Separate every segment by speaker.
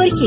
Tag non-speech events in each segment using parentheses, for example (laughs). Speaker 1: Ella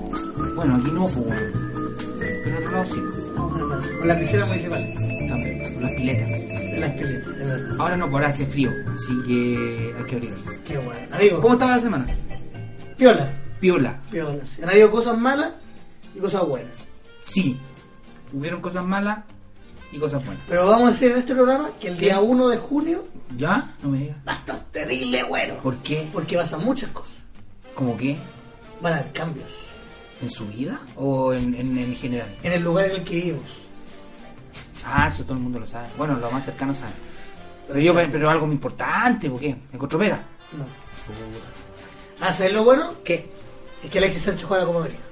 Speaker 2: Bueno, aquí no, pues, weón. Pero en otro lado sí,
Speaker 3: Con la piscina municipal,
Speaker 2: también, con las piletas.
Speaker 3: de las piletas, de verdad.
Speaker 2: Ahora no, por ahora hace frío, así que hay que abrigarse.
Speaker 3: Qué bueno. Amigo,
Speaker 2: ¿Cómo estaba la semana?
Speaker 3: piola,
Speaker 2: Piola.
Speaker 3: piola. Han habido cosas malas y cosas buenas.
Speaker 2: Sí, hubieron cosas malas y cosas buenas.
Speaker 3: Pero vamos a decir en este programa que el
Speaker 2: ¿Qué?
Speaker 3: día 1 de junio
Speaker 2: ¿Ya? No me digas.
Speaker 3: va a estar terrible bueno.
Speaker 2: ¿Por qué?
Speaker 3: Porque pasan muchas cosas.
Speaker 2: ¿Cómo qué?
Speaker 3: Van a haber cambios
Speaker 2: ¿En su vida o en, en- en general?
Speaker 3: en el lugar en el que vivimos.
Speaker 2: Ah, eso todo el mundo lo sabe. Bueno, los más cercanos saben. Pero, yo, pero algo muy importante, ¿por qué? ¿Me encontró pega?
Speaker 3: No. Ah, ¿sabes lo bueno?
Speaker 2: ¿Qué?
Speaker 3: Es que Alexis Sánchez juega la Copa América.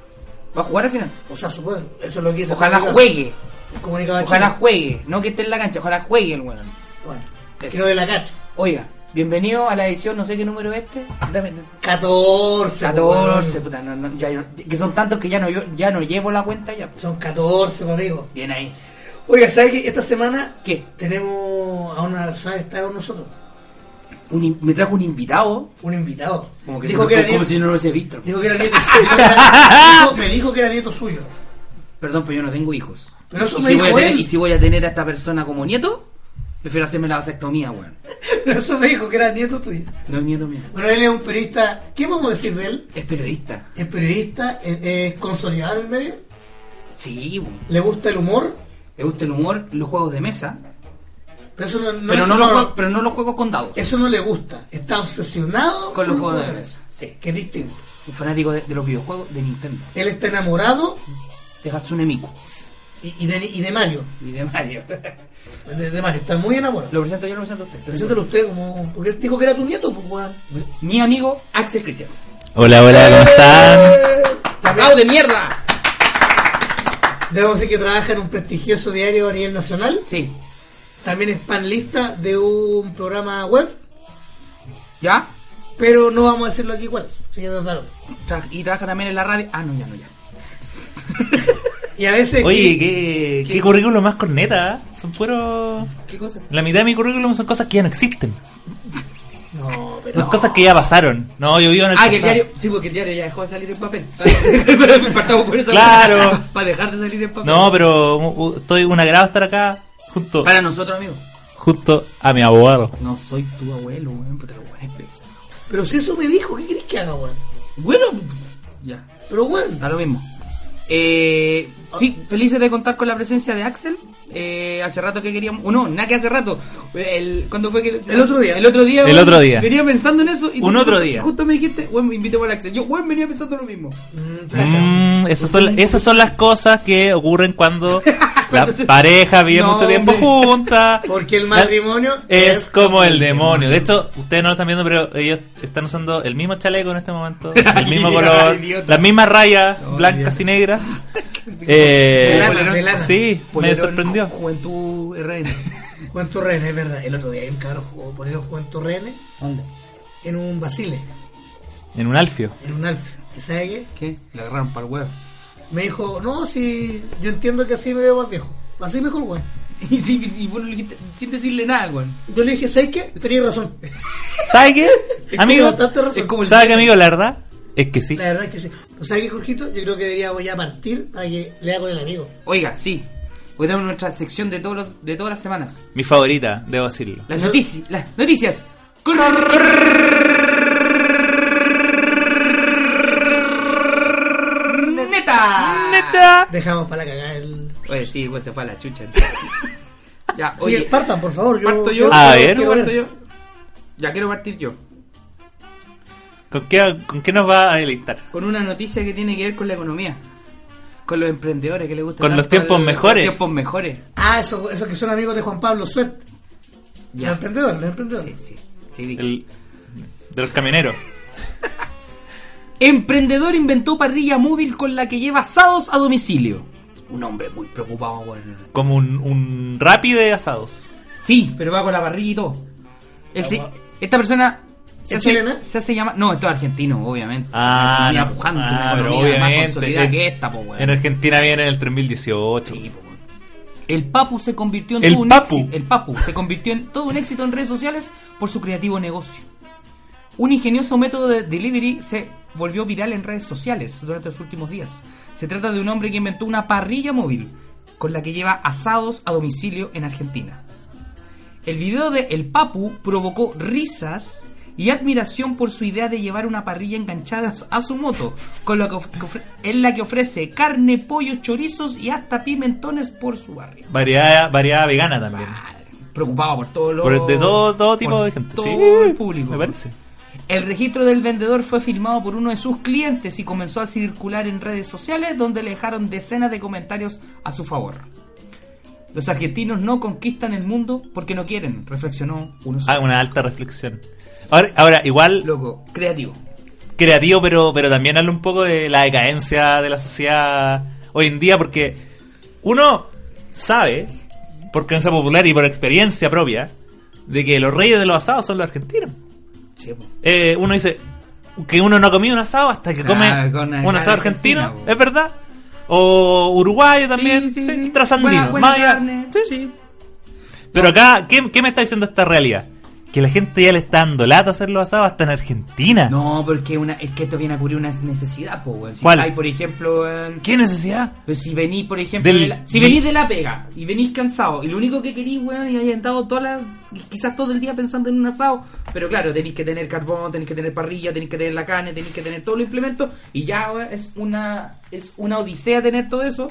Speaker 2: ¿Va a jugar al final?
Speaker 3: O sea, supongo, eso es lo que dice. el
Speaker 2: Ojalá
Speaker 3: comunicado-
Speaker 2: juegue.
Speaker 3: el comunicado de
Speaker 2: Ojalá
Speaker 3: Ah, Chile.
Speaker 2: juegue. No que esté en la cancha, ojalá juegue el weón.
Speaker 3: Bueno,
Speaker 2: Eso.
Speaker 3: creo de la cacha.
Speaker 2: Oiga, bienvenido a la edición, no sé qué número es este. Dame.
Speaker 3: 14.
Speaker 2: 14,
Speaker 3: po,
Speaker 2: puta, no, no, ya no- que son tantos que ya no, yo, ya no llevo la cuenta ya.
Speaker 3: weón.
Speaker 2: pues.
Speaker 3: Son 14, po, amigo.
Speaker 2: Bien ahí.
Speaker 3: Oiga, ¿sabes qué? Esta semana
Speaker 2: ¿Qué?
Speaker 3: tenemos a una persona que está con nosotros.
Speaker 2: Un in- me trajo un invitado.
Speaker 3: Un invitado.
Speaker 2: Como que,
Speaker 3: dijo,
Speaker 2: se-
Speaker 3: que era
Speaker 2: como
Speaker 3: nieto,
Speaker 2: si no lo hubiese visto.
Speaker 3: dijo que era
Speaker 2: (laughs)
Speaker 3: nieto suyo. dijo que era- dijo- me dijo que era nieto suyo.
Speaker 2: Perdón, pero yo no tengo hijos.
Speaker 3: Pero eso
Speaker 2: y,
Speaker 3: me
Speaker 2: si
Speaker 3: dijo
Speaker 2: voy a tener,
Speaker 3: él.
Speaker 2: y si voy a tener a esta persona como nieto, prefiero hacerme la vasectomía, weón.
Speaker 3: (laughs) Pero eso me dijo que era nieto tuyo.
Speaker 2: No es nieto mío.
Speaker 3: Bueno, él es un periodista. ¿Qué podemos decir de él?
Speaker 2: Es periodista.
Speaker 3: Es periodista, es, es consolidado en el medio,
Speaker 2: Sí, weón.
Speaker 3: le gusta el humor,
Speaker 2: Me gusta el humor, los juegos de mesa,
Speaker 3: pero eso no, no
Speaker 2: pero,
Speaker 3: es
Speaker 2: no los
Speaker 3: humor.
Speaker 2: juegos, pero no los juegos con dados.
Speaker 3: Eso no le gusta. Está obsesionado
Speaker 2: Con los
Speaker 3: con
Speaker 2: juegos de mesa. Sí.
Speaker 3: Qué distinto.
Speaker 2: Un fanático de, de los videojuegos de Nintendo.
Speaker 3: Él está enamorado
Speaker 2: De Hatsune Miku.
Speaker 3: y, y de, y de Mario.
Speaker 2: Y de Mario. (laughs)
Speaker 3: De, de Mario. Está muy enamorado.
Speaker 2: lo presento yo, lo presento a usted.
Speaker 3: Preséntalo usted como... Porque él dijo que era tu nieto, pues, weón.
Speaker 2: Mi amigo Axel Christians.
Speaker 4: Hola, hola, ¿cómo están?
Speaker 3: ¡Eh!
Speaker 2: ¡Aplauso de mierda!
Speaker 3: Debemos decir que trabaja en un prestigioso diario a nivel nacional.
Speaker 2: Sí.
Speaker 3: También es panelista de un programa web.
Speaker 2: ¿Ya?
Speaker 3: Pero no vamos a decirlo aquí cuál es. Así que tratarlo.
Speaker 2: Tra- y trabaja también en la radio. Ah, no, ya, no, ya.
Speaker 3: Y a veces...
Speaker 4: Oye, ¿qué,
Speaker 2: ¿Qué?
Speaker 4: qué currículum más corneta? ¿eh? Son puros...
Speaker 2: ¿Qué cosa?
Speaker 4: La mitad de mi currículum son cosas que ya no existen.
Speaker 3: No, pero...
Speaker 4: Son cosas que ya pasaron. No, yo vivo en el
Speaker 2: Ah, que el
Speaker 4: pasado.
Speaker 2: diario, sí, porque el diario ya dejó de salir en papel. Pero (laughs) Partamos por esa
Speaker 4: Claro.
Speaker 2: (laughs) Para dejar de salir en papel.
Speaker 4: No, pero u- u- estoy un agrado estar acá junto,
Speaker 2: Para nosotros, amigo.
Speaker 4: junto a mi abogado.
Speaker 2: No soy tu abuelo, weón, pero lo weón es pesado.
Speaker 3: Pero si eso me dijo, ¿qué crees que haga, weón?
Speaker 2: Bueno, ya,
Speaker 3: Pero, weón...
Speaker 2: da lo mismo. Eh, sí, felices de contar con la presencia de Axel. Eh, hace rato que queríamos. o no, nada que hace rato. El, ¿Cuándo fue que.?
Speaker 3: El otro día.
Speaker 2: El otro día.
Speaker 4: El
Speaker 2: weón,
Speaker 4: otro día.
Speaker 2: Venía pensando en eso. Y
Speaker 4: Un
Speaker 2: tú-
Speaker 4: otro día.
Speaker 2: Justo me dijiste, bueno, me invité por Axel. Yo, bueno, venía pensando lo mismo.
Speaker 3: mm, casa.
Speaker 4: Mm, esas, son, esas son las cosas que ocurren
Speaker 3: (laughs)
Speaker 4: cuando la
Speaker 2: Cuando se-
Speaker 4: pareja vive
Speaker 2: No,
Speaker 4: mucho tiempo
Speaker 2: hombre.
Speaker 4: junta.
Speaker 3: Porque el
Speaker 4: La-
Speaker 3: matrimonio
Speaker 4: Es como el demonio. De hecho, ustedes no lo están viendo, pero ellos están usando el mismo chaleco en este
Speaker 3: (laughs)
Speaker 4: momento, el mismo color,
Speaker 2: Idiota.
Speaker 4: las mismas rayas
Speaker 2: No,
Speaker 4: blancas
Speaker 2: idiota.
Speaker 3: (laughs)
Speaker 4: y negras.
Speaker 3: de
Speaker 4: Eh,
Speaker 3: lana, de lana.
Speaker 4: sí, me
Speaker 2: Polerón,
Speaker 4: sorprendió.
Speaker 2: ju- Juventud RN.
Speaker 3: Juan Torrenes, es verdad. El otro día hay un cabrón jugó poner a Juan Torrenes
Speaker 2: (laughs) ¿Dónde?
Speaker 3: en un basile,
Speaker 4: En un alfio.
Speaker 3: en un alfa. ¿Y sabe qué?
Speaker 2: ¿Qué? La agarraron para el huevo.
Speaker 3: Me dijo, no, si yo entiendo que así me veo más viejo. Así mejor, weón.
Speaker 2: (laughs) Y sí, sí, vos no le dijiste- sin decirle nada, weón.
Speaker 3: Yo le dije, ¿sabes qué? Tenías razón.
Speaker 4: ¿Sabe qué?
Speaker 3: (laughs) Es
Speaker 4: Amigo,
Speaker 3: como bastante razón.
Speaker 2: es como-
Speaker 4: ¿sabe qué, amigo? La verdad es que sí.
Speaker 3: La verdad es que sí. O sea, que Jorgito, yo creo que deberíamos ya partir para que lea con el amigo.
Speaker 2: Oiga, sí. Hoy tenemos nuestra sección de, todos los- de todas las semanas.
Speaker 4: Mi favorita, debo decirlo.
Speaker 2: Las noticias. Las noticias.
Speaker 4: ¡Fiesta!
Speaker 3: Dejamos para la cagada el.
Speaker 2: Oye, sí, pues se fue a la chucha. (laughs) entonces. ya,
Speaker 3: Sí,
Speaker 2: oye,
Speaker 3: partan, por favor. Yo,
Speaker 2: parto yo.
Speaker 4: A ver.
Speaker 2: ¿Quiero parto
Speaker 3: ver.
Speaker 2: yo? Ya quiero partir yo.
Speaker 4: ¿Con qué, ¿Con qué nos va a deleitar?
Speaker 2: Con una noticia que tiene que ver con la economía. Con los emprendedores que les gusta.
Speaker 4: Con los
Speaker 2: tanto
Speaker 4: tiempos
Speaker 2: el-
Speaker 4: mejores.
Speaker 2: Los tiempos mejores.
Speaker 3: Ah, esos eso que son amigos de Juan Pablo Suet. Los
Speaker 2: Ya.
Speaker 3: emprendedores, los emprendedores.
Speaker 2: Sí, sí, sí, Vicky.
Speaker 4: El- de los camineros.
Speaker 2: Emprendedor inventó parrilla móvil con la que lleva asados a domicilio. Un hombre muy preocupado con...
Speaker 4: Como un, un rapi de asados.
Speaker 2: Sí, pero va con la parrilla y todo. El si-
Speaker 3: Agua.
Speaker 2: esta persona... Se
Speaker 3: ¿Es
Speaker 2: hace,
Speaker 3: chilena?
Speaker 2: se hace llamar... No, esto es argentino, obviamente.
Speaker 4: Ah,
Speaker 2: una economía
Speaker 4: no.
Speaker 2: pujante,
Speaker 4: Ah,
Speaker 2: una
Speaker 4: pero
Speaker 2: economía más consolidada
Speaker 4: En,
Speaker 2: que esta, po, weón.
Speaker 4: en Argentina viene en el 2018.
Speaker 2: Sí, po, weón. El Papu se convirtió en
Speaker 4: El
Speaker 2: todo un
Speaker 4: Papu.
Speaker 2: éxito. El Papu se convirtió en todo un éxito en redes sociales por su creativo negocio. Un ingenioso método de delivery se volvió viral en redes sociales durante los últimos días. Se trata de un hombre que inventó una parrilla móvil con la que lleva asados a domicilio en Argentina. El video de El Papu provocó risas y admiración por su idea de llevar una parrilla enganchada a su moto, con lo que of- que ofre- en la que ofrece carne, pollo, chorizos y hasta pimentones por su barrio.
Speaker 4: Variedad, variedad vegana también.
Speaker 2: Vale, Preocupado por todo lo...
Speaker 4: Por- de todo, todo tipo
Speaker 2: por
Speaker 4: de gente.
Speaker 2: Todo
Speaker 4: sí,
Speaker 2: el público.
Speaker 4: Me parece.
Speaker 2: El registro del vendedor fue filmado por uno de sus clientes y comenzó a circular en redes sociales donde le dejaron decenas de comentarios a su favor. Los argentinos no conquistan el mundo porque no quieren, reflexionó uno
Speaker 4: Ah,
Speaker 2: solo.
Speaker 4: una alta reflexión. Ahora, ahora igual
Speaker 2: Loco, creativo.
Speaker 4: creativo, pero, pero también habla un poco de la decadencia de la sociedad hoy en día, porque uno sabe, por creencia popular y por experiencia propia, de que los reyes de los asados son los argentinos.
Speaker 2: Sí, po.
Speaker 4: Eh, uno dice que uno no ha comido un asado hasta que
Speaker 2: Ah,
Speaker 4: come
Speaker 2: con una
Speaker 4: un
Speaker 2: carne
Speaker 4: asado argentino,
Speaker 2: argentina, po.
Speaker 4: ¿es verdad? O uruguayo también,
Speaker 2: Sí, sí,
Speaker 4: sí,
Speaker 2: sí.
Speaker 4: trasandino,
Speaker 2: Buena- buena
Speaker 4: maya,
Speaker 2: carne,
Speaker 4: sí.
Speaker 2: sí.
Speaker 4: Pero acá, ¿qué, qué me está diciendo esta realidad? Que la gente ya le está dando lata hacer los asados hasta en Argentina.
Speaker 2: No, porque una, es que esto viene a cubrir una necesidad, po, weón. Si
Speaker 4: ¿Cuál?
Speaker 2: hay, por ejemplo, en-
Speaker 4: ¿Qué necesidad?
Speaker 2: Pero si venís, por ejemplo,
Speaker 4: Del-
Speaker 2: de la- si venís de la pega y venís cansado y lo único que querís, weón, y hayas andado toda la, quizás todo el día pensando en un asado, pero claro, tenéis que tener carbón, tenéis que tener parrilla, tenéis que tener la carne, tenéis que tener todos los implementos y ya weón, es una es una odisea tener todo eso.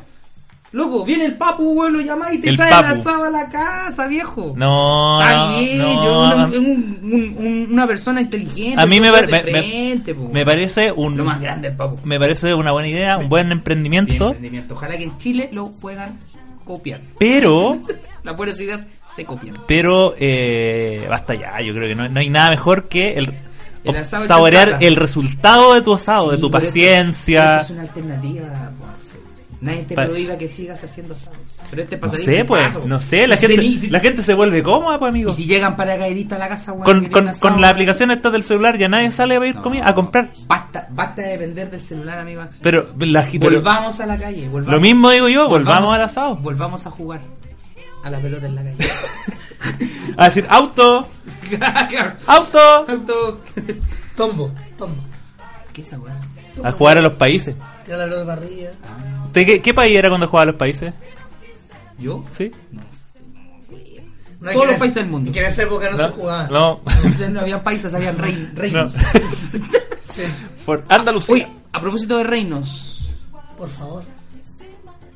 Speaker 2: Loco, viene el papu, weón, lo llamáis y te
Speaker 4: El
Speaker 2: trae el
Speaker 4: papu.
Speaker 2: asado a la casa, viejo.
Speaker 4: No,
Speaker 2: Está
Speaker 4: no,
Speaker 2: bien,
Speaker 4: no,
Speaker 2: yo, una,
Speaker 4: a-
Speaker 2: un- un- un- una persona inteligente.
Speaker 4: a mí me,
Speaker 2: weón,
Speaker 4: par-
Speaker 2: de
Speaker 4: me, me-
Speaker 2: frente, po,
Speaker 4: me
Speaker 2: weón.
Speaker 4: parece un
Speaker 2: Lo más grande el papu.
Speaker 4: me parece una buena idea, un buen
Speaker 2: Bien,
Speaker 4: emprendimiento,
Speaker 2: emprendimiento. Ojalá que en Chile lo puedan copiar.
Speaker 4: pero
Speaker 2: Las buenas ideas se copian.
Speaker 4: pero eh, basta ya, yo creo que no, no hay nada mejor que el,
Speaker 2: El
Speaker 4: o-
Speaker 2: asado hecho en
Speaker 4: saborear
Speaker 2: casa.
Speaker 4: el resultado de tu asado, de tu
Speaker 2: Pero esto-
Speaker 4: paciencia.
Speaker 2: esto es una alternativa. po, Axel. Nadie te
Speaker 4: Pa-
Speaker 2: prohíba que sigas haciendo asados. Pero este
Speaker 4: no
Speaker 2: pasadito
Speaker 4: sé,
Speaker 2: es
Speaker 4: pues,
Speaker 2: paso.
Speaker 4: no sé, la
Speaker 2: Y si
Speaker 4: gente
Speaker 2: venís-
Speaker 4: la gente se vuelve cómoda, pues,
Speaker 2: Y
Speaker 4: amigos.
Speaker 2: si llegan paracaidistas a la casa, weón,
Speaker 4: Con,
Speaker 2: quieren
Speaker 4: con,
Speaker 2: asado,
Speaker 4: con la
Speaker 2: weón.
Speaker 4: aplicación esta del celular ya nadie sale a pedir
Speaker 2: No,
Speaker 4: comida, a comprar.
Speaker 2: Basta, basta de depender del celular, amigo Axel.
Speaker 4: Pero la gente
Speaker 2: volvamos a la calle. Volvamos.
Speaker 4: lo mismo digo yo, volvamos al asado.
Speaker 2: Volvamos a jugar a la pelota en la
Speaker 4: A decir, auto,
Speaker 2: calle. (laughs)
Speaker 4: (laughs)
Speaker 2: Claro.
Speaker 4: auto.
Speaker 2: Auto.
Speaker 3: Tombo, tombo.
Speaker 2: ¿Qué es esa weá?
Speaker 4: A jugar a los países.
Speaker 3: Tira la pelota de parrilla.
Speaker 2: Ah,
Speaker 4: ¿Usted qué, qué país era cuando jugaba a los países?
Speaker 2: ¿Yo?
Speaker 4: ¿Sí?
Speaker 2: No sé.
Speaker 3: No hay
Speaker 2: Todos
Speaker 3: que
Speaker 2: los
Speaker 3: en-
Speaker 2: países del mundo.
Speaker 3: y Que en esa época no, se jugaba.
Speaker 4: No. (laughs)
Speaker 2: Entonces no había países, habían rein-
Speaker 4: no. (laughs)
Speaker 2: reinos.
Speaker 3: Sí,
Speaker 4: Por Andalucía.
Speaker 2: Oye, a propósito de reinos,
Speaker 3: por favor.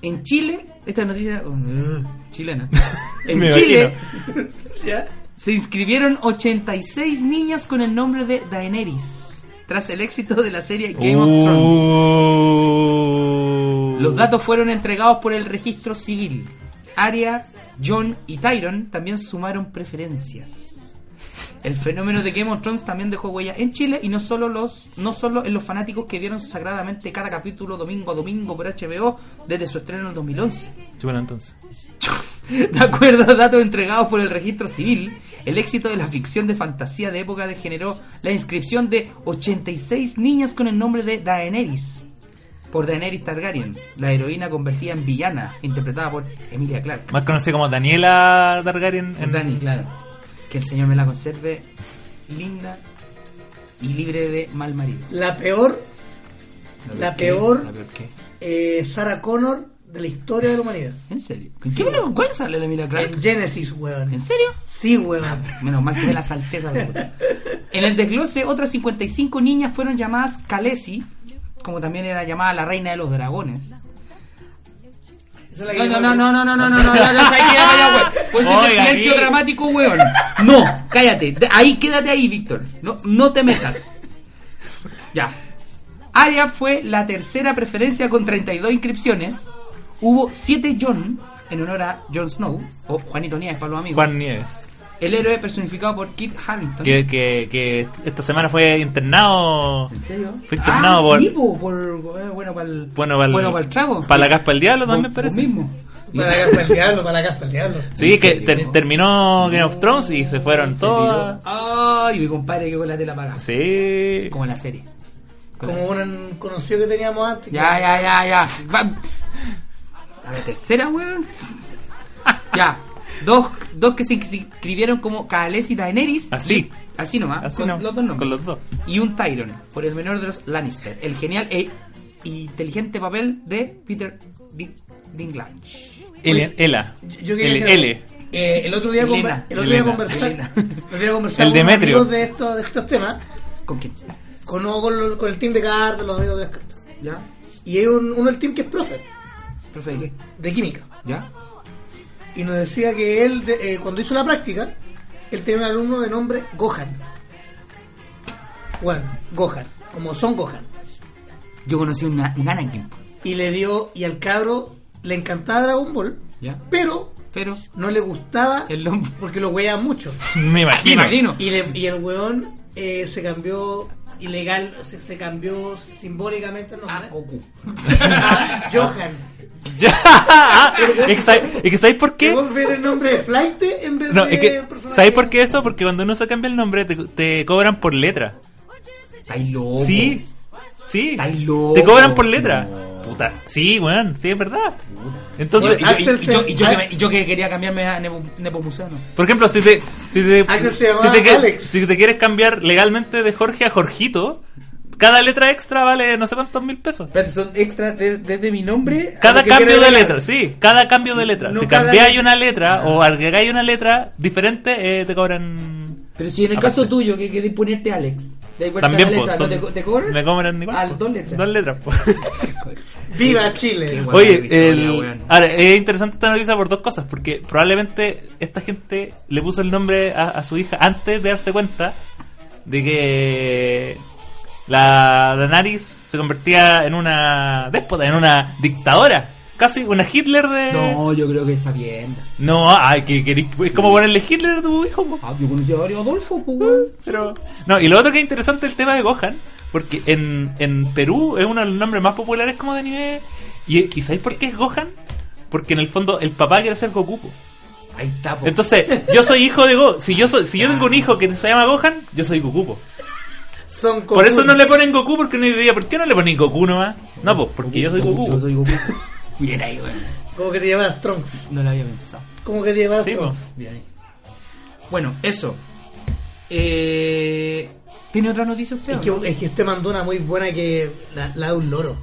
Speaker 2: en Chile, esta noticia uh,
Speaker 4: (laughs)
Speaker 2: chilena. En
Speaker 4: Me
Speaker 2: Chile
Speaker 3: Pues ¿Ya?
Speaker 2: se inscribieron 86 niñas con el nombre de Daenerys tras el éxito de la serie Game of Thrones.
Speaker 4: Uh.
Speaker 2: Los datos fueron entregados por el registro civil. Aria, John y Tyron también sumaron preferencias. El fenómeno de Game of Thrones también dejó huella en Chile y no solo los no solo en los fanáticos que vieron sagradamente cada capítulo domingo a domingo por HBO desde su estreno en el 2011.
Speaker 4: Sí, bueno, entonces.
Speaker 2: (laughs) De acuerdo a datos entregados por el registro civil, el éxito de la ficción de fantasía de época degeneró la inscripción de 86 niñas con el nombre de Daenerys. Por Daenerys Targaryen, la heroína convertida en villana, interpretada por Emilia Clarke.
Speaker 4: Más conocida como Daniela Targaryen. en-
Speaker 2: Dani, claro. Que el Señor me la conserve linda y libre de mal marido.
Speaker 3: La peor, la
Speaker 2: ¿Qué?
Speaker 3: peor,
Speaker 2: ¿La peor qué?
Speaker 3: eh, Sarah Connor de la historia de la humanidad.
Speaker 2: ¿En serio? ¿En qué me- ¿Cuál sale la Emilia Clarke?
Speaker 3: En Genesis,
Speaker 2: ¿En
Speaker 3: weón.
Speaker 2: serio?
Speaker 3: Sí, weón.
Speaker 2: Menos mal que me la salté esa pregunta. En el desglose, otras 55 niñas fueron llamadas Khaleesi, como también era llamada la reina de los dragones.
Speaker 3: Esa es la que
Speaker 2: No,
Speaker 3: yo
Speaker 2: no, no,
Speaker 3: creo.
Speaker 2: no, no, no, no, no, no, ya, ya, ya, ya, ya, güey. Pues ese
Speaker 4: Oiga,
Speaker 2: silencio
Speaker 4: aquí.
Speaker 2: dramático, weón. No, cállate. De- Ahí quédate ahí, Víctor. No, no te metas. Ya. Aria fue la tercera preferencia con 32 inscripciones. Hubo 7 John en honor a Jon Snow o Juanito Nieves para los amigos.
Speaker 4: Juan Nieves.
Speaker 2: El héroe personificado por Kit Harington.
Speaker 4: Que, que, que esta semana fue internado.
Speaker 2: ¿En serio? Ah,
Speaker 4: Fue internado por-
Speaker 2: sí, po, por, eh, bueno, para el
Speaker 4: Bueno, para el,
Speaker 2: trago.
Speaker 4: Para la caspa del diablo también
Speaker 2: Vos-
Speaker 4: parece.
Speaker 2: vos mismo.
Speaker 3: Para la caspa del diablo, para la caspa del diablo.
Speaker 4: Sí, que
Speaker 2: Sí,
Speaker 4: ter-
Speaker 2: sí.
Speaker 4: terminó Game of Thrones y se fueron todas.
Speaker 2: Ay, mi compadre que con la tela paga.
Speaker 4: Sí.
Speaker 2: Como en la serie.
Speaker 3: Como un conocido que teníamos antes.
Speaker 2: Ya, ya, ya, ya. Va- A la tercera, weón. ya. Dos, dos que se inscribieron como Kales y Daenerys.
Speaker 4: Así.
Speaker 2: Así nomás.
Speaker 4: Así
Speaker 2: con
Speaker 4: no,
Speaker 2: los dos nombres.
Speaker 4: Con los dos.
Speaker 2: Y un Tyron, por el menor de los Lannister. El genial e inteligente papel de Peter Di- Dinklage.
Speaker 4: Ele- Ela.
Speaker 3: Yo- Yo quería
Speaker 4: L.
Speaker 3: decir algo.
Speaker 4: L.
Speaker 3: Eh, el otro día,
Speaker 2: Elena,
Speaker 3: conver- el otro día
Speaker 4: Elena,
Speaker 3: conversar,
Speaker 2: Elena.
Speaker 3: el otro día conversar
Speaker 4: El
Speaker 3: con unos
Speaker 4: Demetrio.
Speaker 3: amigos de estos, de estos temas,
Speaker 2: ¿Con quién?
Speaker 3: con, con, lo- con el team de cartas, los amigos de las cartas.
Speaker 2: ¿Ya?
Speaker 3: Y hay un, uno del team que es profe
Speaker 2: ¿Profe de qué?
Speaker 3: de química.
Speaker 2: ¿Ya?
Speaker 3: Y nos decía que él, de- eh, cuando hizo la práctica, él tenía un alumno de nombre Gohan. Bueno, Gohan, como son Gohan.
Speaker 2: Yo conocí una un Anakin. po.
Speaker 3: Y le dio, y al cabro le encantaba Dragon Ball,
Speaker 2: ¿Ya?
Speaker 3: pero
Speaker 2: Pero
Speaker 3: no le gustaba
Speaker 2: el nombre...
Speaker 3: porque lo weaban mucho.
Speaker 4: Me imagino.
Speaker 2: Me imagino.
Speaker 3: Y, le- y el weón eh, se cambió ilegal, o sea, se cambió simbólicamente el
Speaker 4: Ah,
Speaker 3: nombre.
Speaker 2: A Goku.
Speaker 3: A Johan.
Speaker 4: (laughs) Ya. es, que, ¿sabes- es que ¿sabéis por
Speaker 3: ¿Qué?
Speaker 4: (laughs) qué?
Speaker 3: el nombre de Flight en vez
Speaker 4: No,
Speaker 3: de
Speaker 4: es que,
Speaker 3: personaje?
Speaker 4: ¿Sabéis por qué eso? Porque cuando uno se cambia el nombre te, te cobran por letra.
Speaker 2: Estáis loco.
Speaker 4: Sí. Sí.
Speaker 2: Estáis loco.
Speaker 4: Te cobran por letra.
Speaker 2: No.
Speaker 4: Puta. Sí, weón. Sí, es verdad.
Speaker 2: Bueno,
Speaker 4: Entonces,
Speaker 3: Bueno, Axel
Speaker 2: y, yo,
Speaker 3: se-
Speaker 2: y yo que me-
Speaker 3: Ay.
Speaker 2: y yo que quería cambiarme a Nepo- Nepomuceno.
Speaker 4: por ejemplo, si te, si te,
Speaker 3: Ah, que se
Speaker 4: si
Speaker 3: llamaba
Speaker 4: te que-
Speaker 3: Alex.
Speaker 4: si te quieres cambiar legalmente de Jorge a Jorgito, cada letra extra vale no sé cuántos mil pesos.
Speaker 2: Pero son extra desde mi nombre.
Speaker 4: Cada cambio de letra, sí, cada cambio de letra.
Speaker 2: No
Speaker 4: si
Speaker 2: cada
Speaker 4: cambiáis
Speaker 2: letra.
Speaker 4: una letra o agregáis una letra diferente, eh, te cobran.
Speaker 2: Pero si en el
Speaker 4: Aparte.
Speaker 2: caso tuyo que querés ponerte Alex, de vuelta
Speaker 4: También,
Speaker 2: a la
Speaker 4: pues,
Speaker 2: letra,
Speaker 4: son-
Speaker 2: ¿no te, co- te cobran?
Speaker 4: Me cobran igual.
Speaker 2: Ah,
Speaker 4: pues.
Speaker 2: dos letras.
Speaker 4: Dos letras, pues.
Speaker 3: Viva Chile.
Speaker 2: Qué
Speaker 4: Oye,
Speaker 2: Buena
Speaker 4: el-
Speaker 2: historia, weón.
Speaker 4: ahora, es interesante esta noticia por dos cosas, porque probablemente esta gente le puso el nombre a, a su hija antes de darse cuenta de que la Daenerys se convertía en una déspota, en una dictadora, casi una Hitler de...
Speaker 2: No, yo creo que es sabienda.
Speaker 4: No, ay, que, que- es como ponerle Hitler a tu hijo. po.
Speaker 2: Ah, yo conocí a Mario Adolfo, pues, weón.
Speaker 4: Pero, no, y lo otro que es interesante es el tema de Gohan, porque en, en Perú es uno de los nombres más populares como de anime. ¿Y, y sabéis por qué es Gohan? Porque en el fondo el papá quiere ser Goku. po.
Speaker 2: Ahí está, pues. po.
Speaker 4: Entonces, yo soy hijo de Goku. Si yo soy, si yo tengo un hijo que se llama Gohan, yo soy Goku. po.
Speaker 3: Son Goku.
Speaker 4: Por eso no le ponen Goku, porque no diría, ¿por qué no le ponen Goku nomás? No, pues porque yo soy
Speaker 2: Yo
Speaker 4: Goku.
Speaker 2: soy
Speaker 4: (laughs)
Speaker 2: Goku. Bien ahí, weón.
Speaker 3: Como que te llamaras Trunks.
Speaker 2: No lo había pensado.
Speaker 3: Como que te llamaras
Speaker 4: Sí,
Speaker 3: Trunks.
Speaker 4: pues.
Speaker 2: Bien ahí. Bueno, eso. Eh, ¿Tiene otra noticia usted?
Speaker 3: Es
Speaker 2: o no?
Speaker 3: que, es que usted mandó una muy buena que la, la de un loro.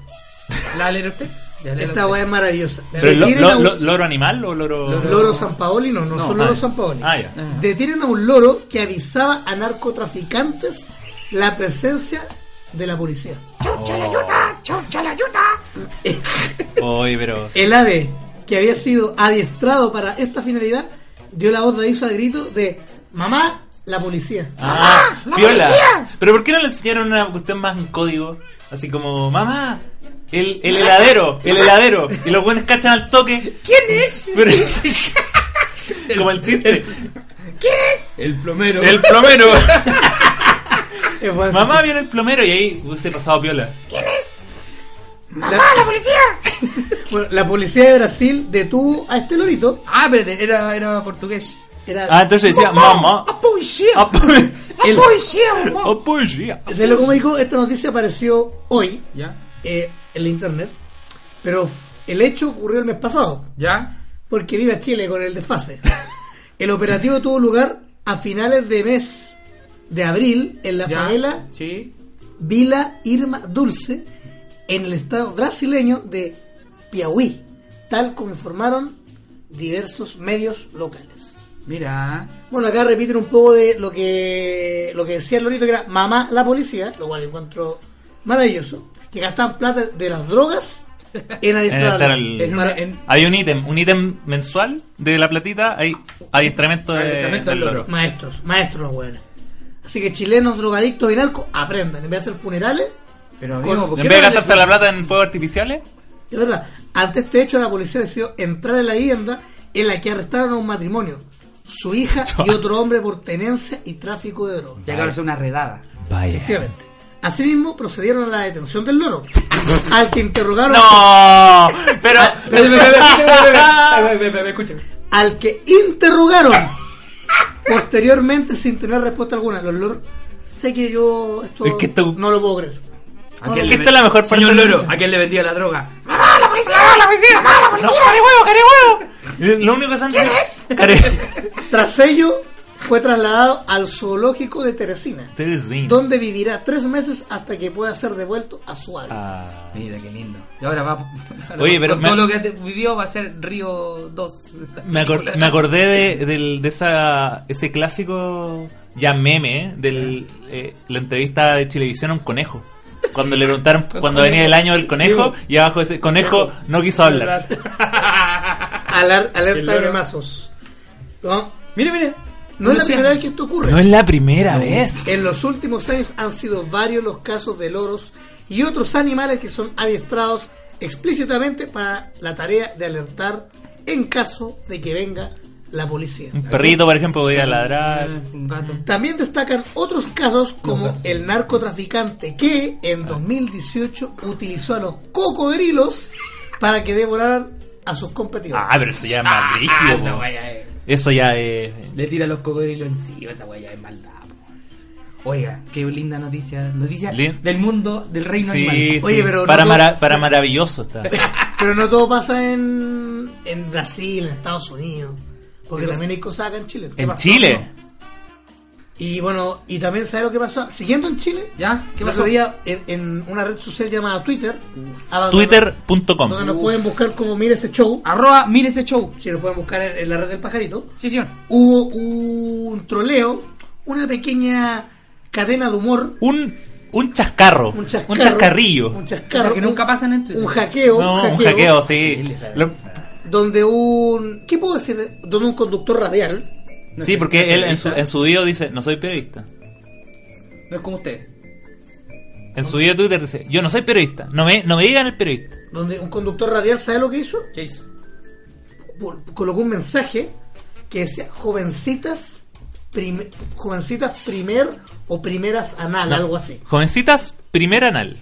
Speaker 2: ¿La leerá usted? Ya, léela
Speaker 3: Esta
Speaker 2: usted.
Speaker 3: weá es maravillosa.
Speaker 4: ¿Pero lo-
Speaker 3: Detienen
Speaker 4: lo-
Speaker 3: a un
Speaker 4: lo- loro animal o loro.?
Speaker 3: loro San Paoli, no, no,
Speaker 2: No,
Speaker 3: son
Speaker 4: ah,
Speaker 3: loros San Paoli.
Speaker 4: Ah, ya.
Speaker 2: Ah.
Speaker 3: Detienen a un loro que avisaba a narcotraficantes la presencia de la policía.
Speaker 4: Oye, pero.
Speaker 3: El ave, que había sido adiestrado para esta finalidad, dio la voz de aviso al grito de Mamá, la policía.
Speaker 4: Ah, piola. Pero ¿por qué no le enseñaron una cuestión más en código? Así como, mamá, el, el heladero, el heladero. Y los buenos cachan al toque.
Speaker 2: ¿Quién es?
Speaker 4: Pero- (laughs) como el chiste.
Speaker 2: El plomero.
Speaker 4: El plomero.
Speaker 3: Es bueno.
Speaker 4: mamá viene el plomero y ahí hubiese pasado piola.
Speaker 3: Bueno, la policía de Brasil detuvo a este lorito.
Speaker 2: Ah, espérate, era, era portugués.
Speaker 3: Era,
Speaker 4: Ah, entonces decía, mamá.
Speaker 2: policía!
Speaker 4: ah, po-
Speaker 3: el-
Speaker 4: ah, poesía.
Speaker 3: ¿Sabes lo que me dijo? Esta noticia apareció hoy
Speaker 2: ¿Ya?
Speaker 3: eh, en la internet, pero f- el hecho ocurrió el mes pasado,
Speaker 2: ¿Ya?
Speaker 3: porque viva Chile con el desfase. (laughs) El operativo tuvo lugar a finales de mes de abril en la
Speaker 2: ¿Ya?
Speaker 3: favela
Speaker 2: Sí.
Speaker 3: Vila Irma Dulce, en el estado brasileño de Piauí, tal como informaron diversos medios locales.
Speaker 2: Mira.
Speaker 3: Bueno, acá repiten un poco de lo que lo que decía el Lorito, que era mamá la policía, lo cual encuentro maravilloso, que gastan plata de las drogas En
Speaker 4: (laughs) En estar
Speaker 3: adiestrarla.
Speaker 4: al-
Speaker 2: En una-
Speaker 3: Para-
Speaker 2: en-
Speaker 4: Hay un ítem, un ítem mensual de la platita, hay adiestramiento, de-
Speaker 2: Adiestramiento
Speaker 4: del
Speaker 2: del
Speaker 4: loro.
Speaker 2: loro.
Speaker 3: Maestros, maestros los weones. Así que chilenos, drogadictos y narcos, aprendan. En vez de hacer funerales,
Speaker 2: Pero amigo, ¿por
Speaker 4: En
Speaker 2: qué
Speaker 4: vez de
Speaker 2: no le-
Speaker 4: gastarse la plata en fuegos artificiales,
Speaker 3: es verdad. Ante este hecho, la policía decidió entrar en la vivienda en la que arrestaron a un matrimonio, su
Speaker 4: (laughs)
Speaker 3: hija y otro hombre por tenencia y tráfico de drogas.
Speaker 2: Ya claro, es una redada.
Speaker 4: vaya.
Speaker 3: Efectivamente. Asimismo, procedieron a la detención del loro, al que interrogaron.
Speaker 4: (laughs) No, (laughs) pero
Speaker 2: Escúchame.
Speaker 3: al que interrogaron (laughs) posteriormente sin tener respuesta alguna. Los loros, sé que yo esto
Speaker 4: Es que esto-
Speaker 3: no lo puedo creer.
Speaker 2: ¿A
Speaker 4: Esta
Speaker 2: quién le
Speaker 4: es
Speaker 2: ven-
Speaker 4: la mejor parte
Speaker 2: Señor
Speaker 4: del-
Speaker 2: Loro, ¿a quién le vendía la droga?
Speaker 4: No, care huevo, care huevo. Lo único que saben ¿Quién es? (laughs)
Speaker 3: Tras ello, fue trasladado al zoológico de Teresina, donde vivirá tres meses hasta que pueda ser devuelto a su
Speaker 4: Ah.
Speaker 3: hábitat.
Speaker 2: Mira qué lindo. Y ahora va. (laughs) ahora
Speaker 4: Oye,
Speaker 2: va-
Speaker 4: pero
Speaker 2: con
Speaker 4: me-
Speaker 2: todo lo que te vivió va a ser Río 2. (laughs)
Speaker 4: Me, acor- me acordé de, del- de esa, ese clásico ya meme de la entrevista de Chilevisión a un conejo. Cuando le preguntaron cuando venía el año del conejo y abajo ese conejo no quiso hablar.
Speaker 3: Alar-
Speaker 2: El
Speaker 3: alerta
Speaker 2: loro.
Speaker 3: de mazos. No,
Speaker 2: Mire, mire.
Speaker 3: no es la
Speaker 2: Anunciando.
Speaker 3: primera vez que esto ocurre.
Speaker 4: No es la primera vez.
Speaker 3: En los últimos años han sido varios los casos de loros y otros animales que son adiestrados explícitamente para la tarea de alertar en caso de que venga la policía.
Speaker 4: Un perrito, por ejemplo, podría ladrar.
Speaker 2: Un gato.
Speaker 3: También destacan otros casos como el narcotraficante que
Speaker 4: Ah.
Speaker 3: en 2018 utilizó a los cocodrilos para que devoraran a sus competidores.
Speaker 4: Ah, pero eso ya es más
Speaker 2: Ah,
Speaker 4: brígido.
Speaker 2: esa
Speaker 4: po.
Speaker 2: guaya es.
Speaker 4: Eso ya es...
Speaker 2: Le tira los cocodrilos encima, esa guaya es maldad. po. Oiga, qué linda noticia. Noticia
Speaker 4: Lin-
Speaker 2: del mundo, del reino
Speaker 4: Sí,
Speaker 2: animal.
Speaker 3: Oye,
Speaker 4: sí.
Speaker 3: pero no
Speaker 4: para,
Speaker 3: todo-
Speaker 4: mara- para
Speaker 3: (laughs)
Speaker 4: maravilloso está.
Speaker 3: Pero no todo pasa en, en Brasil, en Estados Unidos, porque
Speaker 2: ¿Qué
Speaker 3: también
Speaker 2: pasa?
Speaker 3: hay cosas acá en Chile. ¿Qué
Speaker 4: En
Speaker 3: pasó?
Speaker 4: Chile.
Speaker 3: Y bueno, y también sabes lo que pasó. Siguiendo en Chile,
Speaker 2: ¿Ya? ¿Qué
Speaker 3: el
Speaker 2: pasó?
Speaker 3: otro día en, en una red social llamada Twitter, abandonó-
Speaker 4: Twitter.com.
Speaker 3: donde nos pueden buscar como Mira ese show,
Speaker 2: Arroba, mire ese show.
Speaker 3: si nos pueden buscar en, en la red del pajarito,
Speaker 2: Sí, señor.
Speaker 3: hubo un troleo, una pequeña cadena de humor,
Speaker 4: Un, un chascarro.
Speaker 3: un,
Speaker 4: Un,
Speaker 3: chascarro,
Speaker 4: chascarrillo.
Speaker 3: Un chascarro.
Speaker 2: O sea, que nunca
Speaker 3: un-
Speaker 2: pasan en Twitter.
Speaker 3: Un hackeo.
Speaker 4: no, un hackeo, sí. Lo-
Speaker 3: Donde un. ¿Qué puedo decir? Donde un conductor radial.
Speaker 2: No
Speaker 4: sí,
Speaker 2: sé, no
Speaker 4: porque
Speaker 2: sé,
Speaker 4: él en su,
Speaker 2: periodista.
Speaker 4: en su video dice, no soy periodista.
Speaker 2: No es como usted.
Speaker 4: En su video de Twitter dice, yo no soy periodista. No me, no me digan el periodista.
Speaker 3: Donde un conductor radial, ¿sabe lo que hizo?
Speaker 2: ¿Qué hizo?
Speaker 3: por- colocó un mensaje que decía jovencitas prim- jovencitas primer o primeras anal, algo así.
Speaker 4: Jovencitas, primer anal.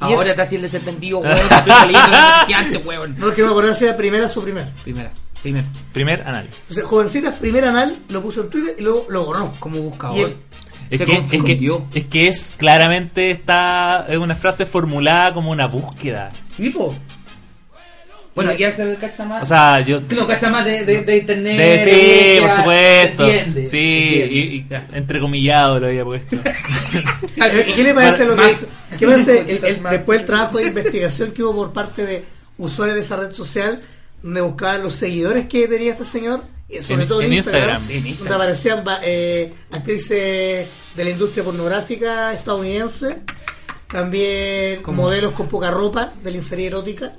Speaker 2: Ahora
Speaker 3: es-
Speaker 2: te hacía el desentendido,
Speaker 4: (laughs)
Speaker 2: weón. que Estoy leyendo la noticia weón.
Speaker 3: No es que no me acordaba si era primeras o primer.
Speaker 2: Primera, primera.
Speaker 4: Primer anal.
Speaker 3: O sea, jovencitas primer anal lo puso en Twitter y luego lo borró.
Speaker 2: Como
Speaker 3: Y
Speaker 2: buscador.
Speaker 3: el-
Speaker 4: Es
Speaker 2: Se
Speaker 4: que, es, que,
Speaker 2: confundió.
Speaker 4: es que es claramente está es una frase formulada como una búsqueda.
Speaker 2: Tipo. Bueno, aquí Axel el cacha más. (laughs)
Speaker 4: O sea, yo...
Speaker 2: Tú no cachas más de, de, de internet.
Speaker 4: De- sí,
Speaker 2: de-
Speaker 4: por
Speaker 2: ya,
Speaker 4: supuesto.
Speaker 2: se entiende,
Speaker 4: sí,
Speaker 2: se entiende. (laughs)
Speaker 4: y, y ah, entrecomillado lo había puesto.
Speaker 3: Ah, ¿Y qué le parece lo que
Speaker 2: Más.
Speaker 3: hizo? ¿Qué parece
Speaker 4: (laughs)
Speaker 3: el- el-
Speaker 2: Más.
Speaker 3: después el trabajo de investigación que hubo por parte de usuarios de esa red social donde buscaban los seguidores que tenía este señor y sobre
Speaker 4: En-
Speaker 3: todo en,
Speaker 4: en
Speaker 3: Instagram,
Speaker 4: Instagram.
Speaker 2: Sí, en Instagram.
Speaker 3: donde aparecían va- eh, actrices de la industria pornográfica estadounidense también
Speaker 2: ¿Cómo?
Speaker 3: modelos con poca ropa de lencería erótica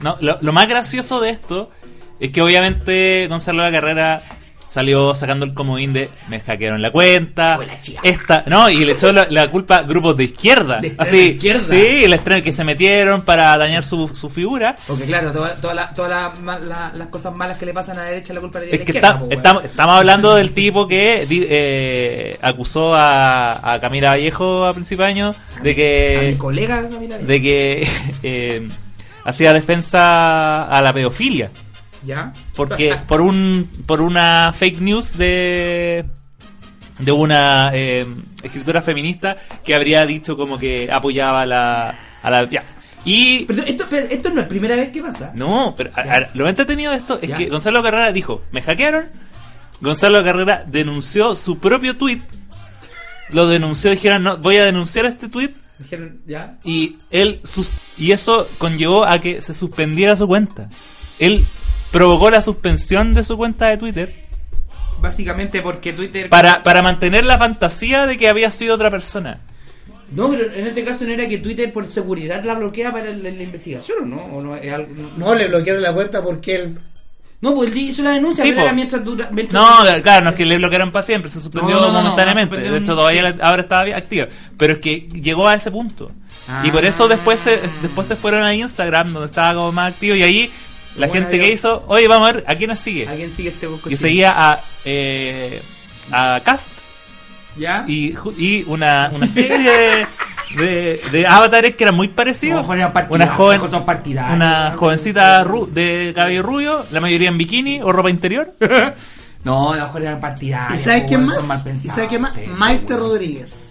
Speaker 4: No, lo, lo más gracioso de esto es que obviamente Gonzalo de la Carrera salió sacando el comodín de me hackearon la cuenta.
Speaker 2: Hola, chica.
Speaker 4: esta, no, y le echó la, la culpa a grupos de izquierda.
Speaker 2: De extrema
Speaker 4: Así,
Speaker 2: izquierda.
Speaker 4: Sí, el estreno que se metieron para dañar su, su figura.
Speaker 2: Porque claro, todas toda la- todas las ma- la- las cosas malas que le pasan a la derecha la culpa le
Speaker 4: Es
Speaker 2: tiene
Speaker 4: que
Speaker 2: la izquierda.
Speaker 4: está-
Speaker 2: po, weón.
Speaker 4: estamos, estamos hablando del tipo que di- eh, acusó a, a Camila Vallejo a principio de año
Speaker 2: A
Speaker 4: de
Speaker 2: mi
Speaker 4: que
Speaker 2: colega Gabriela Villa.
Speaker 4: eh, de que (laughs) eh, hacía defensa a la pedofilia
Speaker 2: ¿Ya?
Speaker 4: porque por un por una fake news de de una eh, escritora feminista que habría dicho como que apoyaba a la a la ya.
Speaker 2: (laughs)
Speaker 4: y
Speaker 2: Pero esto, pero esto no es primera vez que pasa.
Speaker 4: no pero a- a- lo entretenido de esto es
Speaker 2: Ya.
Speaker 4: que Gonzalo Carrera dijo me hackearon Gonzalo Carrera denunció su propio tweet lo denunció dijeron no voy a denunciar este tweet
Speaker 2: Dijeron, ¿ya?
Speaker 4: y él sus- y eso conllevó a que se suspendiera su cuenta. Él provocó la suspensión de su cuenta de Twitter
Speaker 2: Básicamente porque Twitter...
Speaker 4: para, para mantener la fantasía de que había sido otra persona.
Speaker 2: No, pero en este caso no era que Twitter por seguridad la bloquea para la, la investigación, ¿no? ¿O no, es algo- no?
Speaker 3: No, le bloquearon la cuenta porque él.
Speaker 2: No, pues él hizo la denuncia,
Speaker 4: Sí,
Speaker 2: pero
Speaker 4: po.
Speaker 2: era mientras dura... mientras-
Speaker 4: No, claro, no es que le bloquearon para siempre, se suspendió
Speaker 2: No, no, no, no,
Speaker 4: momentáneamente.
Speaker 2: no,
Speaker 4: de hecho, todavía la- ahora estaba bien activa. Pero es que llegó a ese punto. Y por eso después se, después se fueron a Instagram, donde estaba como más activo. Y ahí la
Speaker 2: Bueno,
Speaker 4: gente
Speaker 2: yo-
Speaker 4: que hizo, oye, vamos a ver, ¿a quién nos sigue?
Speaker 2: ¿A quién sigue este bosco?
Speaker 4: Yo seguía a, eh, a Cast
Speaker 2: ¿Ya?
Speaker 4: y, ju- y una, una serie de, de, de avatares que eran muy
Speaker 2: A lo
Speaker 4: parecidos.
Speaker 2: mejor eran
Speaker 4: Una
Speaker 2: partidarios,
Speaker 4: joven,
Speaker 2: a lo mejor son partidarios.
Speaker 4: una jovencita ru- de cabello rubio, la mayoría en bikini o ropa interior.
Speaker 2: No, a lo mejor eran partidarios.
Speaker 3: ¿Y sabes
Speaker 2: po,
Speaker 3: quién
Speaker 2: weón, son
Speaker 3: más?
Speaker 2: pues, mal
Speaker 3: ¿Y sabes quién más?
Speaker 2: pensados, sí,
Speaker 3: Maite
Speaker 2: weón.
Speaker 3: Rodríguez.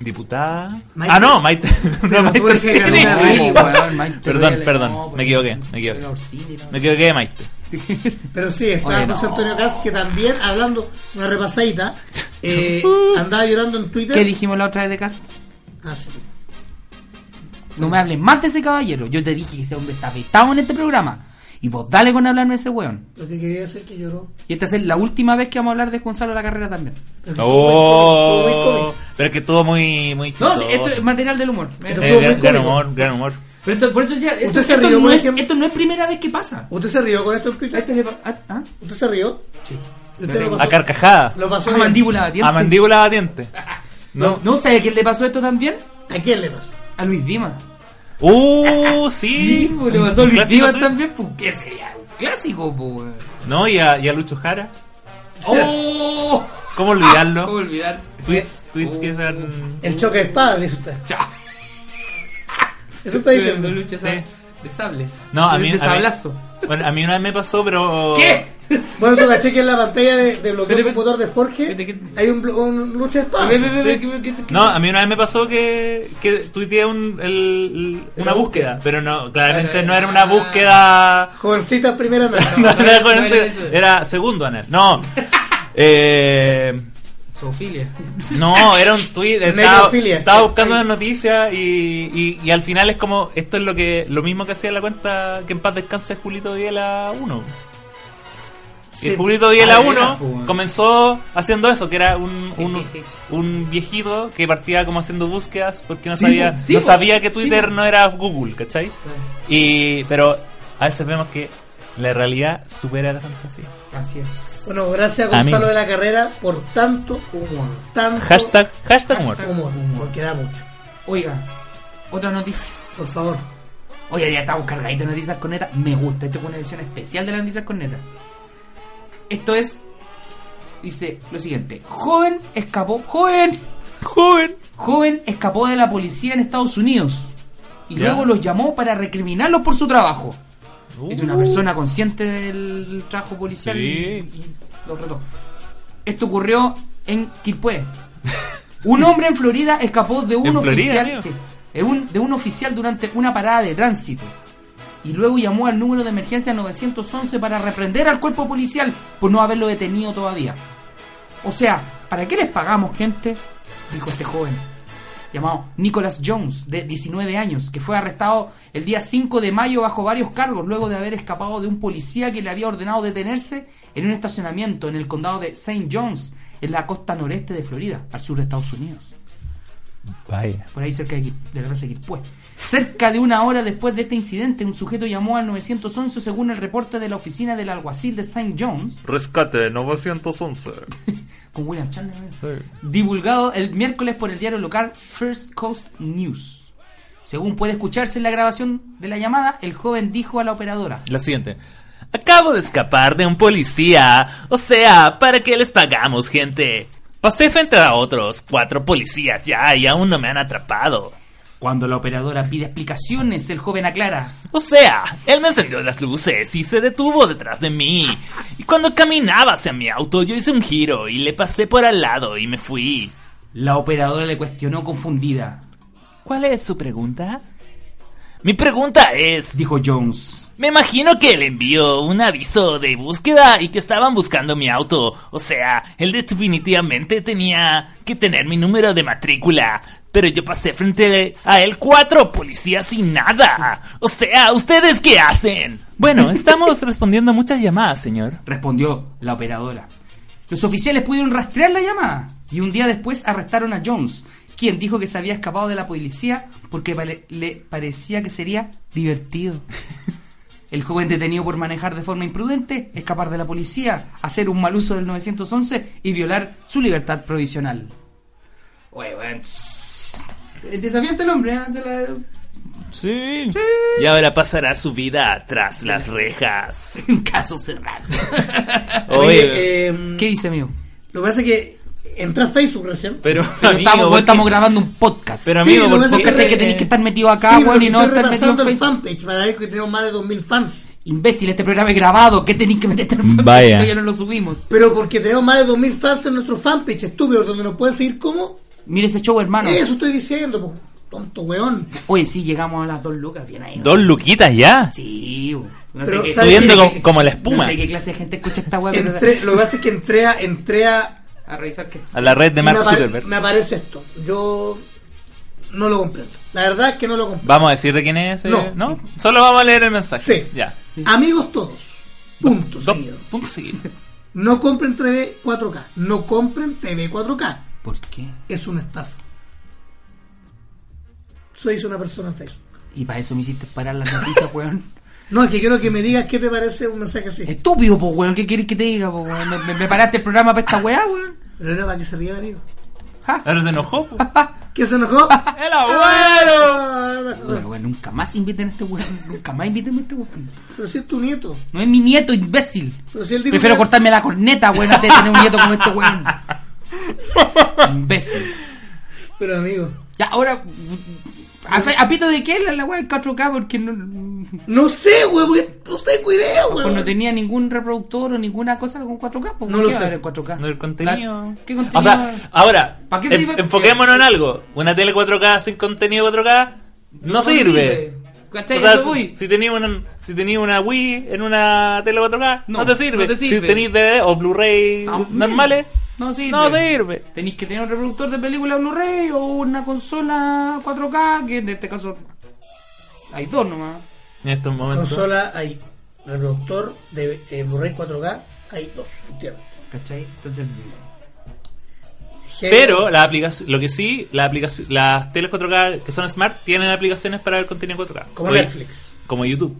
Speaker 4: Diputada.
Speaker 3: Maite.
Speaker 4: Ah, no, Maite. (laughs) No, Maite
Speaker 3: tú eres
Speaker 4: Orsini.
Speaker 3: Carolina
Speaker 2: Ay, weón, Maite
Speaker 4: Perdón,
Speaker 2: Rodríguez,
Speaker 4: perdón,
Speaker 2: no,
Speaker 4: me equivoqué, me equivoqué.
Speaker 2: Orsini, no.
Speaker 4: (laughs) Me equivoqué de Maite.
Speaker 3: Pero sí, estaba
Speaker 2: Oye, no.
Speaker 3: José Antonio Cas que también, hablando una repasadita, eh, andaba llorando en Twitter.
Speaker 2: ¿Qué dijimos la otra vez de casa?
Speaker 3: Ah, sí.
Speaker 2: No me hables más de ese caballero. Yo te dije que ese hombre está afectado en este programa. Y vos dale con hablarme de ese weón.
Speaker 3: Lo que quería decir que lloró.
Speaker 2: Y esta es la última vez que vamos a hablar de Gonzalo la carrera también.
Speaker 3: Pero que estuvo muy cómico, estuvo muy cómico.
Speaker 4: Oh, pero que todo muy, muy
Speaker 2: No,
Speaker 4: chistoso.
Speaker 2: sí, esto es material del humor.
Speaker 4: Eh,
Speaker 3: Esto estuvo muy
Speaker 4: gran, gran
Speaker 3: cómico.
Speaker 4: humor, gran humor.
Speaker 2: Pero esto, por eso ya. Esto,
Speaker 3: Usted se
Speaker 2: esto
Speaker 3: rió,
Speaker 2: no
Speaker 3: por
Speaker 2: es,
Speaker 3: ejemplo.
Speaker 2: esto no es primera vez que pasa.
Speaker 3: ¿Usted se rió con esto en
Speaker 2: A Esto
Speaker 3: Twitter?
Speaker 2: le pa- ah, ah,
Speaker 3: ¿Usted se rió?
Speaker 2: sí.
Speaker 3: ¿Y
Speaker 2: Me
Speaker 3: usted
Speaker 2: reí.
Speaker 3: lo
Speaker 4: A
Speaker 3: pasó?
Speaker 4: carcajada.
Speaker 3: Lo pasó
Speaker 2: A
Speaker 3: bien.
Speaker 2: mandíbula batiente.
Speaker 4: A mandíbula batiente.
Speaker 2: No, no ¿sabes a quién le pasó esto también?
Speaker 3: ¿A quién le pasó?
Speaker 2: A Luis Dima.
Speaker 4: Uh, sí.
Speaker 2: pues, le pasó a
Speaker 4: Un
Speaker 2: Luis
Speaker 4: clásico
Speaker 2: Dima
Speaker 4: tuyo.
Speaker 2: también. Pues qué sería un clásico, pues. weón.
Speaker 4: No, y a, y a Lucho Jara.
Speaker 2: ¡Oh!
Speaker 4: ¿Cómo
Speaker 2: ¿Cómo (laughs)
Speaker 4: olvidarlo?
Speaker 2: olvidar?
Speaker 4: Tweets, tweets que
Speaker 2: Oh.
Speaker 4: eran.
Speaker 3: El choque de espadas, dice usted.
Speaker 2: Chao.
Speaker 3: Eso está diciendo.
Speaker 2: De lucha, ¿sabes? De sables.
Speaker 4: No, a mí.
Speaker 2: De
Speaker 4: a mí-
Speaker 2: sablazo.
Speaker 4: Bueno, a mí una vez me pasó, pero.
Speaker 2: ¿Qué?
Speaker 3: Bueno, tú caché que en la pantalla de, de bloqueo
Speaker 2: Pero, pero,
Speaker 3: computador de
Speaker 2: pero,
Speaker 3: Jorge
Speaker 2: pero,
Speaker 3: hay un, blo- un lucha de espadas.
Speaker 2: (laughs) Ve, ve, ve, ve, que- que- que-
Speaker 4: No, a mí una vez me pasó que, que tuiteé un, el- el-
Speaker 2: Una
Speaker 4: una búsqueda, pero no, claramente
Speaker 2: Claro,
Speaker 4: no era una
Speaker 2: ah.
Speaker 4: búsqueda.
Speaker 3: (laughs) Jovencita primera nada.
Speaker 4: (laughs) No,
Speaker 2: no,
Speaker 4: era,
Speaker 2: no era
Speaker 4: con ese-
Speaker 2: eso.
Speaker 4: era segundo anel. No. Eh,
Speaker 2: (laughs) Zoofilia.
Speaker 4: no, era un tweet. Estaba,
Speaker 3: Necrofilia.
Speaker 4: estaba buscando las noticias y, y, y al final es como. Esto es lo que lo mismo que hacía la cuenta que en paz descanse Julito Viela 1. Y
Speaker 3: Sí.
Speaker 4: el Julito Viela
Speaker 2: Ah,
Speaker 4: 1
Speaker 2: era, pues.
Speaker 4: comenzó haciendo eso, que era un, un,
Speaker 2: Sí.
Speaker 4: un viejito que partía como haciendo búsquedas porque no
Speaker 2: Sí,
Speaker 4: sabía,
Speaker 2: pues, sí,
Speaker 4: no
Speaker 2: pues,
Speaker 4: sabía que
Speaker 2: sí,
Speaker 4: Twitter
Speaker 2: pues.
Speaker 4: no era Google, ¿cachai? Y, pero a veces vemos que la realidad supera la fantasía.
Speaker 2: Así es.
Speaker 3: Bueno, gracias a Gonzalo
Speaker 4: Amigo.
Speaker 3: de la Carrera por tanto
Speaker 2: Humor.
Speaker 3: tanto
Speaker 4: Hashtag, hashtag humor.
Speaker 3: humor, porque da mucho.
Speaker 2: Oiga, otra noticia.
Speaker 3: Por favor.
Speaker 2: Oye, ya estamos cargaditos de noticias con neta. Me gusta. Esto es una edición especial de las noticias con neta. Esto es. Dice lo siguiente: Joven escapó. ¡Joven!
Speaker 4: Joven.
Speaker 2: Joven escapó de la policía en Estados Unidos. Y
Speaker 4: Ya.
Speaker 2: luego los llamó para recriminarlos por su trabajo. Es
Speaker 4: Uh.
Speaker 2: una persona consciente del trabajo policial
Speaker 4: Sí.
Speaker 2: y, y lo retó. Esto ocurrió en Quilpué. Un hombre en Florida escapó de un
Speaker 4: ¿En Florida,
Speaker 2: oficial
Speaker 4: amigo?
Speaker 2: sí, de, un, de un oficial durante una parada de tránsito. Y luego llamó al número de emergencia 911 para reprender al cuerpo policial por no haberlo detenido todavía. O sea, ¿para qué les pagamos, gente? Dijo este joven, llamado Nicholas Jones, de 19 años, que fue arrestado el día 5 de mayo bajo varios cargos luego de haber escapado de un policía que le había ordenado detenerse en un estacionamiento en el condado de St. John's, en la costa noreste de Florida, al sur de Estados Unidos.
Speaker 4: Vaya.
Speaker 2: Por ahí cerca de, Quil- de la plaza de Quilpué. Cerca de una hora después de este incidente, un sujeto llamó al 911 según el reporte de la oficina del alguacil de St. John's,
Speaker 4: Rescate 911.
Speaker 2: (laughs) con William Chandler. ¿no? divulgado el miércoles por el diario local First Coast News. Según puede escucharse en la grabación de la llamada, el joven dijo a la operadora.
Speaker 4: La siguiente. Acabo de escapar de un policía. O sea, ¿para qué les pagamos, gente? Pasé frente a otros cuatro policías ya y aún no me han atrapado.
Speaker 2: Cuando la operadora pide explicaciones, el joven aclara.
Speaker 4: O sea, él me encendió las luces y se detuvo detrás de mí. Y cuando caminaba hacia mi auto, yo hice un giro y le pasé por al lado y me fui.
Speaker 2: La operadora le cuestionó confundida.
Speaker 4: ¿Cuál es su pregunta? Mi pregunta es,
Speaker 2: Dijo Jones.
Speaker 4: me imagino que le envió un aviso de búsqueda y que estaban buscando mi auto. O sea, él definitivamente tenía que tener mi número de matrícula. Pero yo pasé frente a él cuatro policías sin nada. O sea, ¿ustedes qué hacen? Bueno, (laughs) estamos respondiendo muchas llamadas, señor.
Speaker 2: Respondió la operadora. Los oficiales pudieron rastrear la llamada y un día después arrestaron a Jones, quien dijo que se había escapado de la policía porque pare- le parecía que sería
Speaker 4: (laughs)
Speaker 2: divertido. El joven detenido por manejar de forma imprudente, escapar de la policía, hacer un mal uso del 911 y violar su libertad provisional. Oye, weón, tss. El desafiante el hombre, ¿eh? Se la-
Speaker 4: Sí. Y ahora pasará su vida tras las rejas.
Speaker 2: (laughs) un caso
Speaker 4: (laughs)
Speaker 2: cerrado.
Speaker 4: Oye,
Speaker 3: Oye, eh,
Speaker 2: ¿Qué dice, amigo?
Speaker 3: lo que pasa es que entré a Facebook recién.
Speaker 4: pero,
Speaker 2: Pero
Speaker 4: amigo,
Speaker 2: estamos,
Speaker 4: ¿por qué-
Speaker 2: estamos grabando un podcast.
Speaker 4: Pero
Speaker 3: Sí, eh,
Speaker 4: amigo,
Speaker 3: lo
Speaker 4: ¿por
Speaker 3: que pasa
Speaker 4: qué- Eh,
Speaker 2: Vos cachai que tenéis que estar metido acá,
Speaker 3: pero
Speaker 2: weón,
Speaker 3: que
Speaker 2: y no
Speaker 3: estoy
Speaker 2: estar metido en
Speaker 3: repasando el
Speaker 2: Facebook.
Speaker 3: fanpage para ver que tenemos más de 2000 fans.
Speaker 2: Imbécil, este programa es grabado. ¿Qué tenéis que meterte en Facebook?
Speaker 4: Vaya.
Speaker 2: Esto ya no lo subimos.
Speaker 3: Pero porque tenemos más de 2000 fans en nuestro fanpage, estúpido, donde nos pueden seguir como.
Speaker 2: Mira ese show, hermano.
Speaker 3: Eso estoy diciendo, po, tonto weón.
Speaker 2: Oye, sí, llegamos a las dos lucas. Bien ahí. ¿no?
Speaker 4: Dos luquitas ya.
Speaker 2: Sí, bo. no
Speaker 3: Pero,
Speaker 2: sé qué,
Speaker 3: ¿sabes
Speaker 4: Subiendo
Speaker 3: qué?
Speaker 4: como, como la espuma
Speaker 2: No sé qué clase de gente escucha esta weá, pero
Speaker 3: Entré- lo que pasa es que entré a. Entré a
Speaker 2: a revisar que.
Speaker 4: a la red de
Speaker 3: y
Speaker 4: Mark
Speaker 3: me, apare-
Speaker 4: Zuckerberg.
Speaker 3: me aparece esto. Yo no lo comprendo. La verdad es que no lo comprendo.
Speaker 4: ¿Vamos a decir de quién es? eh?
Speaker 3: No.
Speaker 4: no. Solo vamos a leer el mensaje.
Speaker 3: Sí.
Speaker 4: Ya.
Speaker 3: Amigos todos. Punto.
Speaker 4: Dos
Speaker 3: seguido.
Speaker 4: puntos seguidos.
Speaker 3: No compren TV 4K. No compren TV 4K.
Speaker 2: (laughs) ¿Por qué?
Speaker 3: Es una estafa. Soy una persona en Facebook.
Speaker 2: Y para eso me hiciste parar las noticias, (laughs) weón.
Speaker 3: No, es que quiero que me digas qué te parece un mensaje así.
Speaker 2: Estúpido, po, weón. ¿Qué quieres que te diga, po, weón? Me, me- me paraste el programa para esta weá, weón.
Speaker 3: Pero era para que se ríe, amigo.
Speaker 4: Ahora se
Speaker 2: (laughs)
Speaker 4: enojó. po.
Speaker 3: ¿Qué se enojó?
Speaker 4: ¡El (laughs) abuelo!
Speaker 2: Bueno, weón, nunca más inviten a este weón. Nunca más inviten a este weón.
Speaker 3: Pero si es tu nieto.
Speaker 2: No es mi nieto, imbécil.
Speaker 3: Pero si él dijo
Speaker 2: Prefiero
Speaker 3: que-
Speaker 2: cortarme la corneta, weón, antes de tener un nieto como
Speaker 3: (laughs)
Speaker 2: este weón. Imbécil.
Speaker 3: Pero amigo.
Speaker 2: Ya, ahora. A, fe- a pito de qué la, la weá del 4K, porque no.
Speaker 3: No sé, güey, porque no tengo idea, güey.
Speaker 2: Pues no tenía ningún reproductor o ninguna cosa con 4K. Pues,
Speaker 3: No
Speaker 2: ¿qué
Speaker 3: lo
Speaker 2: va a
Speaker 3: sé.
Speaker 2: haber en 4K?
Speaker 4: No, el contenido.
Speaker 2: La- ¿Qué contenido?
Speaker 4: O sea, ahora,
Speaker 2: ¿Para qué te
Speaker 4: en-
Speaker 2: iba-
Speaker 4: enfoquémonos en algo. Una tele 4K sin contenido 4K no, sirve.
Speaker 2: ¿Cachai?
Speaker 4: O sea,
Speaker 2: Eso
Speaker 4: si-
Speaker 2: voy.
Speaker 4: si tenías una, si tenía una Wii en una tele 4K, no,
Speaker 2: No,
Speaker 4: te sirve.
Speaker 2: no te sirve.
Speaker 4: Si tenías DVD o Blu-ray
Speaker 2: También.
Speaker 4: normales,
Speaker 2: Ah, No sirve.
Speaker 4: no sirve.
Speaker 2: Tenéis que tener un reproductor de película Blu-ray o una consola 4K, que en este caso hay dos nomás.
Speaker 4: En estos momentos.
Speaker 3: Consola hay reproductor de eh, Blu-ray 4K, hay dos, entiendo.
Speaker 2: ¿Cachai? Entonces,
Speaker 4: Pero la aplicación, lo que sí, la aplicación, las teles 4K que son smart tienen aplicaciones para ver contenido 4K.
Speaker 3: Como
Speaker 4: Oye,
Speaker 3: Netflix.
Speaker 4: Como YouTube.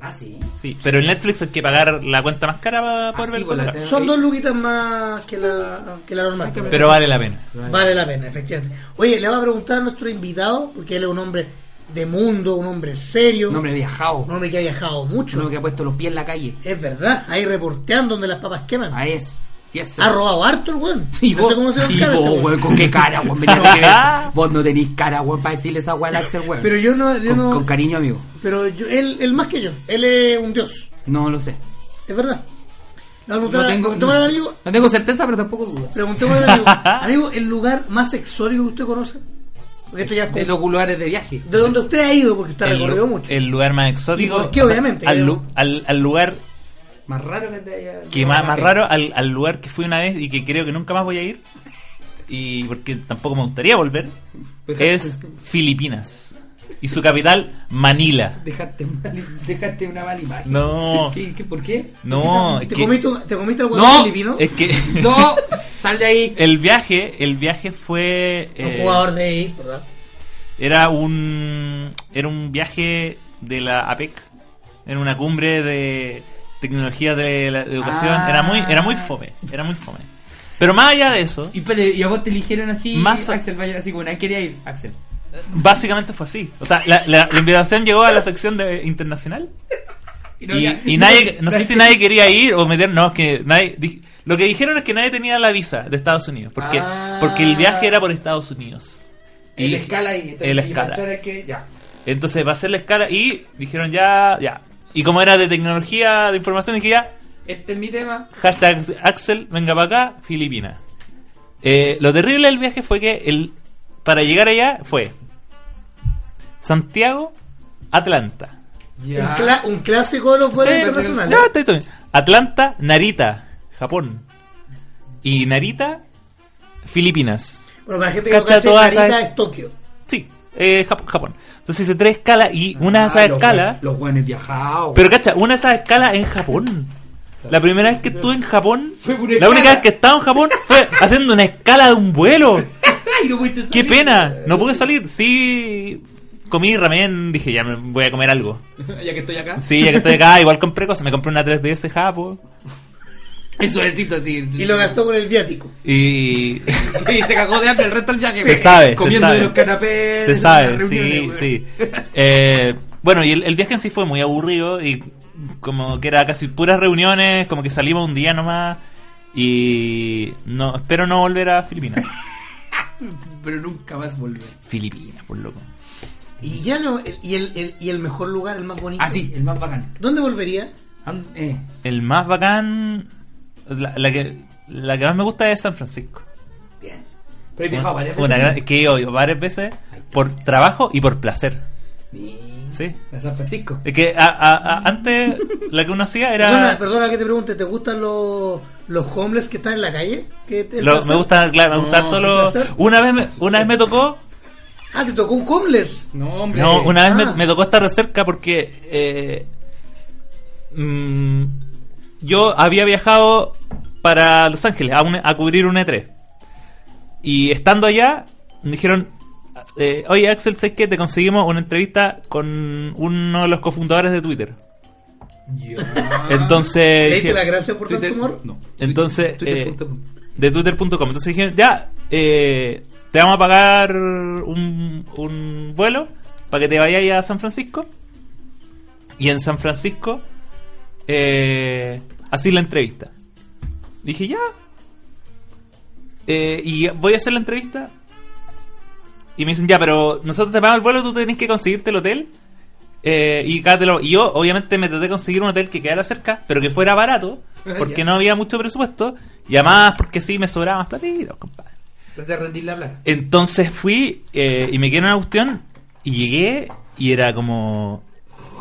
Speaker 2: ah, sí.
Speaker 4: Sí, pero en Netflix hay que pagar la cuenta más cara
Speaker 3: Ah,
Speaker 4: para poder
Speaker 2: sí,
Speaker 4: ver
Speaker 3: pues,
Speaker 2: con la
Speaker 4: 4K.
Speaker 2: tele.
Speaker 3: Son dos luquitas más que la, que la normal.
Speaker 4: Eh, Pero vale la pena.
Speaker 3: Vale la pena, efectivamente. Oye, le va a preguntar a nuestro invitado, porque él es un hombre de mundo, un hombre serio,
Speaker 2: Un hombre viajado.
Speaker 3: un hombre que ha viajado
Speaker 2: Un
Speaker 3: mucho.
Speaker 2: hombre que ha puesto los pies en la calle.
Speaker 3: Es verdad, ahí reporteando donde las papas queman.
Speaker 2: Ah, es. Yes,
Speaker 3: Ha robado harto el weón.
Speaker 2: (laughs) Y
Speaker 3: no
Speaker 2: vos,
Speaker 3: sé cómo se
Speaker 2: y
Speaker 3: llama
Speaker 2: vos,
Speaker 3: este weón.
Speaker 2: weón, con qué cara, weón, me tengo que
Speaker 4: (laughs)
Speaker 2: ver. Vos no tenés cara, weón, para decirle esa weá al Axel, weón.
Speaker 3: Pero yo no, yo
Speaker 2: con,
Speaker 3: no-
Speaker 2: con cariño, amigo.
Speaker 3: pero yo, él, él más que yo, él es un dios,
Speaker 2: No lo sé.
Speaker 3: es verdad. Le va a preguntar
Speaker 2: No
Speaker 3: a-
Speaker 2: tengo, no,
Speaker 3: preguntémosle al amigo,
Speaker 2: no tengo certeza, pero tampoco dudas.
Speaker 3: preguntémosle al
Speaker 2: (laughs)
Speaker 3: amigo, amigo, el lugar más exótico que usted conoce, porque esto ya es
Speaker 2: De
Speaker 3: como-
Speaker 2: los lugares de viaje.
Speaker 3: de donde usted ha ido, porque usted ha
Speaker 4: el,
Speaker 3: recorrido
Speaker 4: lu-
Speaker 3: mucho.
Speaker 4: el lugar más exótico.
Speaker 3: ¿Y por qué? Obviamente,
Speaker 4: al,
Speaker 3: creo.
Speaker 4: lu- al- al lugar
Speaker 2: Más raro que te haya.
Speaker 4: que más, más raro, al, al lugar que fui una vez y que creo que nunca más voy a ir, y porque tampoco me gustaría volver, es Filipinas. Y su capital, Manila.
Speaker 2: Dejaste, mal- dejaste una mala imagen.
Speaker 4: No.
Speaker 2: ¿Qué, qué, por qué?
Speaker 4: No, es
Speaker 3: ¿Te,
Speaker 4: que,
Speaker 3: comiste, ¿Te comiste el
Speaker 2: No,
Speaker 3: guatón filipino?
Speaker 4: es que
Speaker 2: No, sal de ahí.
Speaker 4: el viaje, el viaje fue
Speaker 3: un
Speaker 4: eh,
Speaker 3: jugador de ahí, ¿verdad?
Speaker 4: era un era un viaje de la APEC en una cumbre de tecnología de la educación.
Speaker 2: Ah.
Speaker 4: Era muy era muy fome, era muy fome. Pero más allá de eso,
Speaker 2: Y, pero, y a vos te eligieron así,
Speaker 4: Más-
Speaker 2: Axel, vaya, así, bueno, ahí quería ir, Axel.
Speaker 4: Básicamente fue así. O sea, la, la- la invitación llegó a la sección de internacional
Speaker 2: Y,
Speaker 4: y,
Speaker 2: había- (laughs)
Speaker 4: y nadie, no sé
Speaker 2: nadie-
Speaker 4: si nadie quería ir o meter, no, es que nadie, di- lo que dijeron es que nadie tenía la visa de Estados Unidos, porque
Speaker 2: Ah.
Speaker 4: porque el viaje era por Estados Unidos.
Speaker 2: El
Speaker 4: Y-
Speaker 2: escala ahí. entonces,
Speaker 4: el
Speaker 2: y
Speaker 4: escala.
Speaker 2: Machara es que ya.
Speaker 4: Entonces va a ser la escala y dijeron ya, ya. Y como era de tecnología, de información, dije ya,
Speaker 2: Este es mi tema.
Speaker 4: hashtag Axel, venga para acá, Filipina. Eh, lo terrible del viaje fue que el, para llegar allá fue Santiago, Atlanta.
Speaker 3: Un, cla- un clásico de ¿eh? los vuelos
Speaker 4: Sí,
Speaker 3: internacionales.
Speaker 4: ya, estoy- estoy. Atlanta, Narita, Japón. Y Narita, Filipinas.
Speaker 3: Bueno, para la gente que no
Speaker 4: Cacha
Speaker 3: cacha,
Speaker 4: todas
Speaker 3: Narita
Speaker 4: esas-
Speaker 3: es Tokio.
Speaker 4: Sí, eh, Jap- Japón. Entonces hice tres escalas y una de esas escalas.
Speaker 2: Ah, Los buenos viajados.
Speaker 4: Pero cacha, una de esas escalas en Japón. La primera vez que estuve en Japón,
Speaker 2: Fue por
Speaker 4: la única
Speaker 2: escala.
Speaker 4: vez que estaba en Japón fue haciendo una escala de un vuelo.
Speaker 2: y no pudiste
Speaker 4: ¡Qué
Speaker 2: salir.
Speaker 4: pena! No pude salir. Sí, comí ramen, dije, ya me voy a comer algo.
Speaker 2: (laughs) ya que estoy acá.
Speaker 4: Sí, ya que estoy acá, igual compré cosas. Me compré una 3DS Japo.
Speaker 2: Eso es, así.
Speaker 3: Y lo gastó con el viático.
Speaker 2: (laughs)
Speaker 4: Y
Speaker 2: Y se cagó de hambre el resto del viaje.
Speaker 4: se sabe, se
Speaker 2: Comiendo
Speaker 4: sabe.
Speaker 2: de los canapés.
Speaker 4: Se
Speaker 2: de las
Speaker 4: sabe,
Speaker 2: reuniones,
Speaker 4: sí,
Speaker 2: weón.
Speaker 4: sí. Eh, bueno, y el, el viaje en sí fue muy aburrido y como que era casi puras reuniones, como que salimos un día nomás y no espero no volver a Filipinas.
Speaker 2: Pero nunca más volver.
Speaker 4: Filipinas, por loco.
Speaker 3: Y ya lo- el- y, el, el- y el mejor lugar, el más bonito.
Speaker 2: Ah, sí, el más bacán.
Speaker 3: ¿Dónde volvería?
Speaker 2: Am- eh,
Speaker 4: El más bacán la, la que la que más me gusta es San Francisco.
Speaker 2: bien. Pero he viajado varias
Speaker 4: Una gran-
Speaker 2: veces.
Speaker 4: que he ido varias veces por trabajo y por placer.
Speaker 2: Bien.
Speaker 4: Sí.
Speaker 2: A San Francisco.
Speaker 4: Es que a- a- a- antes la que uno hacía era
Speaker 3: Perdona, perdona que te pregunte, ¿te gustan los, los homeless que están en la calle? ¿Qué te- el
Speaker 4: Lo-
Speaker 3: placer?
Speaker 4: me gusta, claro, me
Speaker 2: No,
Speaker 4: gustan todos los-
Speaker 3: placer.
Speaker 4: Una vez me, una vez me tocó,
Speaker 3: Ah, te tocó un homeless.
Speaker 2: No, hombre.
Speaker 4: no, una vez
Speaker 3: Ah.
Speaker 4: me, me tocó estar de cerca porque eh, mm, yo había viajado para Los Ángeles a, un- a cubrir un E3 y estando allá me dijeron, eh, oye Axel, ¿sabes qué? Te conseguimos una entrevista con uno de los cofundadores de Twitter.
Speaker 2: Ya.
Speaker 4: Entonces,
Speaker 3: ¿Le diste
Speaker 4: dije-
Speaker 3: las gracias por tanto
Speaker 2: Twitter-
Speaker 3: humor?
Speaker 2: No.
Speaker 4: Entonces,
Speaker 2: Twitter-
Speaker 4: eh,
Speaker 2: Twitter.com.
Speaker 4: de twitter.com. Entonces dijeron, ya, eh, te vamos a pagar un, un vuelo para que te vayáis a San Francisco. Y en San Francisco, eh, así la entrevista. Dije, ya. Eh, y voy a hacer la entrevista. Y me dicen, ya, pero nosotros te pagamos el vuelo, tú tenés que conseguirte el hotel. Eh, y, cátelo. y yo, obviamente, me traté de conseguir un hotel que quedara cerca, pero que fuera barato, porque
Speaker 2: Ya.
Speaker 4: no había mucho presupuesto. Y además, porque sí me sobraban más platitos, compadre.
Speaker 2: Traté de rendir la plata.
Speaker 4: Entonces fui eh, y me quedé en una cuestión. Y llegué y era como.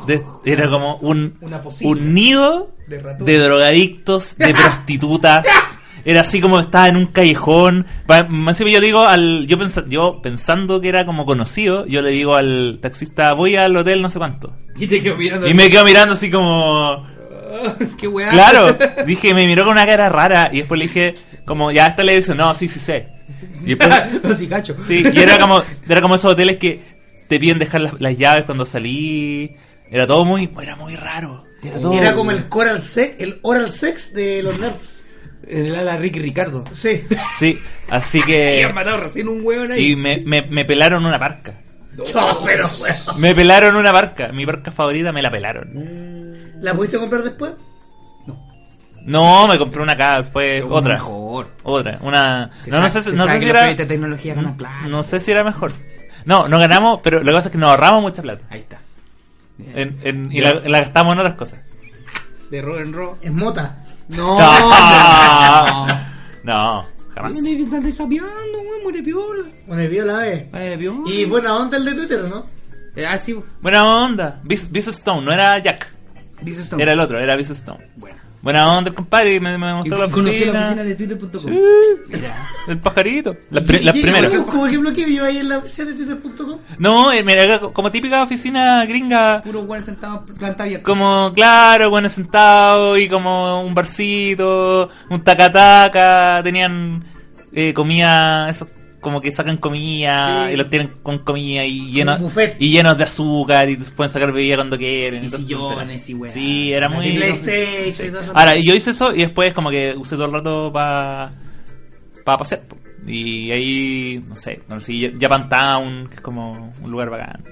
Speaker 4: de- era como un,
Speaker 2: Una pocilga.
Speaker 4: un nido
Speaker 2: De ratones.
Speaker 4: de drogadictos, de prostitutas. Era así como estaba en un callejón. Pa- Más encima yo le digo al. Yo, pensa- yo pensando que era como conocido, yo le digo al taxista, voy al hotel no sé cuánto.
Speaker 2: Y te quedo mirando.
Speaker 4: Y me quedo mirando así como.
Speaker 2: Qué weá.
Speaker 4: Claro, dije, me miró con una cara rara. Y después le dije, como, ya está la dirección. No, sí, sí sé. Y después,
Speaker 2: no, sí, cacho.
Speaker 4: Sí, y era como, era como esos hoteles que te piden dejar las, las llaves cuando salí. Era todo muy, era muy raro. Era todo.
Speaker 3: Era como el coral sex, el oral sex de los nerds.
Speaker 2: En el ala Ricky Ricardo.
Speaker 3: Sí.
Speaker 4: Sí, así
Speaker 2: Y
Speaker 4: que.
Speaker 2: han matado recién un weón ahí.
Speaker 4: Y me, me, me pelaron una barca.
Speaker 3: No, pero bueno.
Speaker 4: Me pelaron una barca. Mi barca favorita me la pelaron.
Speaker 3: ¿La pudiste comprar después?
Speaker 4: No, me compré una acá, fue
Speaker 2: Pero
Speaker 4: otra.
Speaker 2: Mejor.
Speaker 4: Otra, una.
Speaker 2: Se
Speaker 4: No, no
Speaker 2: sabe-
Speaker 4: sé, si-
Speaker 2: se
Speaker 4: no
Speaker 2: sabe
Speaker 4: sé
Speaker 2: que
Speaker 4: si
Speaker 2: los
Speaker 4: era. Mm,
Speaker 2: proyectos de tecnología ganan plata.
Speaker 4: No sé si era mejor. No, no ganamos, pero lo que pasa es que nos ahorramos mucha plata.
Speaker 2: Ahí está.
Speaker 4: En- en- y la, la gastamos en otras cosas.
Speaker 2: De rock and roll.
Speaker 3: Es mota.
Speaker 2: No.
Speaker 4: No, (laughs) no jamás.
Speaker 2: están desapiando, weón. Muere piola.
Speaker 3: Bueno, y vio la vez.
Speaker 2: Muere piola.
Speaker 3: Y buena onda el de Twitter, ¿o ¿no?
Speaker 2: Eh, ah, sí.
Speaker 4: Buena onda. Biz Biz Stone, no era Jack.
Speaker 2: Dice esto.
Speaker 4: Era el otro, era Biz Stone.
Speaker 2: Bueno.
Speaker 4: Buena onda el compadre, me, me
Speaker 2: Y
Speaker 4: mostró la
Speaker 2: conocí
Speaker 4: oficina.
Speaker 2: la oficina de Twitter.com. Mira.
Speaker 4: (laughs) El pajarito. Las, pri-
Speaker 3: ¿Y-
Speaker 2: (laughs)
Speaker 4: las
Speaker 3: y-
Speaker 4: primeras.
Speaker 3: oye, ¿Cómo ejemplo que vio ahí en la oficina de Twitter.com?
Speaker 4: No, eh, mira, era como típica oficina gringa.
Speaker 2: Puro weón sentado en planta abierta.
Speaker 4: Como, claro, bueno sentado y como un barcito, un tacataca. Tenían eh, comida, eso, como que sacan comida
Speaker 2: Sí.
Speaker 4: y lo tienen con comida y
Speaker 3: un
Speaker 4: llenos,
Speaker 3: buffet.
Speaker 4: y llenos de azúcar y pueden sacar bebida cuando quieren.
Speaker 2: Y
Speaker 4: entonces,
Speaker 2: sillones y weá.
Speaker 4: Ah, Sí, era muy.
Speaker 3: Y PlayStation y todo eso.
Speaker 4: Ahora, yo hice eso y después como que usé todo el rato para pa pasear. po. Y ahí, no sé, no sé, Japan Town, que es como un lugar bacán.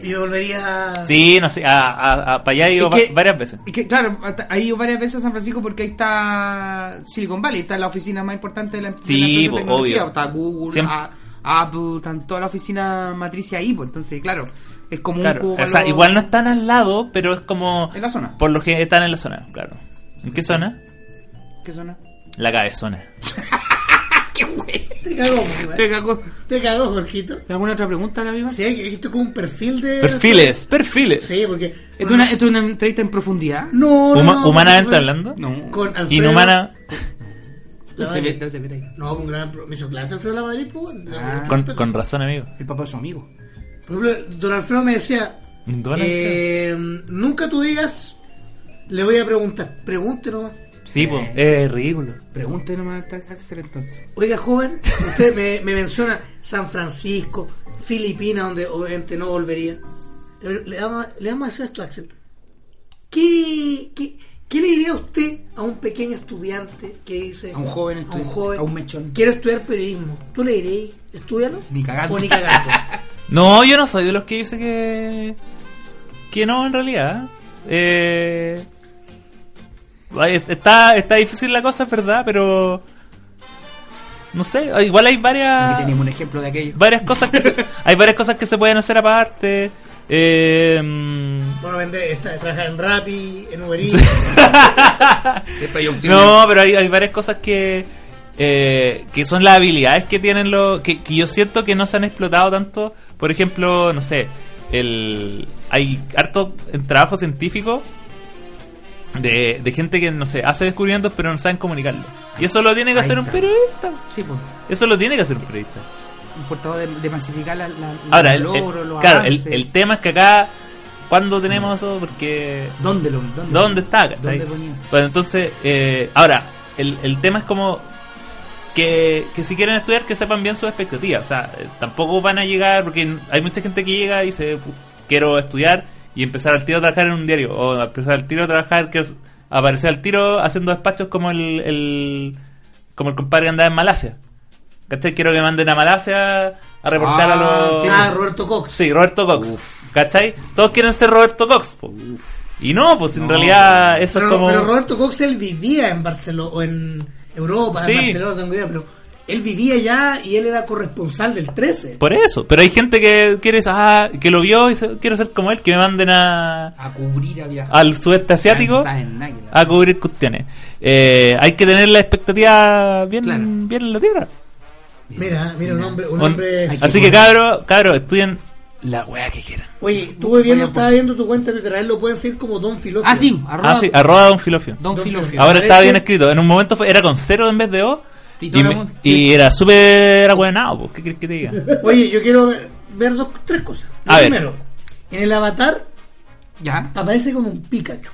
Speaker 3: Y volvería a...
Speaker 4: Sí, no sé, a, a, para allá he ido
Speaker 2: Es que-
Speaker 4: va- varias veces.
Speaker 2: Y que, claro, hasta- ha ido varias veces a San Francisco porque ahí está Silicon Valley, está la oficina más importante de la, de la
Speaker 4: Sí,
Speaker 2: empresa de
Speaker 4: po,
Speaker 2: tecnología,
Speaker 4: obvio.
Speaker 2: Está Google,
Speaker 4: Siempre-
Speaker 2: a- Apple, están toda la oficina matriz ahí, pues entonces, claro, es como un
Speaker 4: Claro,
Speaker 2: cubo
Speaker 4: o
Speaker 2: para
Speaker 4: sea,
Speaker 2: los-
Speaker 4: igual no están al lado, pero es como...
Speaker 2: En la zona.
Speaker 4: Por lo que están en la zona, claro. ¿En qué zona?
Speaker 2: ¿Qué zona?
Speaker 4: La cabezona.
Speaker 2: ¡Qué güey!
Speaker 3: Te cagó, pues, güey.
Speaker 2: Te cagó.
Speaker 3: Te cagó, Jorgito.
Speaker 2: ¿Alguna otra pregunta, la viva?
Speaker 3: Sí, hay que- esto es como un perfil de...
Speaker 4: Perfiles, perfiles.
Speaker 3: Sí, porque...
Speaker 2: ¿Esto es una, esto es una entrevista en profundidad?
Speaker 3: No, no,
Speaker 4: Huma-
Speaker 3: no, porque
Speaker 4: ¿Humanamente
Speaker 3: fue-
Speaker 4: hablando?
Speaker 2: No.
Speaker 3: Con Alfredo...
Speaker 4: Inhumana...
Speaker 3: La
Speaker 2: No se ve, no se ve de ahí.
Speaker 3: No, un gran... pro- Me hizo clase Alfredo La Madrid, pues, bueno.
Speaker 2: Ah.
Speaker 4: Con, con razón, amigo.
Speaker 2: El papá de su amigo.
Speaker 3: Por ejemplo, don Alfredo me decía...
Speaker 4: Dólar,
Speaker 3: eh, nunca tú digas... Le voy a preguntar. Pregunte nomás.
Speaker 4: Sí, pues,
Speaker 2: eh.
Speaker 4: es ridículo.
Speaker 2: Pregúntenos nomás a Axel entonces.
Speaker 3: Oiga, joven, usted me, me menciona San Francisco, Filipinas, donde obviamente no volvería. Le, le vamos, a- le vamos a decir esto, Axel. ¿Qué, qué, qué le diría usted a un pequeño estudiante que dice...
Speaker 2: A un joven
Speaker 3: a un,
Speaker 2: estudiante,
Speaker 3: joven,
Speaker 2: a un mechón.
Speaker 3: Quiero estudiar periodismo. ¿Tú le dirías, estudialo?
Speaker 2: Ni cagando.
Speaker 3: O ni cagando.
Speaker 2: (laughs)
Speaker 4: No, yo no soy de los que dice que. que no, en realidad. Eh. ay, Está, está difícil la cosa, es verdad, pero. No sé, igual hay
Speaker 2: Aquí
Speaker 4: varias.
Speaker 2: tenemos un ejemplo de aquello.
Speaker 4: varias cosas que se- hay varias cosas que se pueden hacer aparte. Eh, mm,
Speaker 3: Bueno, vende, está, trabaja en Rappi, en Uber Eats.
Speaker 2: Siempre hay opciones.
Speaker 4: no, pero hay, hay varias cosas que eh, que son las habilidades que tienen los que, que yo siento que no se han explotado tanto. Por ejemplo, no sé, el hay harto en trabajo científico de, de gente que no sé hace descubrimientos pero no saben comunicarlo. Y eso lo tiene que
Speaker 2: Ahí
Speaker 4: hacer un
Speaker 2: está.
Speaker 4: periodista.
Speaker 2: Sí, pues.
Speaker 4: Eso lo tiene que hacer un periodista.
Speaker 2: Importado de, de masificar la, la-
Speaker 4: Ahora,
Speaker 2: los
Speaker 4: el, el-
Speaker 2: logros, los
Speaker 4: claro, el,
Speaker 2: avances.
Speaker 4: el tema es que acá, ¿cuándo tenemos eso? Porque.
Speaker 2: ¿Dónde lo ¿Dónde,
Speaker 4: ¿Dónde está?
Speaker 2: ¿Dónde
Speaker 4: cachai?
Speaker 2: ponía eso?
Speaker 4: Bueno, entonces, eh, ahora, el, el tema es como. Que, que si quieren estudiar, que sepan bien sus expectativas. O sea, eh, tampoco van a llegar, porque hay mucha gente que llega y dice, "Pu- quiero estudiar y empezar al tiro a trabajar en un diario. O empezar al tiro a trabajar, quiero s- aparecer al tiro haciendo despachos como el, el- como el compadre que andaba en Malasia. ¿Cachai? Quiero que manden a Malasia a reportar
Speaker 2: Ah,
Speaker 4: a los...
Speaker 2: sí.
Speaker 3: ah, Roberto Cox.
Speaker 4: Sí, Roberto Cox. ¿Cachai? Todos quieren ser Roberto Cox. po. Y no, pues en
Speaker 2: No.
Speaker 4: realidad eso
Speaker 3: pero,
Speaker 4: es como.
Speaker 3: pero Roberto Cox él vivía en Barcelona o en Europa,
Speaker 4: Sí.
Speaker 3: en Barcelona, no tengo idea, pero él vivía allá y él era corresponsal del 13.
Speaker 4: Por eso. Pero hay gente que quiere, ah, que lo vio y dice, quiero ser como él, que me manden a,
Speaker 2: A cubrir, a viajar.
Speaker 4: al sudeste asiático
Speaker 2: Saben nada que la-
Speaker 4: a cubrir cuestiones. Eh, hay que tener la expectativa bien,
Speaker 2: Claro.
Speaker 4: bien en la tierra.
Speaker 3: Mira, mira, un hombre, un
Speaker 4: Un-
Speaker 3: hombre
Speaker 2: Hay que-
Speaker 4: Así que, cabros, cabros, estudien la weá que quieran.
Speaker 3: Oye, estuve viendo,
Speaker 2: Oye,
Speaker 3: estaba
Speaker 2: pues-
Speaker 3: viendo tu cuenta de Twitter, a él lo pueden decir como Don Filósofo.
Speaker 2: Ah, sí, arroba,
Speaker 4: Ah, sí, arroba Don Filofio.
Speaker 2: Don
Speaker 3: Don
Speaker 2: Filofio.
Speaker 3: Filofio.
Speaker 4: Ahora está
Speaker 3: parece-
Speaker 4: bien escrito. En un momento fue- era con cero en vez de O.
Speaker 2: Sí, todo
Speaker 4: Y,
Speaker 2: lo
Speaker 4: me-
Speaker 2: hemos-
Speaker 4: y era súper agüenado, pues, ¿qué crees que
Speaker 3: (laughs)
Speaker 4: te diga?
Speaker 3: Oye, yo quiero ver, ver dos, tres cosas. Lo
Speaker 4: A ver.
Speaker 3: primero, en el avatar
Speaker 2: Ya.
Speaker 3: aparece como un Pikachu.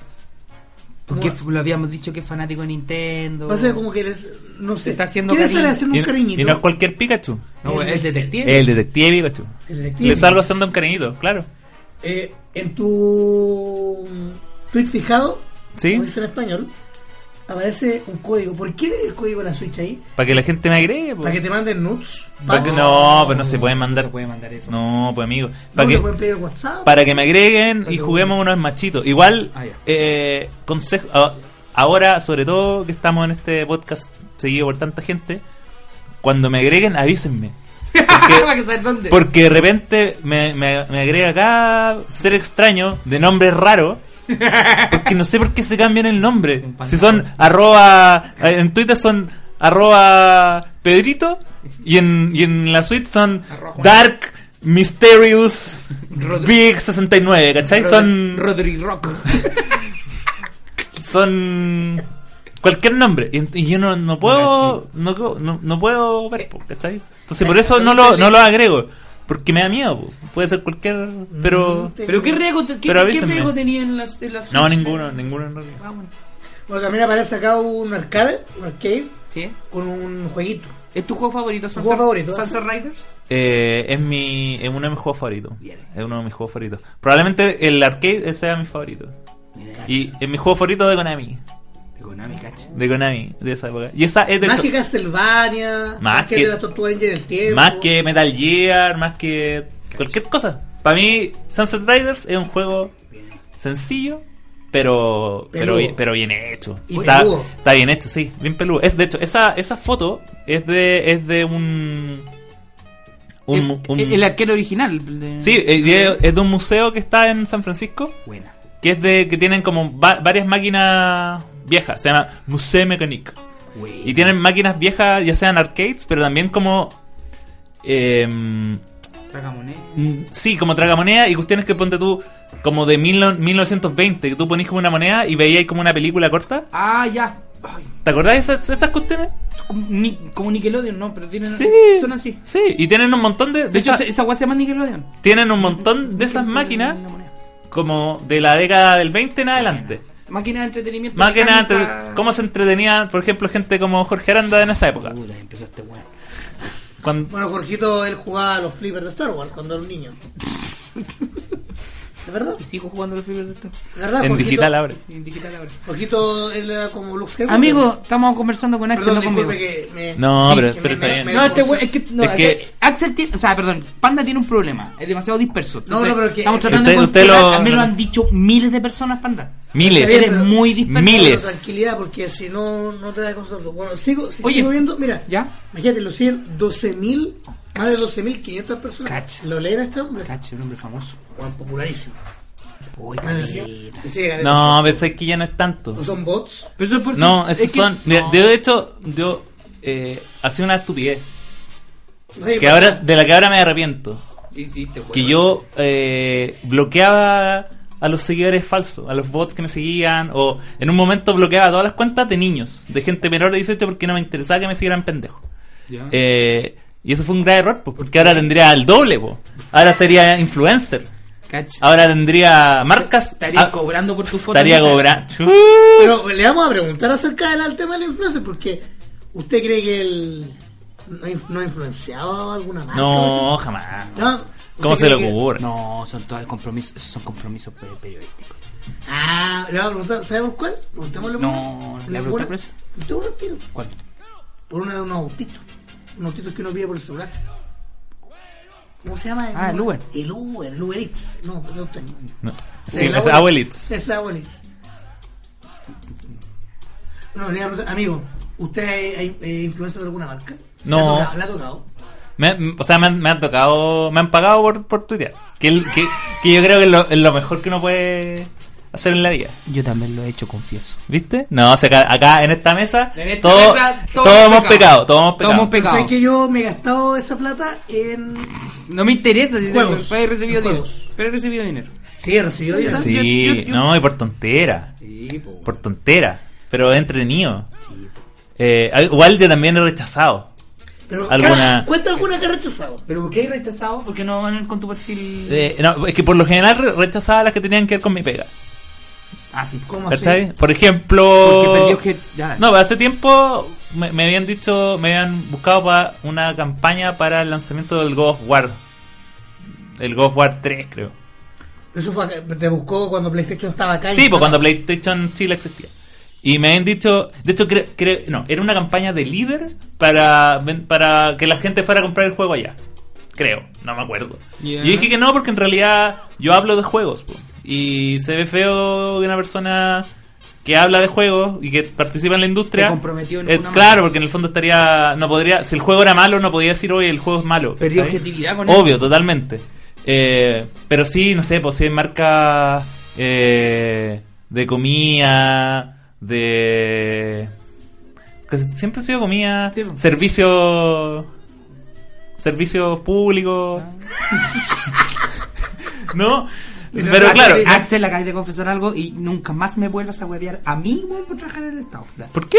Speaker 2: Porque lo habíamos dicho que es fanático de Nintendo.
Speaker 3: Parece como que les, no sé.
Speaker 2: Se Oh. está haciendo
Speaker 3: ¿Qué le
Speaker 2: cariño.
Speaker 3: sale haciendo
Speaker 4: Y,
Speaker 3: un cariñito?
Speaker 4: y no es cualquier Pikachu.
Speaker 2: No, el detective.
Speaker 4: El detective Pikachu.
Speaker 3: El detective.
Speaker 4: Le salgo haciendo un cariñito, claro.
Speaker 3: Eh, en tu tweet fijado,
Speaker 4: Sí.
Speaker 3: como dice en español, aparece un código. ¿Por qué tiene el código de la Switch ahí?
Speaker 4: Para que la gente me agregue. pues. po.
Speaker 3: Para que te manden nudes.
Speaker 4: Para que-
Speaker 3: packs.
Speaker 4: no, pues no se puede mandar.
Speaker 2: No se puede mandar eso. (laughs)
Speaker 4: No, pues amigo.
Speaker 3: No
Speaker 4: Para
Speaker 3: te
Speaker 4: que,
Speaker 3: pueden pedir el WhatsApp.
Speaker 4: para que me agreguen
Speaker 2: Para
Speaker 4: y
Speaker 2: que-
Speaker 4: juguemos unos machitos. Igual,
Speaker 2: Ah, ya.
Speaker 4: eh, consejo. a- Ahora, sobre todo que estamos en este podcast seguido por tanta gente, cuando me agreguen, avísenme. Porque-
Speaker 2: Para que saber dónde.
Speaker 4: Porque de repente me, me- me agrega acá ser extraño de nombre raro. Porque no sé por qué se cambian el nombre. Si son arroba. eh, En Twitter son arroba Pedrito. Y en, y en la suite son
Speaker 2: Arroba Juan.
Speaker 4: Dark Mysterious
Speaker 2: Rod-
Speaker 4: Big 69. ¿Cachai?
Speaker 2: Rod-
Speaker 4: Son.
Speaker 2: Rodri
Speaker 4: (laughs)
Speaker 2: Rock.
Speaker 4: Son. Cualquier nombre. Y, y yo no, no puedo. No, no, no puedo ver, po, ¿cachai? Entonces por eso no lo, no lo agrego. Porque me da miedo, po. puede ser cualquier. Pero.
Speaker 3: te-
Speaker 2: Pero qué riesgo, Mm, te- qué,
Speaker 4: Pero
Speaker 2: qué
Speaker 4: avísenme.
Speaker 2: riesgo tenía en las en las
Speaker 4: No,
Speaker 2: Switch?
Speaker 4: ninguno, ninguno en realidad.
Speaker 2: Ah, bueno.
Speaker 3: Bueno, también aparece acá un arcade, un arcade,
Speaker 2: ¿Sí?
Speaker 3: con un jueguito.
Speaker 2: ¿Es tu juego favorito, Sunset,
Speaker 3: juego favorito, ¿eh?
Speaker 2: Sunset Riders?
Speaker 4: Eh, es mi. Es uno de mis juegos favoritos.
Speaker 2: Bien.
Speaker 4: Es uno de mis juegos favoritos. Probablemente el arcade sea mi favorito.
Speaker 2: Mira,
Speaker 4: Y es mi juego favorito de Konami.
Speaker 2: de Konami, cacha.
Speaker 4: De Konami, de esa época. Y esa es de
Speaker 3: Más
Speaker 4: hecho,
Speaker 3: que Castlevania, más, que,
Speaker 4: que-
Speaker 3: de la Tortuga Ninja en el tiempo.
Speaker 4: más que Metal Gear, más que. cualquier cosa. Para mí, Sunset Riders es un juego sencillo, pero pero,
Speaker 3: Peludo.
Speaker 4: bien- pero bien hecho.
Speaker 3: Y
Speaker 4: Está,
Speaker 3: peludo.
Speaker 4: está bien hecho, sí, bien peludo. Es de hecho, esa, esa foto es de es de un un,
Speaker 2: El-
Speaker 4: un-
Speaker 2: el, el arquero original. el de-
Speaker 4: Sí, es de, es de un museo que está en San Francisco,
Speaker 2: Buena.
Speaker 4: que es de que tienen como va- varias máquinas viejas, se llama Musée Mécanique.
Speaker 2: Buena.
Speaker 4: Y tienen máquinas viejas, ya sean arcades, pero también como em,
Speaker 2: Tragamoné.
Speaker 4: Mm, Sí, como tragamoneda y cuestiones que ponte tú como de mil no- 1920, que tú ponías como una moneda y veías como una película corta.
Speaker 2: Ah, ya. Ay,
Speaker 4: ¿Te acordás de esas, de esas cuestiones?
Speaker 2: como, ni- como Nickelodeon, ¿no? Pero tienen.
Speaker 4: Sí.
Speaker 2: Son así.
Speaker 4: Sí, y tienen un montón de... de
Speaker 2: De hecho,
Speaker 4: esas-
Speaker 2: esa esa weá se llama Nickelodeon.
Speaker 4: tienen un montón
Speaker 2: (laughs)
Speaker 4: de esas máquinas como de la década del 20 en adelante.
Speaker 2: Máquinas de entretenimiento.
Speaker 4: Más que nada,
Speaker 2: mecánica.
Speaker 4: entre- cómo se entretenían, por ejemplo, gente como Jorge Aranda en esa época.
Speaker 2: Puta, empezó este weón.
Speaker 4: Cuando,
Speaker 3: Bueno, Jorgito, él jugaba a los flippers de Star Wars cuando era un
Speaker 4: (laughs)
Speaker 3: niño. ¿Es verdad?
Speaker 2: Y sigo jugando los primeros de esto.
Speaker 3: ¿Es verdad?
Speaker 4: en
Speaker 3: Jorgito?
Speaker 4: digital ahora.
Speaker 2: En digital ahora.
Speaker 3: Jorgito, él era como Luke Skywalker.
Speaker 2: Amigo, estamos conversando con Axel,
Speaker 3: perdón,
Speaker 2: no conmigo.
Speaker 3: disculpe que me...
Speaker 4: No, pero-
Speaker 3: que
Speaker 4: pero está bien.
Speaker 2: No, este güey, es que, no,
Speaker 4: Es
Speaker 2: es
Speaker 4: que-
Speaker 2: que Axel tiene, o sea, perdón, Panda tiene un problema, es demasiado disperso.
Speaker 3: No, no, pero que-
Speaker 2: estamos tratando
Speaker 4: Usted-
Speaker 2: de
Speaker 4: usted
Speaker 2: controlar,
Speaker 4: lo-
Speaker 2: a mí lo han dicho miles de personas, Panda.
Speaker 4: Miles.
Speaker 2: Eres muy disperso.
Speaker 3: Pero
Speaker 4: Miles.
Speaker 3: tranquilidad, porque si no, no te da concepto. Bueno, sigo, si
Speaker 2: Oye,
Speaker 3: sigo viendo, mira,
Speaker 2: ¿ya?
Speaker 3: imagínate, lo siguen 12.000, más de 12.500 personas.
Speaker 2: Cacha.
Speaker 3: ¿Lo leen a este hombre?
Speaker 2: Cacho, un hombre famoso.
Speaker 3: Juan, popularísimo.
Speaker 2: Uy,
Speaker 3: Bueno,
Speaker 2: caleta.
Speaker 3: sí, sí, gané.
Speaker 4: No, pensé que ya no es tanto.
Speaker 3: ¿No son bots?
Speaker 2: Pero eso es porque-
Speaker 4: No, esos
Speaker 2: es que-
Speaker 4: son. mira,
Speaker 2: no.
Speaker 4: De hecho, yo eh, hacía una estupidez.
Speaker 3: No sé,
Speaker 4: Que ahora, de la que ahora me arrepiento.
Speaker 2: ¿Qué hiciste, güey?
Speaker 4: Que yo eh, bloqueaba a los seguidores falsos, a los bots que me seguían, o en un momento bloqueaba todas las cuentas de niños, de gente menor de 18 porque no me interesaba que me siguieran pendejos.
Speaker 2: Ya.
Speaker 4: Eh, y eso fue un gran error, pues, porque ahora tendría el doble, po. ahora sería influencer,
Speaker 2: Cacho.
Speaker 4: ahora tendría marcas,
Speaker 2: Estaría
Speaker 4: ah,
Speaker 2: cobrando por tus fotos.
Speaker 4: estaría
Speaker 2: ¿no?
Speaker 4: cobrando.
Speaker 3: Pero le vamos a preguntar acerca del al tema de la influencer, porque ¿usted cree que él no, ha inf- no ha influenciado alguna marca?
Speaker 4: No, jamás.
Speaker 3: No,
Speaker 4: ¿Cómo
Speaker 3: ¿usted
Speaker 4: se le
Speaker 3: cree que-
Speaker 4: ocurre?
Speaker 2: No, son todos compromisos, esos son compromisos pe- periodísticos.
Speaker 3: Ah, le vamos a preguntar, ¿sabemos cuál? Preguntémosle
Speaker 2: No,
Speaker 3: por
Speaker 2: ¿le
Speaker 3: una.
Speaker 2: pregunté por eso?
Speaker 3: Preguntémosle al tiro.
Speaker 2: ¿Cuál?
Speaker 3: por una de unos autitos. Unos autitos que uno pide por el celular. ¿Cómo se llama?
Speaker 2: Ah, el Uber.
Speaker 3: El Uber, el Uber Eats. No, ese es usted.
Speaker 4: No. Sí, pues,
Speaker 3: El
Speaker 4: es
Speaker 3: Uber-
Speaker 4: abuelitos.
Speaker 3: Ese Uber Eats. No, le voy a preguntar, amigo, ¿usted es eh, influencer de alguna marca?
Speaker 4: No.
Speaker 3: ¿La ha tocado? ¿La ha tocado?
Speaker 4: Me- m- o sea, me han, me han tocado, me han pagado por, por tuitear. Que, el- que, que yo creo que es lo, es lo mejor que uno puede hacer en la vida.
Speaker 2: Yo también lo he hecho, confieso.
Speaker 4: ¿Viste? No, o sea, acá, acá en esta mesa,
Speaker 2: En esta
Speaker 4: todo-
Speaker 2: mesa,
Speaker 4: todos,
Speaker 2: todos
Speaker 4: hemos
Speaker 2: pecado.
Speaker 4: pecado. Todos hemos
Speaker 2: Todos
Speaker 4: pecado.
Speaker 2: hemos
Speaker 3: Pero
Speaker 2: Pecado.
Speaker 3: sé que yo me he gastado esa plata en...
Speaker 2: No me interesa si
Speaker 3: Juegos.
Speaker 2: pero he recibido dinero.
Speaker 3: Juegos.
Speaker 2: Pero he recibido dinero.
Speaker 3: Sí, he recibido dinero.
Speaker 4: Sí,
Speaker 2: Yo- yo- yo-
Speaker 4: no, y por tontera.
Speaker 2: Sí, po.
Speaker 4: Por tontera. Pero es entretenido. Eh, igual yo también he rechazado.
Speaker 3: Pero,
Speaker 4: Alguna-
Speaker 3: ¿Cuenta alguna que ha rechazado?
Speaker 2: ¿Pero por qué he rechazado? Porque no van con tu perfil.
Speaker 4: Eh, no, es que por lo general re- rechazaba las que tenían que ver con mi pega.
Speaker 2: Ah, sí.
Speaker 3: ¿Cómo así?
Speaker 4: ¿Cachai? Por ejemplo.
Speaker 2: Porque perdió que. Ya,
Speaker 4: No, pero hace tiempo me, me habían dicho, me habían buscado para una campaña para el lanzamiento del God of War. El God of War 3, creo.
Speaker 3: Eso fue, acá- te buscó cuando PlayStation estaba acá.
Speaker 4: Sí, pues
Speaker 3: instalado.
Speaker 4: cuando PlayStation Chile existía. Y me habían dicho, de hecho, creo, creo- no, era una campaña de líder para, ven- para que la gente fuera a comprar el juego allá. Creo, no me acuerdo.
Speaker 2: Yeah.
Speaker 4: Y yo dije que no, porque en realidad yo hablo de juegos. po. y se ve feo que una persona que habla de juegos y que participa en la industria.
Speaker 2: Te comprometió en
Speaker 4: Eh,
Speaker 2: una
Speaker 4: Claro,
Speaker 2: manera.
Speaker 4: porque en el fondo estaría. no podría Si el juego era malo, no podía decir, oye, el juego es malo.
Speaker 2: Perdió
Speaker 4: ¿cachai?
Speaker 2: objetividad con
Speaker 4: Obvio,
Speaker 2: eso.
Speaker 4: totalmente. Eh, pero sí, no sé, pues sí hay marcas eh, de comida, de... que siempre ha sido comida,
Speaker 2: Sí, pues.
Speaker 4: servicio... Servicios públicos.
Speaker 2: Ah.
Speaker 4: (laughs) ¿No? Pero claro,
Speaker 2: Axel, acabas de confesar algo y nunca más me vuelvas a huevear a mí, güey, por trabajar en el Estado. Gracias.
Speaker 4: ¿por qué?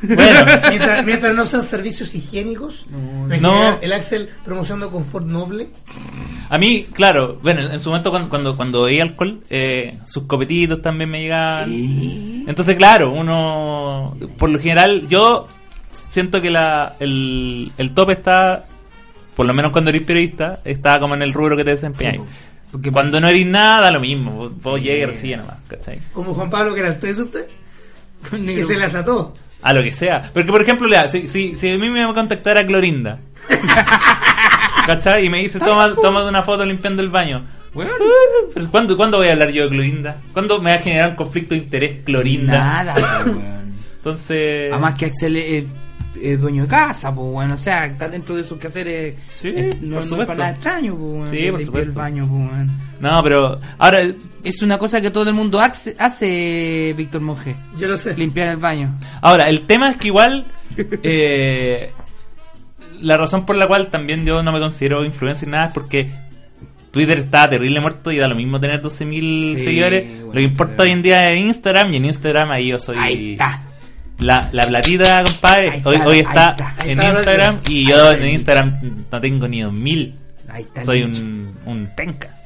Speaker 4: Bueno,
Speaker 3: Mientras, mientras no sean servicios higiénicos,
Speaker 2: No,
Speaker 3: en
Speaker 4: no.
Speaker 3: general, el Axel promocionando confort noble.
Speaker 4: A mí, claro, bueno, en su momento cuando cuando, cuando veía alcohol, eh, sus copetitos también me llegaban. Entonces, claro, uno, por lo general, yo siento que la, el, el tope está, por lo menos cuando eres periodista, está como en el rubro que te desempeñas.
Speaker 2: Sí, porque-
Speaker 4: cuando no eres nada, da lo mismo, vos, vos llegas y recibes nomás, ¿cachai?
Speaker 3: Como Juan Pablo, que era el test usted,
Speaker 2: Con
Speaker 3: que
Speaker 2: negro.
Speaker 3: se las ató.
Speaker 4: A lo que sea. Porque, por ejemplo, lea, si, si, si a mí me va a contactar
Speaker 2: (laughs)
Speaker 4: a Clorinda, ¿cachai? Y me dice, toma, toma una foto limpiando el baño. (laughs)
Speaker 2: Bueno,
Speaker 4: Pero ¿Cuándo, ¿Cuándo voy a hablar yo de Clorinda? ¿Cuándo me va a generar un conflicto de interés Clorinda?
Speaker 2: nada, güey.
Speaker 4: Entonces.
Speaker 2: Además que Axel es, es dueño de casa, pues bueno, o sea, está dentro de sus quehaceres.
Speaker 4: Sí,
Speaker 2: eh, no,
Speaker 4: por
Speaker 2: no es
Speaker 4: supuesto.
Speaker 2: para nada extraño, pues bueno,
Speaker 4: Sí,
Speaker 2: de
Speaker 4: por
Speaker 2: limpiar el
Speaker 4: supuesto.
Speaker 2: baño, pues bueno.
Speaker 4: No, pero. Ahora.
Speaker 2: Es una cosa que todo el mundo hace, hace Víctor Monge.
Speaker 3: Yo lo sé.
Speaker 2: Limpiar el baño.
Speaker 4: Ahora, el tema es
Speaker 2: (laughs)
Speaker 4: que igual. eh, la razón por la cual también yo no me considero influencer ni nada es porque. Twitter está terrible muerto y da lo mismo tener 12.000
Speaker 2: Sí,
Speaker 4: seguidores. lo que
Speaker 2: bueno,
Speaker 4: importa
Speaker 2: pero-
Speaker 4: hoy en día es Instagram y en Instagram ahí yo soy.
Speaker 2: Ahí está.
Speaker 4: La, la platita, compadre.
Speaker 2: Ahí
Speaker 4: hoy,
Speaker 2: está,
Speaker 4: hoy
Speaker 2: ahí
Speaker 4: está,
Speaker 2: está,
Speaker 3: ahí
Speaker 4: en
Speaker 3: está,
Speaker 4: Instagram
Speaker 3: gracias.
Speaker 4: y
Speaker 2: Ahí
Speaker 4: yo
Speaker 2: está el
Speaker 4: en
Speaker 2: nicho.
Speaker 4: Instagram no tengo ni 2.000.
Speaker 2: Ahí está. el
Speaker 4: soy
Speaker 2: nicho.
Speaker 4: un, un penca.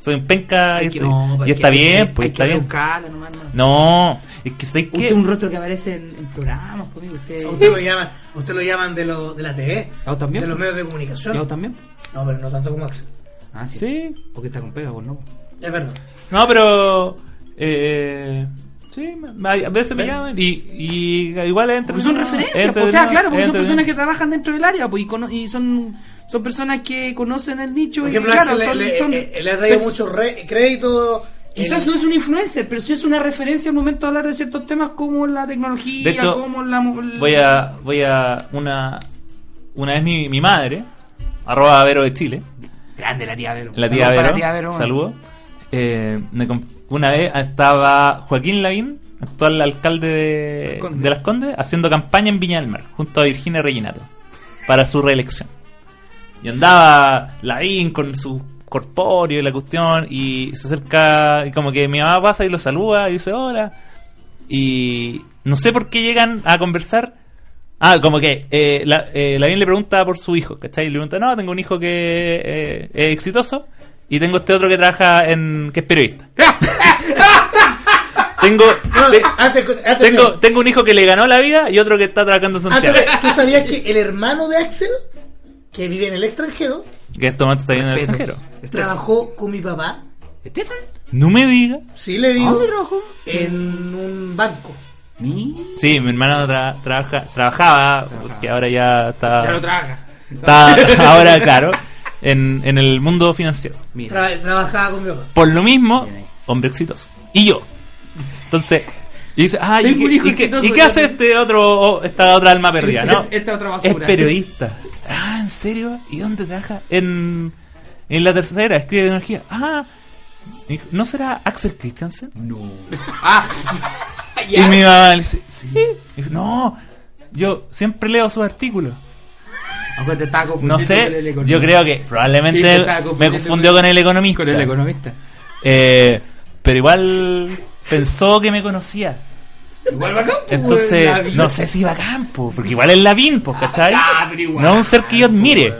Speaker 4: Soy un penca
Speaker 2: Hay
Speaker 4: y,
Speaker 2: que-
Speaker 4: estoy-
Speaker 2: no,
Speaker 4: y
Speaker 2: hay que-
Speaker 4: está
Speaker 2: hay que-
Speaker 4: bien,
Speaker 2: hay
Speaker 4: pues
Speaker 2: que
Speaker 4: está bien.
Speaker 2: rebuscarla nomás, no.
Speaker 4: No, Es que sé
Speaker 2: Usted
Speaker 4: que.
Speaker 2: es un rostro que aparece en, en programas, pues, amigo, usted.
Speaker 3: A usted lo llaman, a usted lo llaman de, lo, de la TV,
Speaker 5: Yo también.
Speaker 3: de los medios de comunicación.
Speaker 5: Yo también.
Speaker 3: No, pero no tanto como Axel.
Speaker 5: Ah, sí.
Speaker 4: Sí.
Speaker 5: Porque está con pega, vos no.
Speaker 3: Es verdad.
Speaker 4: No, pero. Eh, sí, me- a veces me
Speaker 5: Bueno.
Speaker 4: llaman y, y igual es
Speaker 2: Porque son
Speaker 4: entretenido,
Speaker 2: referencias,
Speaker 4: Este es
Speaker 2: pues, o sea,
Speaker 4: entretenido,
Speaker 2: claro, porque
Speaker 4: es
Speaker 2: son personas que
Speaker 4: entretenido.
Speaker 2: trabajan dentro del área, pues, y, cono- y son, son personas que conocen el nicho
Speaker 3: Por
Speaker 2: y,
Speaker 3: ejemplo,
Speaker 2: claro,
Speaker 3: Axel
Speaker 2: son-
Speaker 3: le, le-
Speaker 2: son-
Speaker 3: eh, le ha traído
Speaker 2: pers-
Speaker 3: mucho re- crédito. Eh,
Speaker 2: Quizás
Speaker 3: El-
Speaker 2: no es un influencer, pero sí es una referencia al momento de hablar de ciertos temas como la tecnología,
Speaker 4: De hecho,
Speaker 2: como la... mo- la-
Speaker 4: Voy a. Voy a. Una. Una vez mi, mi madre, arroba Vero de Chile,
Speaker 2: Grande la tía Vero.
Speaker 4: la
Speaker 2: Saludos
Speaker 4: tía
Speaker 2: para
Speaker 4: Vero,
Speaker 2: la tía Vero.
Speaker 4: saludo. eh, me comp- una vez estaba Joaquín Lavín, actual alcalde de,
Speaker 2: Las Condes.
Speaker 4: de Las Condes, haciendo campaña en Viña del Mar, junto a Virginia Reginato, para su reelección. Y andaba Lavín con su corpóreo y la cuestión, y se acerca, y como que mi mamá pasa y lo saluda y dice hola. Y no sé por qué llegan a conversar. Ah, como que eh, la, eh, Lavín le pregunta por su hijo, ¿cachai? Y le pregunta, no, tengo un hijo que eh, es exitoso y tengo este otro que trabaja en... que es (laughs) periodista. tengo,
Speaker 3: No,
Speaker 4: ah, te- Ah,
Speaker 3: antes- antes-
Speaker 4: tengo, tengo un hijo que le ganó la vida y otro que está trabajando en
Speaker 3: antes-
Speaker 4: Santiago.
Speaker 3: ¿Tú sabías que el hermano de Axel, que vive en el extranjero,
Speaker 4: Que en este momento está viviendo en el extranjero.
Speaker 3: trabajó con mi papá?
Speaker 2: Este ¿Estefan?
Speaker 4: No me diga.
Speaker 3: Sí, le
Speaker 2: ¿A
Speaker 3: digo.
Speaker 2: dónde trabajó?
Speaker 3: En un banco.
Speaker 2: Mi...
Speaker 4: Sí, mi hermano tra- trabaja, trabajaba, porque ahora ya está...
Speaker 2: Ya Este lo traga.
Speaker 4: Ah. está ahora, claro, en, en el mundo financiero.
Speaker 2: Mira.
Speaker 3: Tra- trabajaba con mi papá.
Speaker 4: Por lo mismo, hombre exitoso. Y yo. Entonces, y dice, ah, ¿y
Speaker 2: Tengo un
Speaker 4: qué,
Speaker 2: hijo
Speaker 4: y qué-
Speaker 2: exitoso,
Speaker 4: y qué
Speaker 2: yo
Speaker 4: hace
Speaker 2: también. Este
Speaker 4: este otro, o esta otra alma perdida, no?
Speaker 2: (laughs) Esta otra
Speaker 4: Es
Speaker 2: basura.
Speaker 4: periodista. Ah, ¿en serio? ¿Y dónde trabaja? En, en la tercera, escribe tecnología. Ah, y dijo, ¿no será Axel Christiansen?
Speaker 5: No. Ah,
Speaker 2: (laughs)
Speaker 4: Y mi mamá le dice, sí. Y dijo, no, yo siempre leo sus artículos.
Speaker 2: Acuérdate, estaba
Speaker 4: No
Speaker 2: confundiendo con el
Speaker 4: sé,
Speaker 2: economista.
Speaker 4: yo creo que
Speaker 2: Sí, te
Speaker 4: probablemente
Speaker 2: estaba
Speaker 4: me
Speaker 2: confundiendo
Speaker 4: confundió con el economista.
Speaker 2: Con el economista.
Speaker 4: Eh, pero igual pensó que me conocía.
Speaker 2: Igual bacán, pues, la
Speaker 4: Entonces,
Speaker 2: vida.
Speaker 4: no sé si va a campo, porque igual es Lavín, pues, ¿cachai?
Speaker 2: Ah, pero igual.
Speaker 4: No es un ser que yo admire.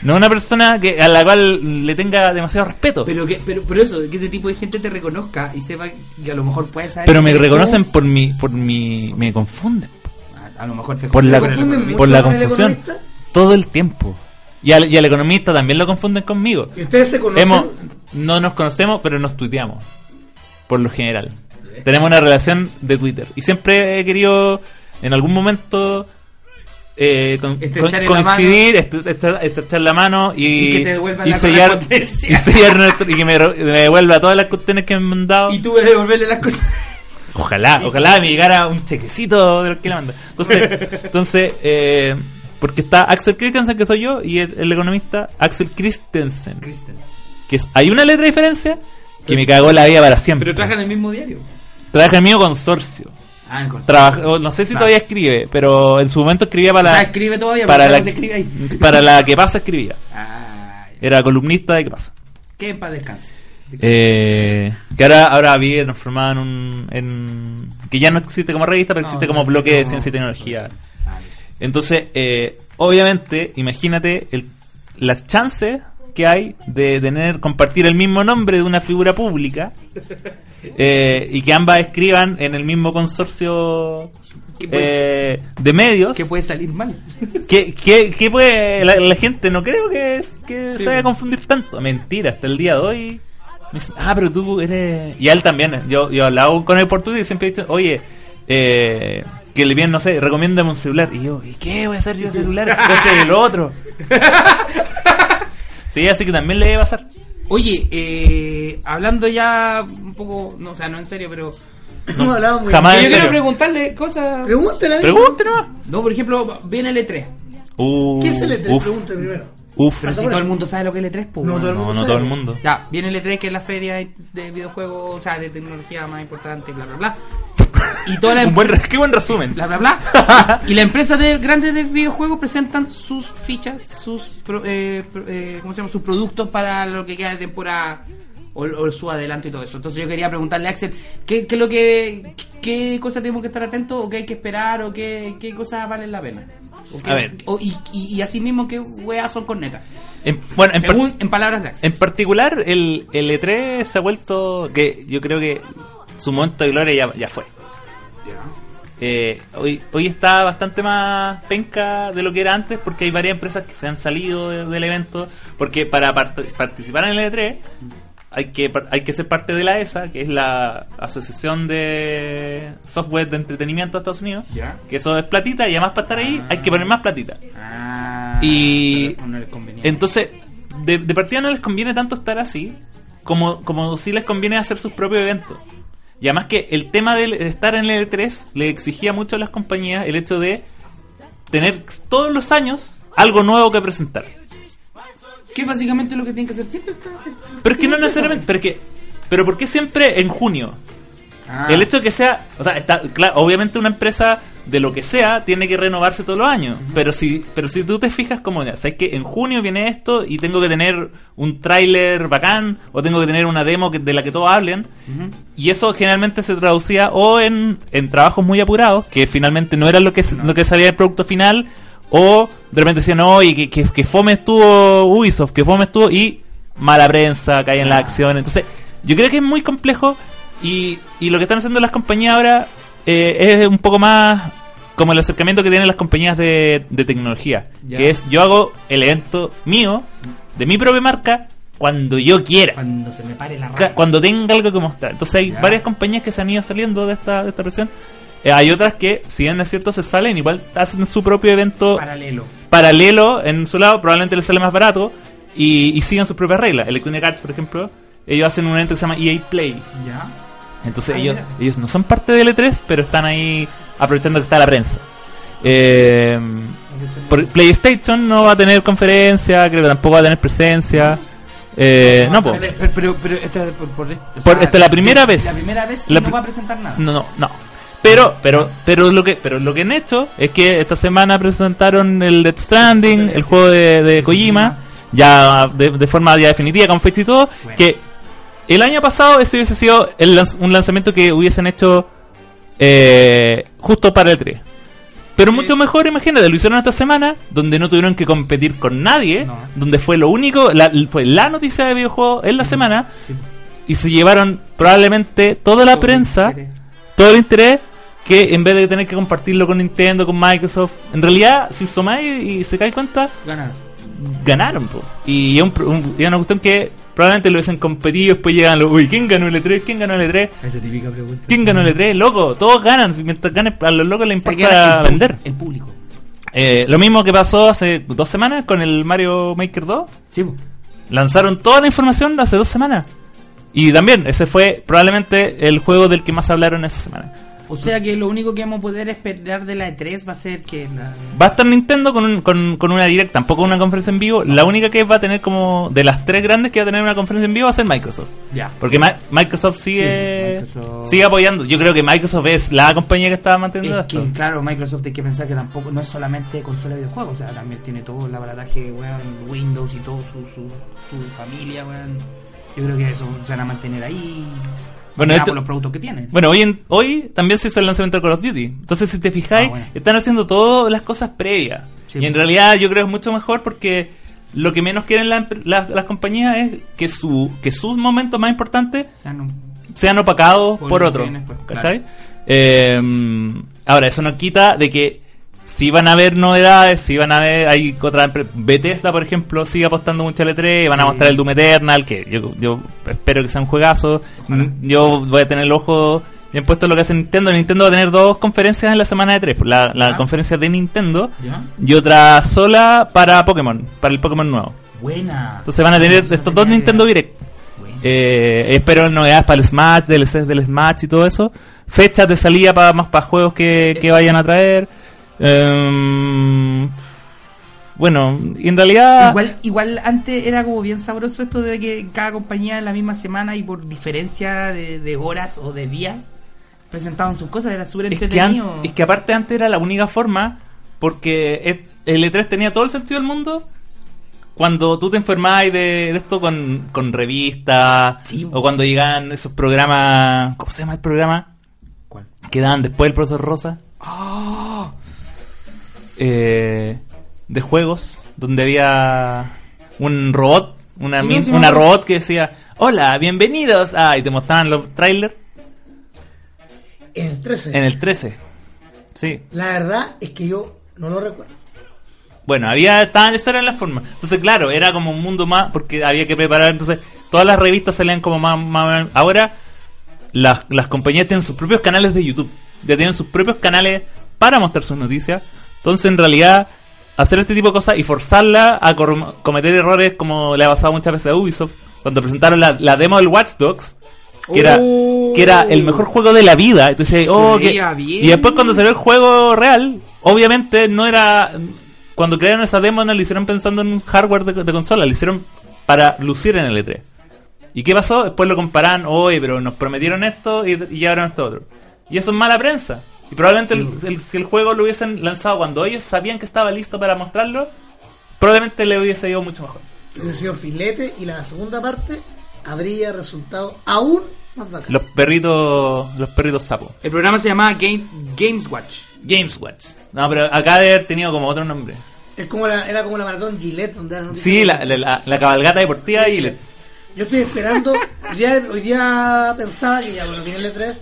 Speaker 4: No es una persona que, a la cual le tenga demasiado respeto. Pero,
Speaker 2: Pero, que, pero, pero eso, que ese tipo de gente te reconozca y sepa que a lo mejor puedes saber.
Speaker 4: me
Speaker 2: que-
Speaker 4: reconocen por mi, por mi, me confunden.
Speaker 2: A, a lo mejor te
Speaker 4: Por la,
Speaker 2: confunden con el
Speaker 3: confunden
Speaker 2: economista.
Speaker 3: mucho
Speaker 4: por la
Speaker 3: con el
Speaker 4: confusión.
Speaker 3: economista?
Speaker 4: Todo el tiempo. Y al, y al economista también lo confunden conmigo.
Speaker 3: ¿Y ustedes se conocen?
Speaker 4: Hemos- no nos conocemos, pero nos tuiteamos. Por lo general. Tenemos una relación de Twitter. Y siempre he querido, en algún momento, eh, con-
Speaker 2: Estrechar
Speaker 4: con-
Speaker 2: en la
Speaker 4: coincidir, est- est- estrechar la mano y,
Speaker 2: Y que te devuelvan
Speaker 4: y
Speaker 2: la
Speaker 4: sellar,
Speaker 2: correspondencia.
Speaker 4: y, sellar nuestro- y que me, ro- me devuelva todas las cuestiones que me han mandado.
Speaker 2: Y tuve que devolverle las cosas.
Speaker 4: (laughs) Ojalá, ojalá me llegara un chequecito de los que le mando.
Speaker 2: (laughs)
Speaker 4: Entonces, entonces eh, porque está Axel Christensen, que soy yo, y el, el economista Axel Christensen
Speaker 2: Kristen.
Speaker 4: que es- hay una letra de diferencia que me cagó la vida para siempre.
Speaker 2: Pero trabajan en el mismo diario.
Speaker 4: Trabaja el mío consorcio.
Speaker 2: Ah, en corto.
Speaker 4: Trabaja- o no sé si
Speaker 2: Claro.
Speaker 4: todavía escribe, pero en su momento escribía para,
Speaker 2: O sea, escribe todavía, pero
Speaker 4: para,
Speaker 2: ya
Speaker 4: la,
Speaker 2: no se escribe ahí.
Speaker 4: para la que pasa escribía.
Speaker 2: Ah,
Speaker 4: Era columnista de que pasa.
Speaker 2: que en paz descanse.
Speaker 4: Eh, que ahora, ahora vive transformada en un... en- que ya no existe como revista, pero
Speaker 2: No,
Speaker 4: existe
Speaker 2: no,
Speaker 4: como bloque de
Speaker 2: no,
Speaker 4: ciencia y
Speaker 2: no,
Speaker 4: tecnología.
Speaker 2: Ah, bien.
Speaker 4: Entonces, eh, obviamente, imagínate el, las chances que hay de tener compartir el mismo nombre de una figura pública eh, y que ambas escriban en el mismo consorcio
Speaker 2: ¿Qué puede-
Speaker 4: eh, de medios.
Speaker 2: ¿Qué puede salir mal?
Speaker 4: ¿Qué- qué- qué puede- pues, la, la gente no creo que, que
Speaker 2: Sí,
Speaker 4: se vaya
Speaker 2: pues.
Speaker 4: a confundir tanto. Mentira, hasta el día de hoy. me dicen, ah, pero tú eres. Y a él también. eh, Yo, yo hablaba con él por Twitter y siempre he dicho, oye, eh, que le bien, no sé, recomiéndame un celular. Y yo, ¿y qué voy a hacer yo
Speaker 2: (laughs)
Speaker 4: de celular? Voy a hacer el otro. Sí, así que también le debe pasar.
Speaker 2: Oye, eh, hablando ya un poco, no, o sea, no en serio, pero
Speaker 3: Hemos hablado muy
Speaker 4: jamás Ah,
Speaker 2: yo
Speaker 4: en
Speaker 2: quiero
Speaker 4: serio.
Speaker 2: preguntarle cosas.
Speaker 3: Pregúntale a mí.
Speaker 4: Pregúntale nomás.
Speaker 2: No, por ejemplo, viene el E E3.
Speaker 4: Uh,
Speaker 3: ¿Qué es el E3?
Speaker 4: uf,
Speaker 3: Pregunte primero.
Speaker 4: uf.
Speaker 2: Pero si todo el mundo sabe lo que es el E3, pues.
Speaker 3: No,
Speaker 2: weón.
Speaker 3: todo el
Speaker 4: No,
Speaker 3: mundo
Speaker 4: no
Speaker 3: sabe.
Speaker 4: todo el mundo.
Speaker 2: Ya, viene el E3, que es la feria de- de videojuegos, o sea, de tecnología más importante, bla, bla, bla. Y toda la
Speaker 4: Un buen, re- qué buen resumen.
Speaker 2: bla, bla,
Speaker 4: (laughs)
Speaker 2: bla. Y las empresas de, grandes de videojuegos presentan sus fichas, sus, pro- eh, pro- eh, ¿cómo se llama? sus productos para lo que queda de temporada o, o su adelanto y todo eso. Entonces yo quería preguntarle a Axel, ¿qué, qué es lo que, qué cosas tenemos que estar atentos o qué hay que esperar o qué, qué cosas valen la pena? ¿O qué-
Speaker 4: A ver.
Speaker 2: o- y, y, y así mismo, ¿qué weas son cornetas?
Speaker 4: En- Em, bueno, en par-
Speaker 2: Según, en palabras de Axel.
Speaker 4: En E particular, el, el E3 se ha vuelto que yo creo que su momento de gloria ya, ya fue. eh, hoy, hoy está bastante más penca de lo que era antes porque hay varias empresas que se han salido de- del evento. Porque para part- participar en el E3 hay que, par- hay que ser parte de la ESA, que es la Asociación de Software de Entretenimiento de Estados Unidos.
Speaker 6: Ya.
Speaker 4: Que eso es platita y además para estar ahí hay que poner más platita.
Speaker 6: Ah,
Speaker 4: Y-
Speaker 6: no les convenía.
Speaker 4: Entonces, de, de partida no les conviene tanto estar así, como, como si les conviene hacer sus propios eventos. Y además que el tema del- de estar en el E3 le exigía mucho a las compañías el hecho de tener todos los años algo nuevo que presentar.
Speaker 6: que básicamente lo que tienen que hacer siempre está. es-
Speaker 4: Pero es que no necesariamente, pero es que, pero ¿por qué siempre en junio?
Speaker 6: Ah,
Speaker 4: El hecho de que sea, o sea, está, claro, obviamente una empresa de lo que sea tiene que renovarse todos los años, pero si pero si tú te fijas como, ya, sabes que en junio viene esto y tengo que tener un tráiler bacán o tengo que tener una demo que- de la que todos hablen y eso generalmente se traducía o en, en trabajos muy apurados que finalmente no era lo que lo que salía del producto final o de repente decían, "No, y que, que, que fome estuvo Ubisoft, que fome estuvo y mala prensa, cae
Speaker 6: Ah.
Speaker 4: en la acción." Entonces, yo creo que es muy complejo y, y lo que están haciendo las compañías ahora eh, es un poco más como el acercamiento que tienen las compañías de, de tecnología.
Speaker 6: Ya.
Speaker 4: Que es yo hago el evento mío, de mi propia marca, cuando yo quiera.
Speaker 6: Cuando se me pare la
Speaker 4: Ca-
Speaker 6: raja.
Speaker 4: Cuando tenga algo que mostrar. Entonces hay
Speaker 6: Ya.
Speaker 4: varias compañías que se han ido saliendo de esta, de esta presión. Eh, hay otras que, si bien es cierto, se salen, igual hacen su propio evento
Speaker 6: Paralelo.
Speaker 4: paralelo en su lado, probablemente les sale más barato y, y siguen sus propias reglas. Electronic Arts, por ejemplo, ellos hacen un evento que se llama EA Play.
Speaker 6: Ya.
Speaker 4: Entonces
Speaker 6: Ah,
Speaker 4: ellos,
Speaker 6: mira.
Speaker 4: ellos no son parte del E3, pero están ahí aprovechando que está la prensa. Eh, por- PlayStation no va a tener conferencia, creo que tampoco va a tener presencia. Eh, no, po.
Speaker 6: Pero, pero, pero, pero esta es por, por esto. o
Speaker 4: Por- esta es la primera vez.
Speaker 6: La primera vez que
Speaker 4: La
Speaker 6: no
Speaker 4: pri-
Speaker 6: va a presentar nada.
Speaker 4: No, no, no. Pero, pero, pero lo que, pero lo que han hecho es que esta semana presentaron el Dead Stranding, el juego de, de Kojima, ya de, de forma ya definitiva, con fecha y todo,
Speaker 6: Bueno.
Speaker 4: que el año pasado ese hubiese sido el lanz- un lanzamiento que hubiesen hecho eh, justo para el 3. Pero mucho mejor, imagínate, lo hicieron esta semana, donde no tuvieron que competir con nadie,
Speaker 6: No.
Speaker 4: donde fue lo único, la- fue la noticia de videojuegos en la semana,
Speaker 6: Sí.
Speaker 4: y se llevaron probablemente toda la
Speaker 6: Todo
Speaker 4: prensa,
Speaker 6: interés.
Speaker 4: todo el interés, que en vez de tener que compartirlo con Nintendo, con Microsoft, en realidad, si somáis y se cae cuenta,
Speaker 6: Ganar.
Speaker 4: ganaron, po. Y es un pro- un- es una cuestión que probablemente lo hubiesen competido, después llegan los, uy, ¿quién ganó el E3? ¿Quién ganó el E3?
Speaker 6: Esa típica pregunta.
Speaker 4: ¿Quién ganó el E3? Loco, todos ganan, si mientras ganen a los locos les
Speaker 6: Se
Speaker 4: importa
Speaker 6: queda el pú-
Speaker 4: vender.
Speaker 6: El público.
Speaker 4: Eh, lo mismo que pasó hace dos semanas con el Mario Maker 2.
Speaker 6: Sí, po.
Speaker 4: Lanzaron toda la información hace dos semanas. Y también, ese fue probablemente el juego del que más hablaron esa semana.
Speaker 6: O sea que lo único que vamos a poder esperar de la E3 va a ser que la.
Speaker 4: Va a estar Nintendo con, un- con, con una direct, tampoco una conferencia en vivo. La única que va a tener como de las tres grandes que va a tener una conferencia en vivo va a ser Microsoft.
Speaker 6: Ya.
Speaker 4: Porque Ma- Microsoft
Speaker 6: Sí,
Speaker 4: sigue,
Speaker 6: Microsoft.
Speaker 4: sigue apoyando. Yo creo que Microsoft es la compañía que está manteniendo
Speaker 6: Es
Speaker 4: esto.
Speaker 6: que, claro, Microsoft hay que pensar que tampoco no es solamente consola de videojuegos, o sea, también tiene todo el aparataje, weón, Windows y todo su, su, su familia, weón. Yo creo que eso se van a mantener ahí.
Speaker 4: Bueno,
Speaker 6: Bueno,
Speaker 4: esto-
Speaker 6: por los productos que tienen.
Speaker 4: Bueno, hoy, en- hoy también se hizo el lanzamiento de Call of Duty. Entonces, si te fijáis,
Speaker 6: Ah, bueno.
Speaker 4: están haciendo todas las cosas previas.
Speaker 6: Sí. pues.
Speaker 4: Y en realidad yo creo que es mucho mejor porque lo que menos quieren la- la- las compañías es que su que sus momentos más importantes
Speaker 6: O sea, no-
Speaker 4: sean opacados
Speaker 6: Por
Speaker 4: por,
Speaker 6: pues, lo que
Speaker 4: otro.
Speaker 6: viene después,
Speaker 4: ¿Cachai? Eh, ahora, eso no quita de que si van a haber novedades, si van a haber. Hay otra. empre- Bethesda, por ejemplo, sigue apostando mucho al E3. Van a
Speaker 6: Sí.
Speaker 4: mostrar el Doom Eternal, que yo, yo espero que sea un juegazo.
Speaker 6: Ojalá.
Speaker 4: Mm, Yo voy a tener el ojo bien puesto en lo que hace Nintendo. Nintendo va a tener dos conferencias en la semana de tres. La, la
Speaker 6: Ah.
Speaker 4: conferencia de Nintendo
Speaker 6: ¿Ya?
Speaker 4: y otra sola para Pokémon, para el Pokémon nuevo.
Speaker 6: Buena.
Speaker 4: Entonces van a tener
Speaker 6: Eso no tenía
Speaker 4: estos dos
Speaker 6: idea.
Speaker 4: Nintendo Direct.
Speaker 6: Buena.
Speaker 4: Eh, espero novedades para el Smash, DLCs del Smash y todo eso. Fechas de salida para más para juegos que, que vayan a traer. Em, bueno, y en realidad.
Speaker 6: Igual, igual antes era como bien sabroso esto de que cada compañía en la misma semana y por diferencia de, de horas o de días presentaban sus cosas, era súper
Speaker 4: es que, an-
Speaker 6: entretenido.
Speaker 4: es que aparte antes era la única forma, porque et- el E3 tenía todo el sentido del mundo. Cuando tú te enfermabas de, de esto con, con revistas,
Speaker 6: Sí.
Speaker 4: o cuando llegaban esos programas. ¿Cómo se llama el programa?
Speaker 6: ¿Cuál? Ah.
Speaker 4: que daban después el profesor Rosa. Eh, de juegos, donde había un robot, una,
Speaker 6: Sí,
Speaker 4: min-
Speaker 6: no, sí,
Speaker 4: una
Speaker 6: no.
Speaker 4: robot que decía, hola, bienvenidos. Ah, y te mostraban los trailers
Speaker 3: En el 13.
Speaker 4: en el 13. Sí.
Speaker 3: La verdad es que yo no lo recuerdo.
Speaker 4: Bueno, había, estaban, esas eran las formas. Entonces, claro, era como un mundo más, porque había que preparar, entonces, todas las revistas salían como más, más- ahora, las, las compañías tienen sus propios canales de YouTube, ya tienen sus propios canales para mostrar sus noticias. Entonces, en realidad, hacer este tipo de cosas y forzarla a cor- cometer errores como le ha pasado muchas veces a Ubisoft, cuando presentaron la, la demo del Watch Dogs, que era,
Speaker 3: Oh.
Speaker 4: que era el mejor juego de la vida. Entonces, oh,
Speaker 6: Se
Speaker 4: que-
Speaker 6: veía bien.
Speaker 4: y después cuando salió el juego real, obviamente no era... Cuando crearon esa demo no lo hicieron pensando en un hardware de, de consola, lo hicieron para lucir en el E3. ¿Y qué pasó? Después lo comparan, oye, pero nos prometieron esto y, y ahora esto otro. Y eso es mala prensa. Y probablemente el- el- si el juego lo hubiesen lanzado cuando ellos sabían que estaba listo para mostrarlo, probablemente le hubiese ido mucho mejor.
Speaker 3: Hubiese sido filete y la segunda parte habría resultado aún más bacán.
Speaker 4: Los perritos, los perritos sapos.
Speaker 6: El programa se llamaba Game, Games Watch.
Speaker 4: Games Watch. No, pero acá debe haber tenido como otro nombre.
Speaker 3: Es como la- era como la maratón Gillette. Donde eran
Speaker 4: Sí, la, la- la- la cabalgata deportiva y le-
Speaker 3: Yo estoy esperando. hoy, día, hoy día pensaba que ya, bueno, viene el E3.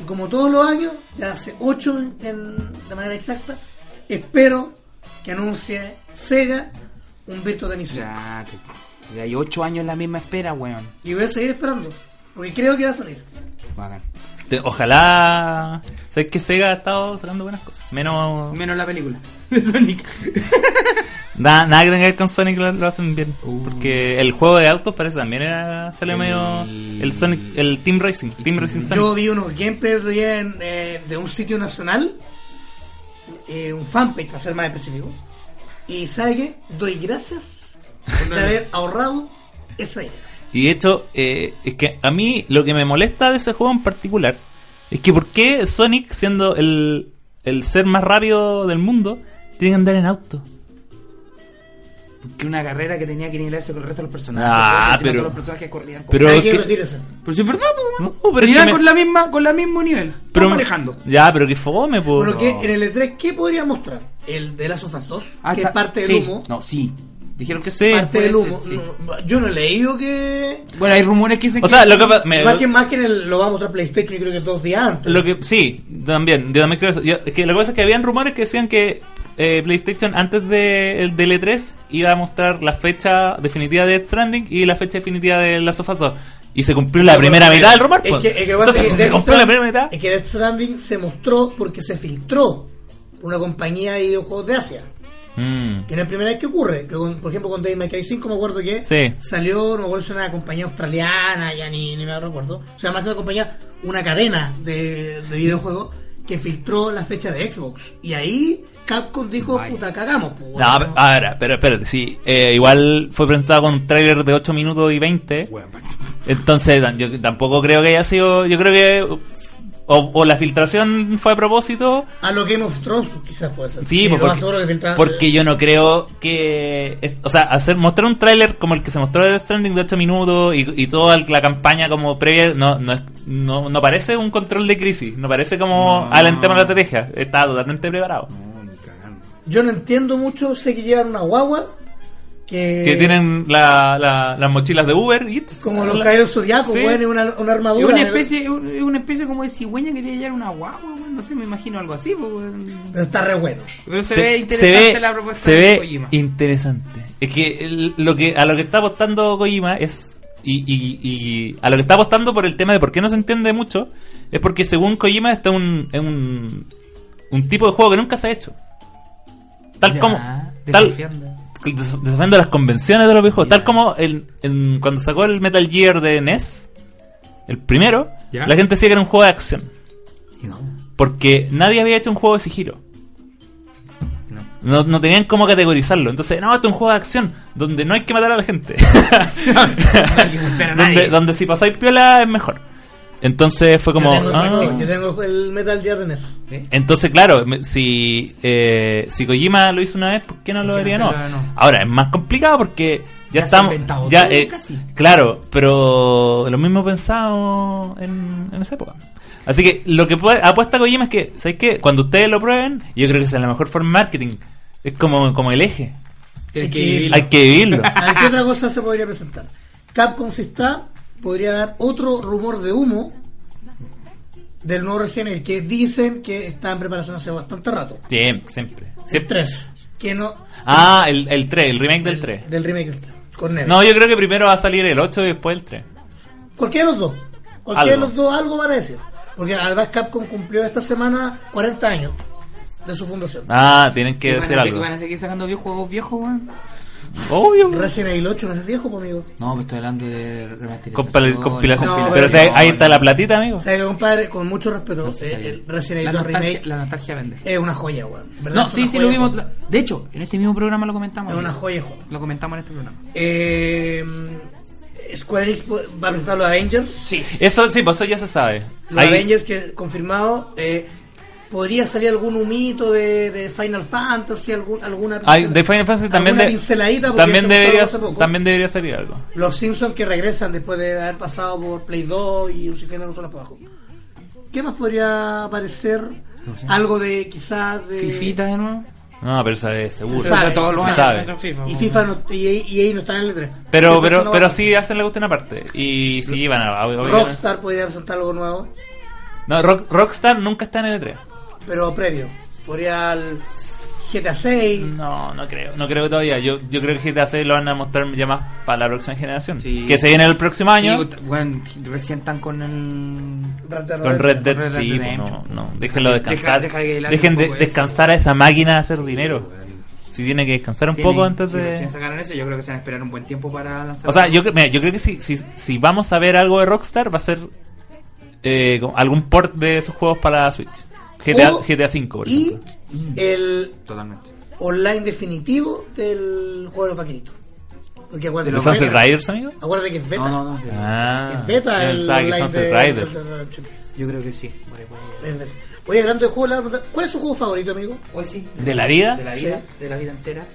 Speaker 3: Y como todos los años, ya hace 8 de manera exacta, espero que anuncie Sega un Virtua Tennis.
Speaker 6: Ya, te- ya hay ocho años en la misma espera, weón.
Speaker 3: Y voy a seguir esperando. Porque creo que va a salir.
Speaker 6: Bacán.
Speaker 4: te- Ojalá. ¿Sabes que Sega ha estado sacando buenas cosas? Menos.
Speaker 6: Menos la película (laughs) de Sonic.
Speaker 4: Nada, nada que tenga que ver con Sonic lo, lo hacen bien.
Speaker 6: Uh.
Speaker 4: Porque el juego de autos parece también era. Salió medio. El Sonic. El Team Racing. Team Racing Sonic.
Speaker 3: Yo vi unos gameplays de, hoy día en, eh, de un sitio nacional, eh, un fanpage para ser más específico. Y ¿sabe qué? Doy gracias de haber ahorrado esa idea.
Speaker 4: Y de hecho, eh, es que a mí lo que me molesta de ese juego en particular es que por qué Sonic, siendo el, el ser más rápido del mundo, tiene que andar en auto.
Speaker 6: Que una carrera que tenía que nivelarse con el resto de los personajes.
Speaker 4: Ah,
Speaker 6: Encima
Speaker 4: pero-
Speaker 6: todos los personajes corrían con-
Speaker 4: Pero
Speaker 3: Hay
Speaker 4: es
Speaker 3: que
Speaker 4: que-
Speaker 3: retírese.
Speaker 6: Pero si es verdad, pues,
Speaker 4: No,
Speaker 6: weón.
Speaker 4: pero
Speaker 6: Terminan
Speaker 4: que me-
Speaker 6: con la misma, con la mismo nivel. Pero
Speaker 4: Pero-
Speaker 6: manejando.
Speaker 4: Ya, pero que fome, po.
Speaker 3: Bueno, ¿qué- en el E3, ¿qué podría mostrar? El de las of Us 2,
Speaker 6: Ah,
Speaker 3: que
Speaker 6: está-
Speaker 3: es parte del
Speaker 6: sí.
Speaker 3: humo.
Speaker 6: No, sí. Dijeron que
Speaker 4: Sí.
Speaker 3: parte
Speaker 6: puede
Speaker 3: del humo.
Speaker 6: ser, sí.
Speaker 3: No, yo no he leído que.
Speaker 6: Bueno, hay rumores que dicen
Speaker 4: O
Speaker 6: que-
Speaker 4: sea, lo que pa- me-
Speaker 3: Más que, más que en el- lo va a mostrar PlayStation, yo creo que dos días antes.
Speaker 4: Lo que sí, también, yo también creo eso. Yo- es que lo que pasa es que habían rumores que decían que eh, PlayStation antes de el del E3 iba a mostrar la fecha definitiva de Death Stranding y la fecha definitiva de Last of Us 2. Y se cumplió la primera mitad del rumor.
Speaker 3: Es
Speaker 4: pues.
Speaker 3: que, es que lo que pasa
Speaker 4: Entonces
Speaker 3: es que
Speaker 4: se
Speaker 3: Death
Speaker 4: cumplió la
Speaker 3: Strand-
Speaker 4: primera mitad.
Speaker 3: es que Death Stranding se mostró porque se filtró por una compañía de videojuegos de Asia.
Speaker 4: Mm.
Speaker 3: Que no es la primera vez que ocurre. Que con- por ejemplo, con David May Cry 5 me acuerdo que
Speaker 4: Sí.
Speaker 3: salió, no me acuerdo si era una compañía australiana, ya ni, ni me recuerdo. O sea, más que una compañía, una cadena de, de videojuegos que filtró la fecha de Xbox. Y ahí Capcom dijo,
Speaker 6: Vaya.
Speaker 3: puta, cagamos. pues,
Speaker 4: No, a ver, a ver, pero espérate, sí. eh, igual fue presentado con un tráiler de 8 minutos y 20.
Speaker 6: Weón, bueno.
Speaker 4: Entonces, tan- yo tampoco creo que haya sido. Yo creo que. O, o la filtración fue a propósito.
Speaker 3: A lo Game of Thrones pues, quizás puede ser.
Speaker 4: Sí,
Speaker 3: Y
Speaker 4: pues,
Speaker 3: lo más
Speaker 4: porque,
Speaker 3: seguro que filtraron-
Speaker 4: porque yo no creo que. es- O sea, hacer mostrar un tráiler como el que se mostró de Death Stranding de 8 minutos y, y toda el- la campaña como previa, no, no, es- no, no parece un control de crisis, no parece como
Speaker 6: No.
Speaker 4: alentemos la estrategia, está totalmente preparado.
Speaker 6: No, ni cagando.
Speaker 3: Yo no entiendo mucho, sé que llevan una guagua que...
Speaker 4: Que tienen la, la- las mochilas de Uber Eats.
Speaker 3: Como los
Speaker 4: La-
Speaker 3: caídos zodiacos,
Speaker 4: Sí.
Speaker 3: weón, es una, una
Speaker 6: Es
Speaker 3: armadura.
Speaker 6: una especie, es un- es una especie como de cigüeña que tiene ya una guagua, weón. No sé, me imagino algo así, pues, weón.
Speaker 3: Pero está re bueno.
Speaker 6: Pero se,
Speaker 4: se,
Speaker 6: ve
Speaker 4: se
Speaker 6: interesante
Speaker 4: ve-
Speaker 6: la propuesta
Speaker 4: se
Speaker 6: de
Speaker 4: ve
Speaker 6: Kojima.
Speaker 4: interesante es que el- lo que a lo que está apostando Kojima es y, y- y a lo que está apostando por el tema de por qué no se entiende mucho es porque según Kojima está un es un, un tipo de juego que nunca se ha hecho tal
Speaker 6: Ya,
Speaker 4: como tal
Speaker 6: desafiando.
Speaker 4: des- desafiando las convenciones de los viejos tal como el, en- cuando sacó el Metal Gear de NES el primero
Speaker 6: Ya.
Speaker 4: la gente decía que era un juego de acción
Speaker 6: Y no,
Speaker 4: porque nadie había hecho un juego de sigilo
Speaker 6: no.
Speaker 4: no, no tenían cómo categorizarlo. Entonces, no, esto es un juego de acción donde no hay que matar a
Speaker 6: (laughs)
Speaker 4: la gente.
Speaker 6: hay que golpear a nadie.
Speaker 4: donde, donde si pasáis piola es mejor. Entonces fue como.
Speaker 3: yo, tengo ese
Speaker 4: ah.
Speaker 3: juego, yo tengo el Metal Gear de E NES.
Speaker 6: ¿Eh?
Speaker 4: Entonces, claro, me- si, eh, si Kojima lo hizo una vez, ¿por qué no lo
Speaker 6: ¿Por qué
Speaker 4: haría
Speaker 6: no
Speaker 4: no?
Speaker 6: hacerlo de nuevo?
Speaker 4: Ahora, es más complicado porque
Speaker 6: Ya se
Speaker 4: ya,
Speaker 6: ha
Speaker 4: estamos.
Speaker 6: inventado
Speaker 4: ya,
Speaker 6: todo
Speaker 4: eh,
Speaker 6: casi.
Speaker 4: Claro, pero lo mismo pensado en, en esa época. Así que lo que puede- apuesta Kojima es que, ¿sabes qué? Cuando ustedes lo prueben, yo creo que esa es la mejor forma de marketing. Es como, como el eje.
Speaker 6: Tiene que
Speaker 3: Hay que-
Speaker 6: vivirlo.
Speaker 4: Hay que
Speaker 6: (laughs)
Speaker 4: vivirlo.
Speaker 3: A ver, ¿Qué otra cosa se podría presentar? Capcom si está, podría dar otro rumor de humo del nuevo Resident Evil, que dicen que está en preparación hace bastante rato.
Speaker 4: Siempre, siempre.
Speaker 3: El
Speaker 4: Siempre.
Speaker 3: 3. Que no.
Speaker 4: Ah, el, el 3, el remake del 3.
Speaker 3: Del remake del 3. Con Nero.
Speaker 4: No, yo creo que primero va a salir el 8 y después el 3.
Speaker 3: Cualquiera de los dos. Cualquiera de
Speaker 4: Algo.
Speaker 3: los dos algo van a decir. Porque además Capcom cumplió esta semana 40 años de su fundación.
Speaker 4: Ah, tienen que
Speaker 6: Y van a
Speaker 4: decir
Speaker 6: se-
Speaker 4: algo.
Speaker 6: Van a seguir sacando videojuegos viejos, weón.
Speaker 4: Obvio.
Speaker 3: Resident Evil 8 no es viejo, pues, amigo.
Speaker 6: No, me estoy hablando de remasterización.
Speaker 4: Compil- compilación.
Speaker 3: No,
Speaker 4: pero
Speaker 3: pero
Speaker 4: o sea, ahí está la
Speaker 6: plata.
Speaker 4: platita, amigo.
Speaker 3: O sea que, compadre, con mucho respeto, eh,
Speaker 6: La
Speaker 3: el Resident Evil 2
Speaker 6: nostalgia-
Speaker 3: Remake
Speaker 6: La nostalgia vende.
Speaker 3: es una joya, weón. En verdad
Speaker 6: No,
Speaker 3: es
Speaker 6: sí,
Speaker 3: una
Speaker 6: sí,
Speaker 3: joya,
Speaker 6: lo vimos.
Speaker 3: weón.
Speaker 6: De hecho, en este mismo programa lo comentamos.
Speaker 3: Es una
Speaker 6: amigo.
Speaker 3: joya, weón.
Speaker 6: Lo comentamos en este programa.
Speaker 3: Eh, Square Enix va a presentar los Avengers. Sí.
Speaker 4: Eso sí, pues eso ya se sabe.
Speaker 3: Los
Speaker 4: Ahí,
Speaker 3: Avengers que confirmado. eh, podría salir algún humito de, de Final Fantasy, algún, alguna.
Speaker 4: ahí- de Final Fantasy también,
Speaker 3: alguna
Speaker 4: de-
Speaker 3: pinceladita porque
Speaker 4: también,
Speaker 3: se mostró
Speaker 4: debería,
Speaker 3: hace poco.
Speaker 4: también debería salir algo.
Speaker 3: Los Simpsons que regresan después de haber pasado por Play 2 y Lucifer no para abajo. ¿Qué más podría aparecer? Algo de quizás de.
Speaker 6: Fifita de nuevo.
Speaker 4: No, pero sabe, seguro.
Speaker 3: Se sabe,
Speaker 6: Todos
Speaker 3: se
Speaker 6: los años.
Speaker 4: sabe.
Speaker 6: otro FIFA,
Speaker 3: Y
Speaker 6: weón.
Speaker 3: FIFA no, y, E y ahí no está en el E3.
Speaker 4: Pero,
Speaker 3: Entonces
Speaker 4: pero,
Speaker 3: no va
Speaker 4: pero
Speaker 3: a-
Speaker 4: sí hacen la cuestión aparte. Y sí, van a. obvio- obvio-
Speaker 3: Rockstar podría presentar algo nuevo,
Speaker 4: No, Rock- Rockstar nunca está en el E3.
Speaker 3: pero previo. Podría al GTA 6.
Speaker 4: No, no creo. No creo todavía. Yo, yo creo que GTA 6 lo van a mostrar ya más para la próxima generación.
Speaker 6: Sí.
Speaker 4: Que se viene el próximo año.
Speaker 6: Sí, bueno, recién están con el.
Speaker 3: Red Dead
Speaker 4: Con Red
Speaker 3: Redemption.
Speaker 4: Dead,
Speaker 6: Red Dead
Speaker 4: sí, pues,
Speaker 6: Redemption.
Speaker 4: no, no, déjenlo
Speaker 6: Deja-
Speaker 4: descansar.
Speaker 6: deja que lance
Speaker 4: Dejen
Speaker 6: un
Speaker 4: de,
Speaker 6: poco eso.
Speaker 4: descansar a esa máquina a hacer dinero. Si tiene que descansar un poco antes
Speaker 6: Si recién
Speaker 4: de...
Speaker 6: sacaron eso, yo creo que se van a esperar un buen tiempo para lanzar.
Speaker 4: O sea, yo, cre- mira, yo creo que si, si, si vamos a ver algo de Rockstar va a ser eh, como algún port de esos juegos para Switch. GTA,
Speaker 3: O-
Speaker 4: GTA V, por
Speaker 3: Oh, Y
Speaker 4: ejemplo. Mm.
Speaker 3: el
Speaker 6: Totalmente.
Speaker 3: online definitivo del juego de los vaqueritos. Porque
Speaker 4: ¿De
Speaker 3: acuérdate,
Speaker 4: los
Speaker 3: que es
Speaker 4: Sunset
Speaker 3: beta.
Speaker 4: Riders, amigo?
Speaker 3: Acuérdate que es beta.
Speaker 6: No, no, no. de-
Speaker 4: Ah,
Speaker 3: Es beta
Speaker 4: yo
Speaker 3: el
Speaker 4: pensaba que
Speaker 3: online
Speaker 4: Sunset
Speaker 3: de-
Speaker 4: Riders.
Speaker 6: Yo creo que sí. Vale, pues,
Speaker 3: Es beta. Oye, hablando de juego, le voy a preguntar, ¿cuál es su juego favorito, amigo?
Speaker 6: Hoy sí.
Speaker 4: ¿De la vida?
Speaker 6: De la vida, de la vida entera.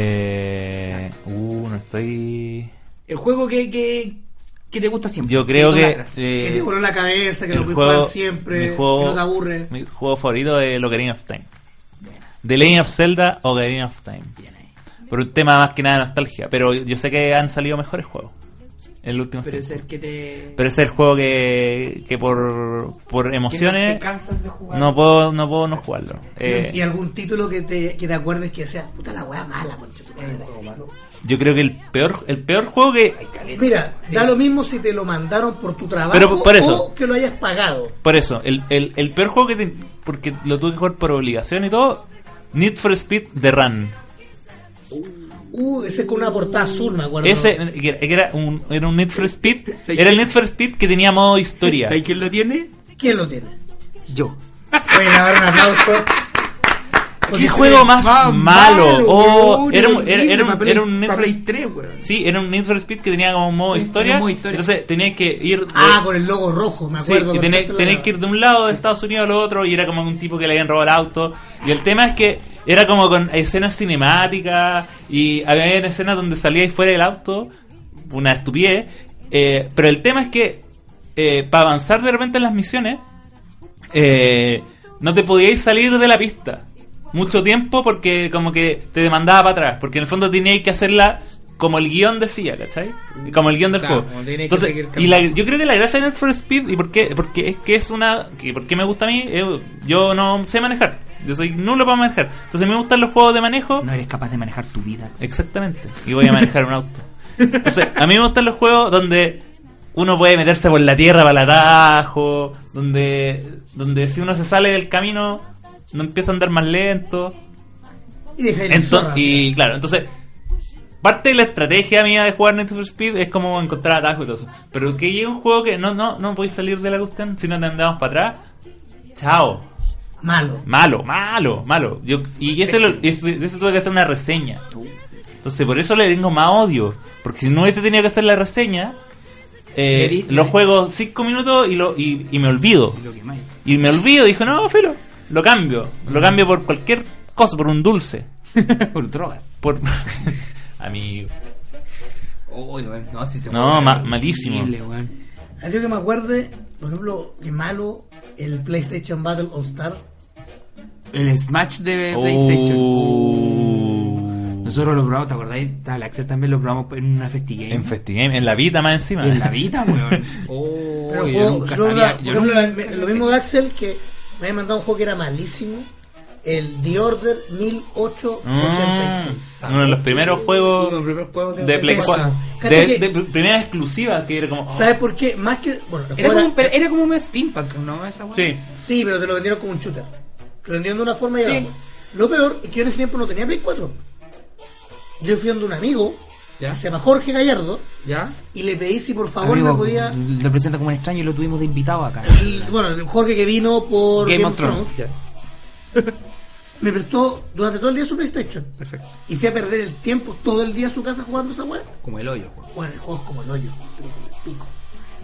Speaker 4: Eh, uh, no estoy...
Speaker 6: El juego que, que, que te gusta siempre.
Speaker 4: Yo creo que...
Speaker 6: idolatras.
Speaker 4: eh,
Speaker 3: que te voló la cabeza, que lo
Speaker 4: el
Speaker 3: puedes
Speaker 4: juego,
Speaker 3: jugar siempre,
Speaker 4: mi juego,
Speaker 3: que no te aburre.
Speaker 4: Mi juego favorito es el Ocarina of Time. The Legend of Zelda o Ocarina of Time.
Speaker 6: Bien ahí.
Speaker 4: Por un tema más que nada de nostalgia. Pero yo sé que han salido mejores juegos. En el último
Speaker 6: Pero es
Speaker 4: tiempo.
Speaker 6: el que te.
Speaker 4: Pero es el juego que, que por, por
Speaker 6: que no te
Speaker 4: emociones
Speaker 6: cansas de jugar.
Speaker 4: no puedo no puedo no jugarlo. Eh,
Speaker 3: y algún título que te, que te acuerdes que sea, puta la weá mala, concha tu madre.
Speaker 4: yo creo que el peor el peor juego que
Speaker 3: Mira, da lo mismo si te lo mandaron por tu trabajo
Speaker 4: Pero por eso.
Speaker 3: o que lo hayas pagado.
Speaker 4: por eso el, el, el peor juego que te- porque lo tuve que jugar por obligación y todo Need for Speed The Run.
Speaker 3: Uh, ese es con una portada azul, me acuerdo.
Speaker 4: Ese que era- que era un, era un Need for Speed.
Speaker 6: ¿Sabes
Speaker 4: Era el
Speaker 6: qué?
Speaker 4: Need for Speed que tenía modo historia.
Speaker 6: ¿Sabes quién lo tiene?
Speaker 3: ¿Quién lo tiene?
Speaker 6: Yo.
Speaker 3: Oye, le voy a dar un aplauso.
Speaker 4: ¡Qué juego más
Speaker 6: Ah,
Speaker 4: malo! Oh,
Speaker 6: weón,
Speaker 4: era, un- era-
Speaker 6: horrible,
Speaker 4: era un-
Speaker 6: para Play-
Speaker 4: era un Need
Speaker 6: para
Speaker 4: for
Speaker 6: Play
Speaker 4: Speed.
Speaker 6: 3, weón.
Speaker 4: Sí, era un Need for Speed que tenía como modo
Speaker 6: Sí,
Speaker 4: historia.
Speaker 6: era modo historia.
Speaker 4: Entonces tenías que ir. de-
Speaker 3: Ah, con el logo rojo, me
Speaker 4: sí,
Speaker 3: acuerdo.
Speaker 4: y tenés,
Speaker 3: perfecto la
Speaker 4: tenés
Speaker 3: weá.
Speaker 4: que ir de un lado de Estados Unidos al otro y era como un tipo que le habían robado el auto. Y el tema es que era como con escenas cinemáticas y había escenas donde salíais fuera del auto, una estupidez. eh, pero el tema es que para avanzar de repente en las misiones, eh, no te podíais salir de la pista mucho tiempo porque como que te demandaba para atrás, porque en el fondo teníais que hacerla como el guión decía, ¿cachai? Como el guión del
Speaker 6: Claro,
Speaker 4: juego.
Speaker 6: como teníais que
Speaker 4: Entonces,
Speaker 6: seguir
Speaker 4: y la- Eh, yo creo que la gracia de Need for Speed, ¿y por qué? Porque es que es una... Que, ¿Por qué me gusta a mí? Eh, yo no sé manejar, yo soy nulo para manejar. Entonces me gustan los juegos de manejo.
Speaker 6: No eres capaz de manejar tu vida.
Speaker 4: Exactamente. Y voy a manejar un auto. Entonces, a mí me gustan los juegos donde uno puede meterse por la tierra para el atajo, donde, donde si uno se sale del camino no empieza a andar más lento.
Speaker 3: Y dejáis la
Speaker 4: Ento-
Speaker 3: zorra,
Speaker 4: y claro, entonces, parte de la estrategia mía de jugar Need for Speed es como encontrar atajos y todo eso. Pero que llegue un juego que no, no, no podéis salir de la cuestión si no te andamos para atrás. Chao.
Speaker 3: así. Malo.
Speaker 4: Malo, malo, malo. Yo, y ese, lo- y ese- ese tuve que hacer una reseña. Entonces, por eso le tengo más odio. Porque si no hubiese tenido que hacer la reseña, eh,
Speaker 6: Queriste.
Speaker 4: lo juego 5 minutos y, lo, y, y me olvido.
Speaker 6: Lo que
Speaker 4: (laughs)
Speaker 6: más.
Speaker 4: Y me olvido. Dijo, no, filo, lo cambio. Lo cambio por cualquier cosa, por un dulce.
Speaker 6: Por drogas.
Speaker 3: (laughs)
Speaker 4: Por. Amigo.
Speaker 6: Oye, weón, no, si se
Speaker 4: No,
Speaker 6: puede,
Speaker 4: ma-
Speaker 6: weón.
Speaker 4: malísimo.
Speaker 6: Horrible, weón.
Speaker 3: Algo que me acuerde, por ejemplo, que malo el PlayStation Battle All Star.
Speaker 6: El Smash de PlayStation.
Speaker 4: Oh.
Speaker 2: Nosotros lo probamos, ¿te acordáis? Tal, Axel también lo probamos en una festigame.
Speaker 4: En Festigame, en la vida más encima.
Speaker 2: En la vida,
Speaker 4: (laughs)
Speaker 2: weón. Oh,
Speaker 3: Pero
Speaker 2: yo
Speaker 3: juego-
Speaker 2: nunca
Speaker 3: yo
Speaker 2: sabía-
Speaker 3: la-
Speaker 2: yo
Speaker 3: por
Speaker 2: nunca-
Speaker 3: ejemplo, la- lo mismo de Axel que me había mandado un juego que era malísimo. El The Order 1886.
Speaker 4: Mm, uno de los primeros
Speaker 2: Uno
Speaker 4: juegos
Speaker 2: de los primeros juegos de-
Speaker 4: de Play
Speaker 3: de-
Speaker 4: 4.
Speaker 3: Cacha
Speaker 4: De,
Speaker 3: que-
Speaker 4: de primera exclusiva que era como.
Speaker 2: Ah.
Speaker 4: oh,
Speaker 3: ¿Sabes por qué? Más que. Bueno, el juego
Speaker 2: Era como,
Speaker 3: era-
Speaker 2: un, pero era como un steampunk, ¿no? Esa weá.
Speaker 4: oh, sí.
Speaker 3: Sí, pero te lo vendieron como un shooter. Te lo vendieron de una forma y de
Speaker 2: Sí.
Speaker 3: otra. Lo peor es que yo en ese tiempo no tenía Play 4. Yo fui donde un amigo,
Speaker 2: ¿Ya?
Speaker 3: se llama Jorge Gallardo,
Speaker 2: ¿Ya?
Speaker 3: y le pedí si por favor
Speaker 2: Amigo,
Speaker 3: me podía.
Speaker 2: Lo presenta como un extraño y lo tuvimos de invitado acá.
Speaker 3: el- bueno, el Jorge que vino por
Speaker 2: Game of Thrones. Ya,
Speaker 3: me prestó durante todo el día su PlayStation.
Speaker 2: perfecto.
Speaker 3: Y fui a perder el tiempo todo el día a su casa jugando esa weá.
Speaker 2: Como el hoyo, pues. weón.
Speaker 3: Bueno, el juego es como el hoyo, pero como el pico.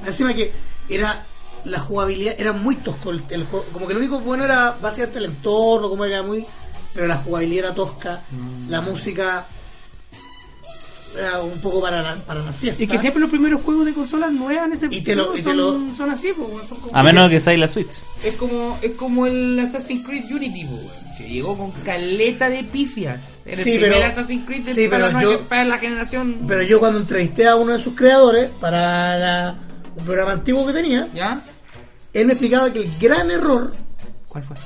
Speaker 3: Encima que era la jugabilidad, era muy tosco el, el juego. Como que lo único bueno era básicamente el entorno, como era muy. Pero la jugabilidad era tosca,
Speaker 2: Mm.
Speaker 3: la música era un poco para la, para la siesta.
Speaker 2: Es que siempre los primeros juegos de consolas nuevas en ese
Speaker 3: Y te lo- y te
Speaker 2: son,
Speaker 3: lo-
Speaker 2: son así, po, weón, son como-
Speaker 4: A menos que sea la Switch.
Speaker 2: Es como, es como el Assassin's Creed Unity, po, weón, que llegó con caleta de pifias. Era
Speaker 3: Sí,
Speaker 2: el primer
Speaker 3: pero-
Speaker 2: Assassin's Creed de-
Speaker 3: sí,
Speaker 2: para,
Speaker 3: pero
Speaker 2: la
Speaker 3: yo-
Speaker 2: nueva- para la generación.
Speaker 3: Pero yo cuando entrevisté a uno de sus creadores para la- un programa antiguo que tenía,
Speaker 2: ¿Ya?
Speaker 3: él me explicaba que el gran error,
Speaker 2: ¿Cuál fue?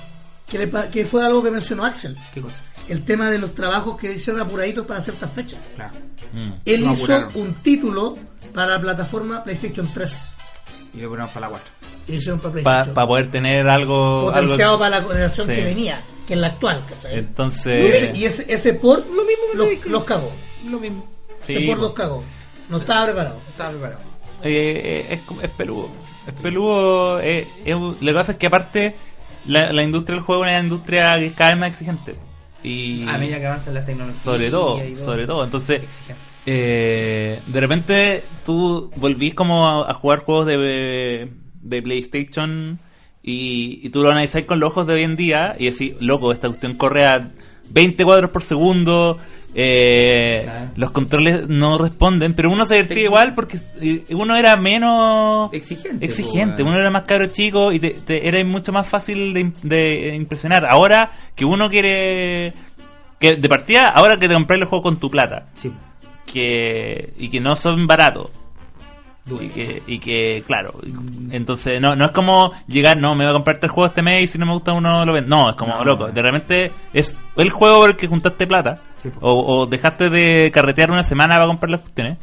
Speaker 3: que, le pa- que fue algo que mencionó Axel,
Speaker 2: ¿Qué cosa?
Speaker 3: el tema de los trabajos que hicieron apuraditos para ciertas fechas.
Speaker 2: Claro.
Speaker 4: Mm.
Speaker 3: Él
Speaker 2: Lo
Speaker 3: hizo
Speaker 2: apuraron.
Speaker 3: un título para la plataforma PlayStation 3.
Speaker 2: Y lo ponemos para la 4.
Speaker 3: Y lo hicieron para
Speaker 4: Para
Speaker 3: PlayStation.
Speaker 4: poder tener algo.
Speaker 3: potenciado
Speaker 4: algo-
Speaker 3: para la generación
Speaker 4: Sí.
Speaker 3: que venía, que es la actual, ¿cachai? y
Speaker 4: Entonces.
Speaker 3: ese, y ese, ese port
Speaker 2: Lo mismo que
Speaker 3: los,
Speaker 2: te dije.
Speaker 3: los cagó.
Speaker 2: Lo mismo.
Speaker 4: sí,
Speaker 3: ese port
Speaker 4: pues.
Speaker 3: los cagó. No estaba preparado.
Speaker 2: Estaba preparado.
Speaker 4: Eh, eh, es, como- es peludo. Es peludo. eh, es un- lo que pasa es que, aparte, la, la industria del juego es una industria que es cada vez más exigente. Y
Speaker 2: A medida que avanzan las tecnologías.
Speaker 4: sobre todo,
Speaker 2: y
Speaker 4: sobre todo. Entonces,
Speaker 2: Exigente.
Speaker 4: eh, de repente tú volvís como a, a jugar juegos de, de PlayStation y, y tú lo analizás con los ojos de hoy en día y decís, loco, esta cuestión corre a 20 cuadros por segundo. eh,
Speaker 2: Claro.
Speaker 4: Los controles no responden, pero uno se divertía
Speaker 2: Tecno-
Speaker 4: igual porque eh, uno era menos
Speaker 2: Exigente.
Speaker 4: exigente.
Speaker 2: po, weón.
Speaker 4: Uno era más cabro chico y te, te- era mucho más fácil de, im- de impresionar. Ahora que uno quiere. que De partida, ahora que te compras los juegos con tu plata.
Speaker 2: Sí.
Speaker 4: que Y que no son baratos. Y
Speaker 2: duele.
Speaker 4: que, y que, claro. Entonces, no, no es como llegar, no, me voy a comprar tres juegos este mes y si no me gusta uno lo vendo. No, es como,
Speaker 2: No.
Speaker 4: loco. De repente es el juego por el que juntaste plata.
Speaker 2: Sí, po.
Speaker 4: o, o dejaste de carretear una semana para comprar las cuestiones.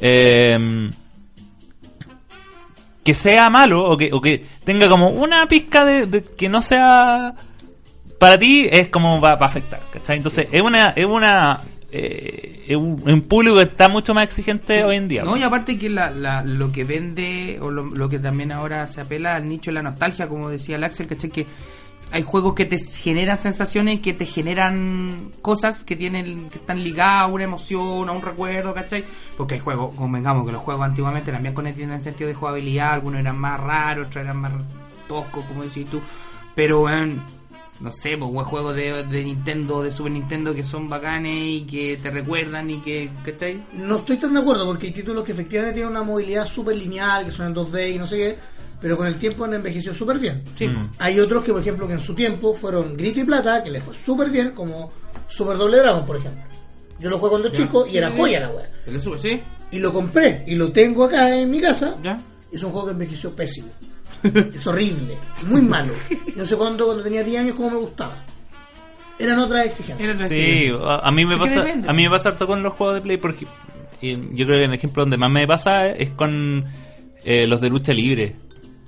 Speaker 4: Eh, que sea malo o que, o que tenga como una pizca de, de que no sea para ti es como va, va a afectar, ¿cachai? Entonces es una es una eh, es un, un público que está mucho más exigente hoy en día.
Speaker 2: No, y aparte que la, la- lo que vende, o lo, lo que también ahora se apela al nicho de la nostalgia, como decía el Axel, ¿cachai? Que hay juegos que te generan sensaciones, que te generan cosas que tienen que están ligadas a una emoción, a un recuerdo, ¿cachai? Porque hay juegos, convengamos que los juegos antiguamente también con- tienen sentido de jugabilidad, algunos eran más raros, otros eran más toscos, como decís tú, pero, weón, no sé, pues, weón, juegos de, de Nintendo, de Super Nintendo que son bacanes y que te recuerdan y que, ¿cachai?
Speaker 3: No estoy tan de acuerdo porque hay títulos que efectivamente tienen una movilidad súper lineal, que son en 2D y no sé qué, pero con el tiempo han envejecido súper bien.
Speaker 2: Sí, pues.
Speaker 3: Hay otros que, por ejemplo, que en su tiempo fueron Grito y Plata, que les fue súper bien, como Super Doble Dragon, por ejemplo. Yo lo jugué cuando chico y
Speaker 2: Sí,
Speaker 3: era
Speaker 2: sí,
Speaker 3: joya
Speaker 2: sí.
Speaker 3: la wea.
Speaker 2: El de Super, sí.
Speaker 3: Y lo compré y lo tengo acá en mi casa.
Speaker 2: ¿Ya?
Speaker 3: Es un juego que envejeció pésimo. Es horrible, muy malo. No sé cuándo, cuando tenía 10 años, cómo me gustaba. Eran otras exigencias.
Speaker 2: Era otra
Speaker 4: Sí,
Speaker 2: experiencia.
Speaker 4: a a mí me
Speaker 2: Es que
Speaker 4: pasa,
Speaker 2: depende.
Speaker 4: a mí me pasa harto con los juegos de Play porque y yo creo que el ejemplo donde más me pasa es con eh, los de lucha libre.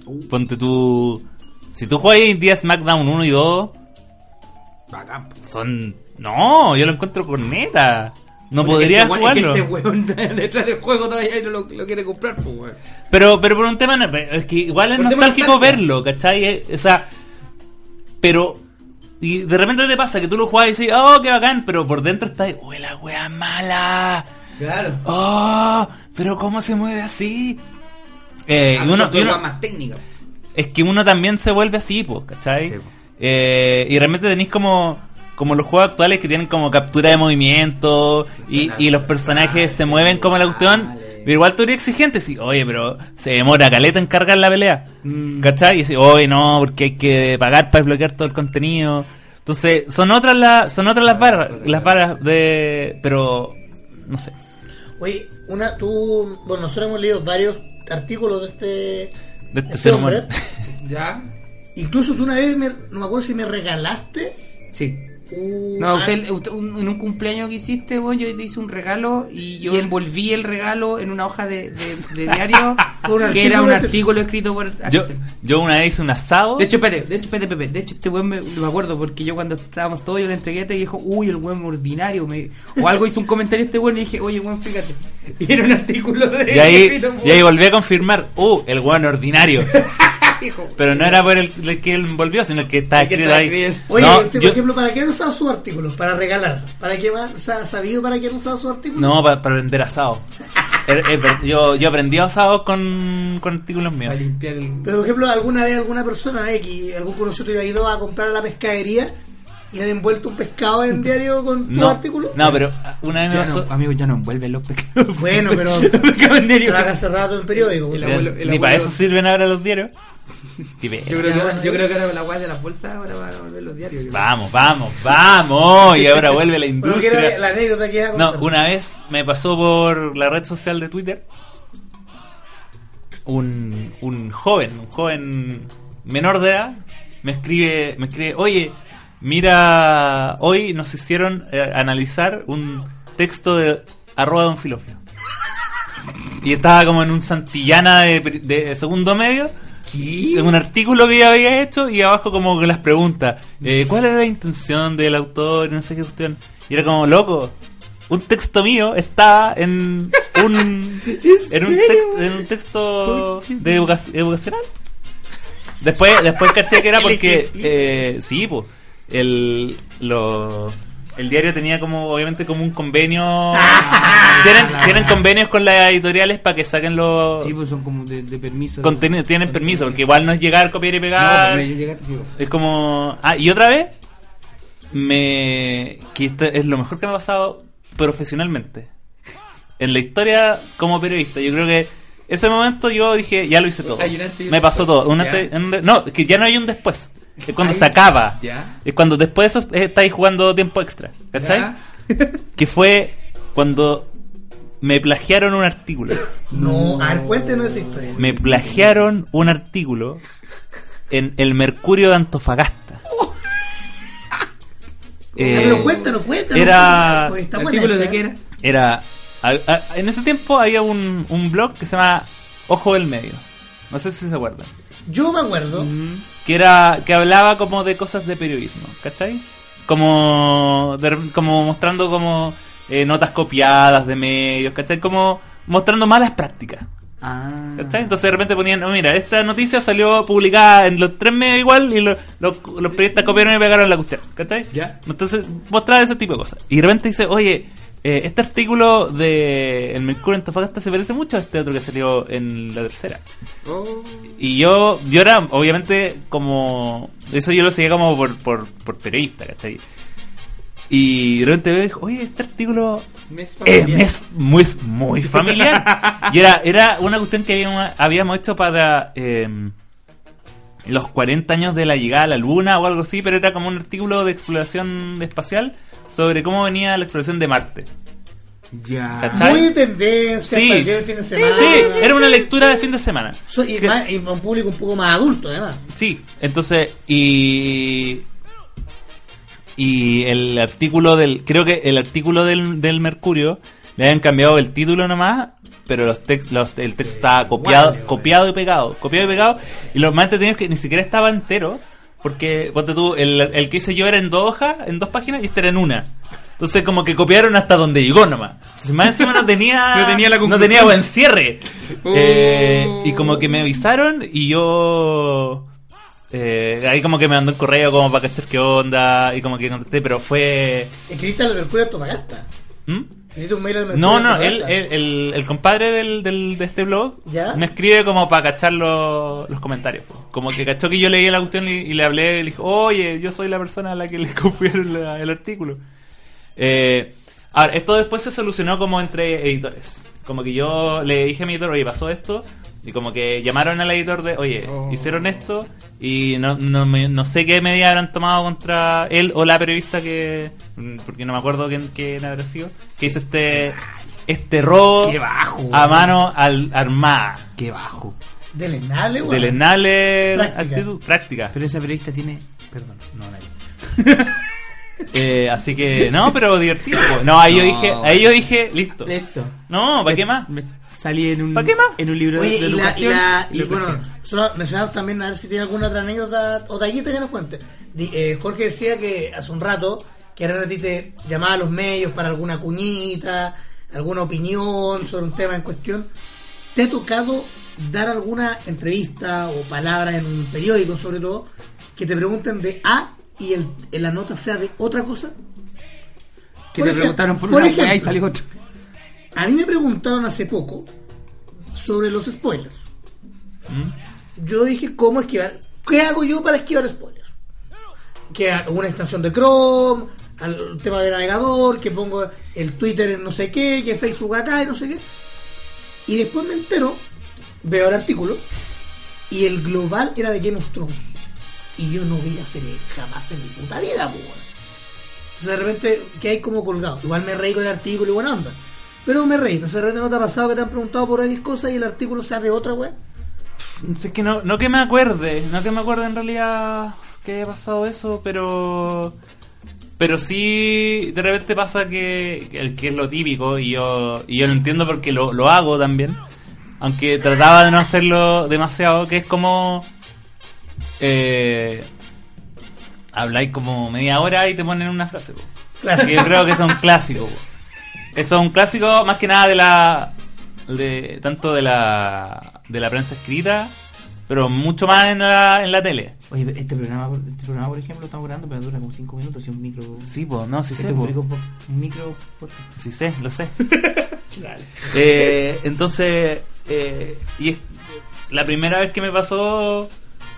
Speaker 2: Uh.
Speaker 4: Ponte tú si tú juegas hoy en día SmackDown 1 y 2
Speaker 2: Bacán.
Speaker 4: son no, yo lo encuentro corneta. No
Speaker 2: Porque
Speaker 4: podría
Speaker 2: este weón-
Speaker 4: jugarlo.
Speaker 2: es que
Speaker 6: (laughs)
Speaker 2: Este weón de- detrás del juego todavía no lo, lo quiere comprar, pues, weón.
Speaker 4: Pero, pero por un tema, es que igual es
Speaker 2: Por tema
Speaker 4: nostálgico
Speaker 2: nostalgia.
Speaker 4: verlo, ¿cachai? Eh, O sea, pero, y de repente te pasa que tú lo juegas y dices, oh, qué bacán, pero por dentro está ahí, uy, la wea mala,
Speaker 2: Claro.
Speaker 4: oh, pero cómo se mueve así. Eh, y uno, y uno-
Speaker 2: más técnica.
Speaker 4: es que uno también se vuelve así, pues, ¿cachai?
Speaker 2: Sí, po.
Speaker 4: Eh, y realmente tenéis como, como los juegos actuales que tienen como captura de movimiento y, y los personajes se mueven como la cuestión. Pero igual tú eres exigente, sí. Oye, pero se demora caleta en cargar la pelea.
Speaker 2: Mm.
Speaker 4: ¿Cachai? Y decís, oye, no, porque hay que pagar para desbloquear todo el contenido. Entonces, son otras, las son otras las barras, las barras de... Pero, no sé.
Speaker 3: Oye, una, tú, bueno, nosotros hemos leído varios artículos de este,
Speaker 4: De este
Speaker 3: este
Speaker 4: ser
Speaker 3: hombre.
Speaker 4: humano.
Speaker 6: ¿Ya?
Speaker 3: Incluso tú una vez, me, no me acuerdo si me regalaste
Speaker 6: Sí.
Speaker 3: un...
Speaker 6: No,
Speaker 3: ah,
Speaker 6: usted, usted- un- en un cumpleaños que hiciste, vos, yo te hice un regalo y yo envolví el regalo en una hoja de, de- de diario
Speaker 3: Con un
Speaker 6: que era (laughs) un
Speaker 3: artículo de-
Speaker 6: artículo escrito por
Speaker 2: Ah,
Speaker 4: Yo,
Speaker 6: Axel.
Speaker 4: yo una vez hice un asado.
Speaker 6: De hecho, espere, de hecho, espere, Pepe, de hecho, este weón me, me acuerdo porque yo cuando estábamos todos, yo le entregué este y dijo, uy, el weón ordinario, me, o algo hizo un comentario este weón y dije, oye, weón, fíjate. (laughs) Y era un artículo de...
Speaker 2: (laughs)
Speaker 4: y ahí,
Speaker 6: escrito por-
Speaker 4: y ahí volví a confirmar, uh, el weón ordinario.
Speaker 3: Ah,
Speaker 6: Hijo,
Speaker 4: Pero no era por el, el que él envolvió, sino el que está
Speaker 6: El que
Speaker 4: escrito
Speaker 6: está
Speaker 4: ahí.
Speaker 6: escrito.
Speaker 3: Oye,
Speaker 4: no,
Speaker 3: usted, por
Speaker 4: yo-
Speaker 3: ejemplo, ¿para qué han usado sus artículos? Para regalar. ¿Para qué va? ¿Se ha sabido para qué han usado sus artículos?
Speaker 4: no, pa- para vender asado. Er- er- per- yo, yo aprendí asado con, con artículos míos.
Speaker 6: Para limpiar el...
Speaker 3: Pero, por ejemplo, alguna vez alguna persona X, algún conocido te ha ido a comprar a la pescadería y han envuelto un pescado en diario con tus
Speaker 4: No,
Speaker 3: artículos.
Speaker 4: no, pero una vez me
Speaker 6: Ya
Speaker 4: pasó.
Speaker 6: no, amigo, ya no envuelven los pescados.
Speaker 3: Bueno,
Speaker 4: (laughs)
Speaker 3: pero
Speaker 6: Yo
Speaker 3: traga cerrado en el periódico.
Speaker 6: El
Speaker 4: Ya,
Speaker 6: abuelo- el
Speaker 4: Ni
Speaker 6: abuelo-
Speaker 4: para eso sirven ahora
Speaker 6: (laughs)
Speaker 4: los diarios. Y ve-
Speaker 6: creo, que, (laughs) yo creo que ahora la guay de las bolsas, ahora van a volver los diarios. yo creo.
Speaker 4: Vamos, vamos, vamos. Y ahora vuelve la
Speaker 3: Bueno, quiero
Speaker 4: industria.
Speaker 3: la anécdota que iba a
Speaker 4: No,
Speaker 3: contar.
Speaker 4: una vez me pasó por la red social de Twitter un, un joven, un joven menor de edad, me escribe, me escribe, oye, mira, hoy nos hicieron eh, analizar un texto de arroba don Filofio. Y estaba como en un Santillana de, pri- de segundo medio. Es un artículo que ya había hecho y abajo como que las preguntas. eh, ¿Cuál era la intención del autor? y No sé qué cuestión. Y era como, loco, un texto mío está en un, en un, texto, en un texto de educa- educacional. Después, después caché que era porque, eh, sí, po, el, lo- el diario tenía como, obviamente, como un convenio. tienen, tienen convenios con las editoriales para que saquen los,
Speaker 6: Sí, pues son como de, de permiso.
Speaker 4: Contenido, tienen permiso, porque igual no es llegar, copiar
Speaker 6: No,
Speaker 4: y
Speaker 6: pues,
Speaker 4: pegar.
Speaker 6: pero yo llegar- digo,
Speaker 4: Es como. Ah, y otra vez, me. que esto es lo mejor que me ha pasado profesionalmente. En la historia como periodista, yo creo que ese momento yo dije, ya lo hice todo.
Speaker 6: Hay un antes y un
Speaker 4: Me pasó
Speaker 6: después.
Speaker 4: todo. Un
Speaker 6: Ya.
Speaker 4: antes- un de- no, es que ya no hay un después. Es cuando
Speaker 6: Ahí-
Speaker 4: se acaba.
Speaker 6: Ya.
Speaker 4: Es cuando después de eso eh, estáis jugando tiempo extra. ¿Cachai?
Speaker 6: Ya.
Speaker 4: Que fue cuando me plagiaron un artículo.
Speaker 3: No, a ver, cuéntenos esa historia.
Speaker 4: Me plagiaron un artículo en El Mercurio de Antofagasta. Eh,
Speaker 3: Ya, pero cuéntanos, cuéntanos.
Speaker 4: era-
Speaker 3: porque está
Speaker 6: ¿El
Speaker 3: buena
Speaker 6: artículo de
Speaker 3: esta,
Speaker 6: qué
Speaker 3: ¿eh?
Speaker 6: era?
Speaker 4: era a- a- en ese tiempo había un, un blog que se llama Ojo del Medio. No sé si se acuerdan.
Speaker 3: Yo me acuerdo.
Speaker 6: Mm,
Speaker 4: Que era que hablaba como de cosas de periodismo, ¿cachai? Como de- como mostrando como eh, notas copiadas de medios, ¿cachai? Como mostrando malas prácticas.
Speaker 6: Ah.
Speaker 4: ¿Cachai? Entonces de repente ponían, "Oh, mira, esta noticia salió publicada en los tres medios igual y lo- lo- los periodistas copiaron y pegaron la cuestión. ¿Cachai?
Speaker 6: Ya.
Speaker 4: Entonces mostraba ese tipo de cosas. Y de repente dice, oye, eh, este artículo de El Mercurio en Antofagasta se parece mucho a este otro que salió en la tercera.
Speaker 6: Oh.
Speaker 4: Y yo, yo era, obviamente, como. Eso yo lo seguía como por, por, por periodista, ¿cachai? Y de repente veo y dijo, oye, este artículo
Speaker 6: Mes
Speaker 4: eh,
Speaker 6: familiar.
Speaker 4: me es muy, es muy familiar. y era, era una cuestión que habíamos, habíamos hecho para eh, los 40 años de la llegada a la Luna o algo así, pero era como un artículo de exploración espacial sobre cómo venía la exploración de Marte.
Speaker 6: Ya.
Speaker 4: ¿Cachai?
Speaker 3: Muy de tendencia,
Speaker 4: Sí.
Speaker 3: para el fin de semana.
Speaker 4: Sí, era una lectura de fin de semana.
Speaker 3: So- y,
Speaker 4: Que-
Speaker 3: más- y un público un poco más adulto, además.
Speaker 4: Sí, entonces, y. Y el artículo del. Creo que el artículo del, del Mercurio le habían cambiado el título nomás, pero los tex- los- el texto estaba copiado, copiado y pegado. Copiado y pegado. Y los más entretenido es que ni siquiera estaba entero, porque, ponte tú, el, el que hice yo era en dos hojas, en dos páginas, y este era en una. Entonces, como que copiaron hasta donde llegó nomás. Entonces, más encima no tenía.
Speaker 6: (laughs) No tenía la
Speaker 4: No
Speaker 6: conclusión.
Speaker 4: tenía buen cierre.
Speaker 6: Oh.
Speaker 4: Eh, y como que me avisaron y yo. eh, ahí como que me mandó un correo como para cachar qué onda y como que contesté, pero fue.
Speaker 3: Escribiste al Mercurio Antofagasta.
Speaker 4: ¿Mm?
Speaker 3: Escribiste un mail al Mercurio
Speaker 4: No, no, él,
Speaker 3: Antofagasta.
Speaker 4: él- el, el compadre del, del- de este blog
Speaker 3: ¿Ya?
Speaker 4: me escribe como para cachar los- los comentarios. Como que cachó que yo leía la cuestión y, y le hablé, le dijo, oye, yo soy la persona a la que le (laughs) copiaron la- el artículo. Eh, ahora, esto después se solucionó como entre editores. Como que yo le dije a mi editor, oye, pasó esto, Y como que llamaron al editor de, oye,
Speaker 6: Oh.
Speaker 4: hicieron esto y no, no, me- no sé qué medida habrán tomado contra él o la periodista que, mm, porque no me acuerdo quién, quién habrá sido, que hizo este, este robo
Speaker 6: Qué bajo,
Speaker 4: a
Speaker 6: weón.
Speaker 4: mano al, armada.
Speaker 6: Qué bajo.
Speaker 3: Delenable, weón.
Speaker 4: Delenable
Speaker 3: Práctica.
Speaker 4: actitud, práctica.
Speaker 6: Pero esa periodista tiene. Perdón, no, nadie.
Speaker 4: Eh, así que, no, pero divertido. po. No, ahí yo
Speaker 6: No,
Speaker 4: dije,
Speaker 6: bueno.
Speaker 4: ahí yo dije, listo.
Speaker 6: Listo.
Speaker 4: No, ¿para qué más?
Speaker 6: Me salí en un.
Speaker 4: ¿Pa' qué más?
Speaker 6: En un libro de-
Speaker 3: Oye,
Speaker 6: de,
Speaker 3: y la, y
Speaker 6: educación.
Speaker 3: la- y
Speaker 6: lo que
Speaker 3: bueno,
Speaker 6: sea.
Speaker 3: solo mencionamos también a ver si tiene alguna otra anécdota o tallita que nos cuente. Di- eh, Jorge decía que hace un rato que ahora a ti te llamaba a los medios para alguna cuñita, alguna opinión sobre un tema en cuestión. ¿Te ha tocado dar alguna entrevista o palabra en un periódico, sobre todo, que te pregunten de A y el, la nota sea de otra cosa?
Speaker 6: que
Speaker 3: por
Speaker 6: te
Speaker 3: ejemplo-
Speaker 6: preguntaron por
Speaker 3: por
Speaker 6: una weá y
Speaker 3: ejemplo.
Speaker 6: salió otro.
Speaker 3: A mí me preguntaron hace poco sobre los spoilers. Yo dije, ¿cómo esquivar? ¿Qué hago yo para esquivar spoilers? Que hago una extensión de Chrome, al tema del navegador, que pongo el Twitter en no sé qué, que Facebook acá y no sé qué. Y después me entero, veo el artículo, y el global era de Game of Thrones. Y yo no vi la serie jamás en mi puta vida, po, weón. Entonces, de repente, que hay como colgado. Igual me reí con el artículo y buena onda. Pero me reí. Entonces, de repente no te ha pasado que te han preguntado por X cosas y el artículo sea de otra, weón.
Speaker 4: Es que no, no que me acuerde, no que me acuerde en realidad que haya pasado eso, pero. Pero sí, de repente pasa que, que, que es lo típico, y yo, y yo lo entiendo porque lo, lo hago también, aunque trataba de no hacerlo demasiado, que es como. Eh, habláis como media hora y te ponen una frase. po. Que yo creo que eso es un clásico. po. Eso es un clásico más que nada de la. De, tanto de la. De la prensa escrita, pero mucho más en la, en la tele.
Speaker 6: Oye, este programa, este programa, por ejemplo, lo estamos grabando, pero dura como 5 minutos y un micro.
Speaker 4: Sí, po, no, sí
Speaker 6: este
Speaker 4: sé,
Speaker 6: es un
Speaker 4: po.
Speaker 6: micro po- un micro podcast.
Speaker 4: Sí sé, lo sé. Eh, entonces, eh, y es- la primera vez que me pasó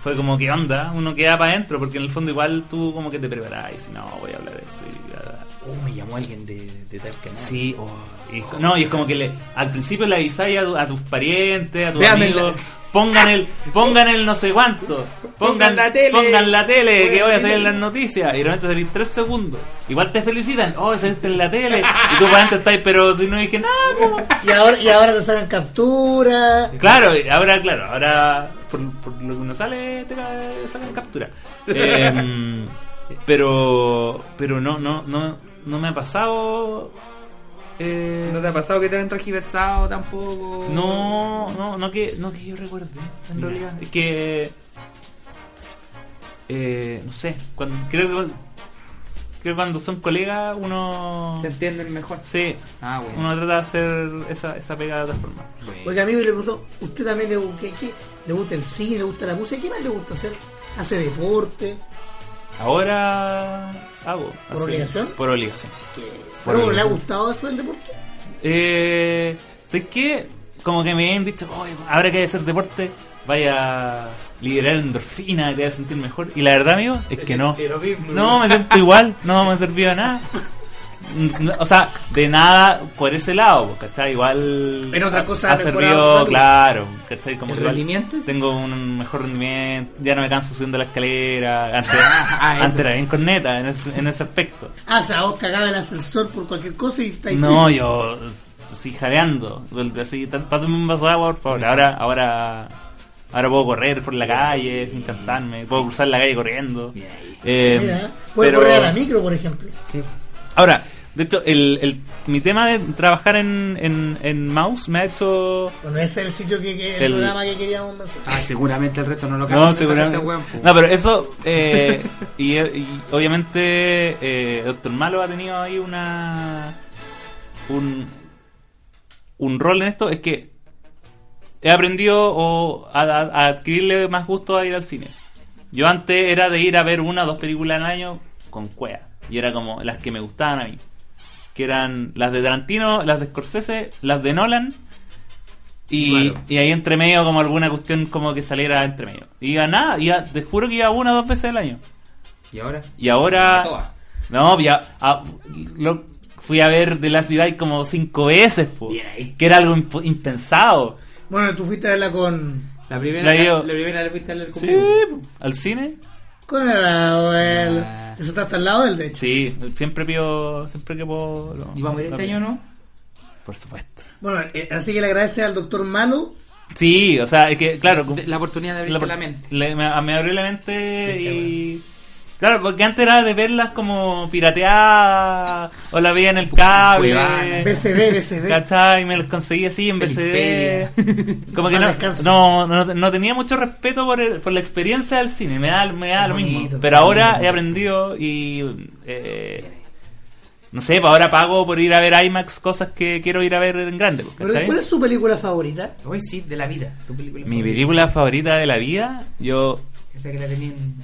Speaker 4: fue como que onda, uno queda para adentro, porque en el fondo igual tú como que te preparás y si no, voy a hablar de esto y bla, bla, bla.
Speaker 6: Oh, me llamó alguien de, de tal canal.
Speaker 4: Sí, oh, y es co- no, y es como que le, al principio le avisáis a, tu- a tus parientes, a tus
Speaker 6: Vean
Speaker 4: amigos,
Speaker 6: el-
Speaker 4: pongan el, pongan el no sé cuánto, pongan,
Speaker 6: Pongan la tele.
Speaker 4: pongan la tele, que
Speaker 6: Pongan
Speaker 4: voy a
Speaker 6: la
Speaker 4: hacer
Speaker 6: tele.
Speaker 4: las noticias, y de repente salís tres segundos, igual te felicitan, oh, saliste en la tele, y tú para adentro estás, pero si no dije nada, po".
Speaker 3: Y ahora, y ahora te sacan captura.
Speaker 4: Claro, y ahora, claro, ahora por, por lo que uno sale, te la- sacan captura. Em, pero, pero no, no, no, no me ha pasado. eh,
Speaker 6: ¿No te ha pasado que te han transgiversado tampoco?
Speaker 4: No, no, no que, no que yo recuerde, en
Speaker 6: Ya.
Speaker 4: realidad. Es que. eh, no sé, cuando, creo que. Creo que cuando son colegas uno.
Speaker 6: Se entienden mejor.
Speaker 4: Sí,
Speaker 6: Ah, bueno.
Speaker 4: uno trata de hacer esa, esa pega de otra forma.
Speaker 3: Oiga, amigo, y le preguntó, ¿usted también le, gu- qué- qué? le gusta el cine, le gusta la música? ¿Qué más le gusta hacer? ¿Hace deporte?
Speaker 4: Ahora hago.
Speaker 3: ¿Por obligación?
Speaker 4: Por obligación.
Speaker 3: ¿Qué?
Speaker 4: Por
Speaker 3: ¿Pero
Speaker 4: el-
Speaker 3: le ha gustado hacer el deporte?
Speaker 4: Eh, ¿Sabes qué? Como que me han dicho, "Oye, ahora que hacer deporte, vaya a liberar endorfina y te vas a sentir mejor. Y la verdad, amigo, es que no. No, me siento igual, no me sirvió de nada. No, O sea, de nada por ese lado, pues, ¿cachai? Igual.
Speaker 3: En otras
Speaker 4: ha-
Speaker 3: cosas
Speaker 4: ha
Speaker 3: ha mejorado tu
Speaker 4: servido,
Speaker 3: salud.
Speaker 4: claro, ¿cachai? Como
Speaker 6: ¿El
Speaker 4: que igual
Speaker 6: rendimiento?
Speaker 4: Tengo un mejor rendimiento, ya no me canso subiendo la escalera. Antes,
Speaker 6: Ah, eso.
Speaker 4: antes era bien corneta en ese, en ese aspecto.
Speaker 3: Ah, o sea, vos cagabas el ascensor por cualquier cosa y estáis
Speaker 4: No,
Speaker 3: frito.
Speaker 4: yo sí jadeando. Así, tan- pásame un vaso de agua, por favor. Ahora, ahora, ahora puedo correr por la calle sin cansarme. Puedo cruzar la calle corriendo. Eh,
Speaker 3: Mira, puede
Speaker 4: pero-
Speaker 3: correr a la micro, por ejemplo.
Speaker 6: Sí.
Speaker 4: Ahora, de hecho, el, el- mi tema de trabajar en, en, en mouse me ha hecho.
Speaker 3: Bueno, ese es el sitio que, que- el,
Speaker 4: El-
Speaker 3: programa que queríamos mencionar.
Speaker 6: Ah, seguramente el resto no lo
Speaker 4: No,
Speaker 6: cagan,
Speaker 4: seguramente.
Speaker 6: este weón, po.
Speaker 4: No, pero eso. eh, y, y obviamente, eh, Doctor Malo ha tenido ahí una. Un, un rol en esto. Es que he aprendido o, a, a- a adquirirle más gusto a ir al cine. Yo antes era de ir a ver una o dos películas al año con cuea. Y era como las que me gustaban a mí. Que eran las de Tarantino, las de Scorsese, las de Nolan. Y,
Speaker 6: Claro.
Speaker 4: y ahí entre medio como alguna cuestión como que saliera entre medio. Y iba nada, iba- te juro que iba una o dos veces al año.
Speaker 6: ¿Y ahora?
Speaker 4: Y ahora...
Speaker 6: A todas.
Speaker 4: No, ya, a- lo- fui a ver The Last Jedi como cinco veces, po,
Speaker 6: Bien ahí.
Speaker 4: que era algo imp- impensado.
Speaker 3: Bueno, tú fuiste a verla con.
Speaker 2: La primera,
Speaker 4: La
Speaker 2: la,
Speaker 4: yo-
Speaker 2: la primera le fuiste a hablar
Speaker 4: Sí,
Speaker 2: conmigo.
Speaker 4: al cine.
Speaker 3: Con el. el
Speaker 2: Ah.
Speaker 3: Eso está hasta al lado del de hecho.
Speaker 4: Sí, siempre pido, siempre que puedo. lo-
Speaker 2: ¿Y vamos a ir
Speaker 4: lo
Speaker 2: este
Speaker 4: pido.
Speaker 2: año no?
Speaker 4: Por supuesto.
Speaker 3: Bueno, eh, así que le agradece al doctor Malo.
Speaker 4: Sí, o sea, es que, claro, como-
Speaker 2: De- La oportunidad de abrirte la,
Speaker 4: la-
Speaker 2: mente.
Speaker 4: le- me, me abrió la mente
Speaker 2: Sí,
Speaker 4: y. Claro, porque antes era de verlas como pirateadas o la veía en el cable.
Speaker 2: Cuevana.
Speaker 3: BCD, BCD.
Speaker 4: ¿Cachai? Me los conseguí así en BCD. Como que
Speaker 3: Más
Speaker 4: no,
Speaker 3: descanso.
Speaker 4: no, no, no tenía mucho respeto por, el- por la experiencia del cine, me da, me da lo mismo.
Speaker 3: Bonito,
Speaker 4: Pero ahora
Speaker 3: bonito,
Speaker 4: he aprendido y... eh, no sé, pues ahora pago por ir a ver IMAX cosas que quiero ir a ver en grande. pues,
Speaker 3: Pero,
Speaker 4: ¿cachai?
Speaker 3: ¿Cuál es su película favorita?
Speaker 2: Hoy sí, de la vida. Tu película
Speaker 4: Mi
Speaker 2: favorita.
Speaker 4: película favorita de la vida, yo
Speaker 2: Esa que la tenía en,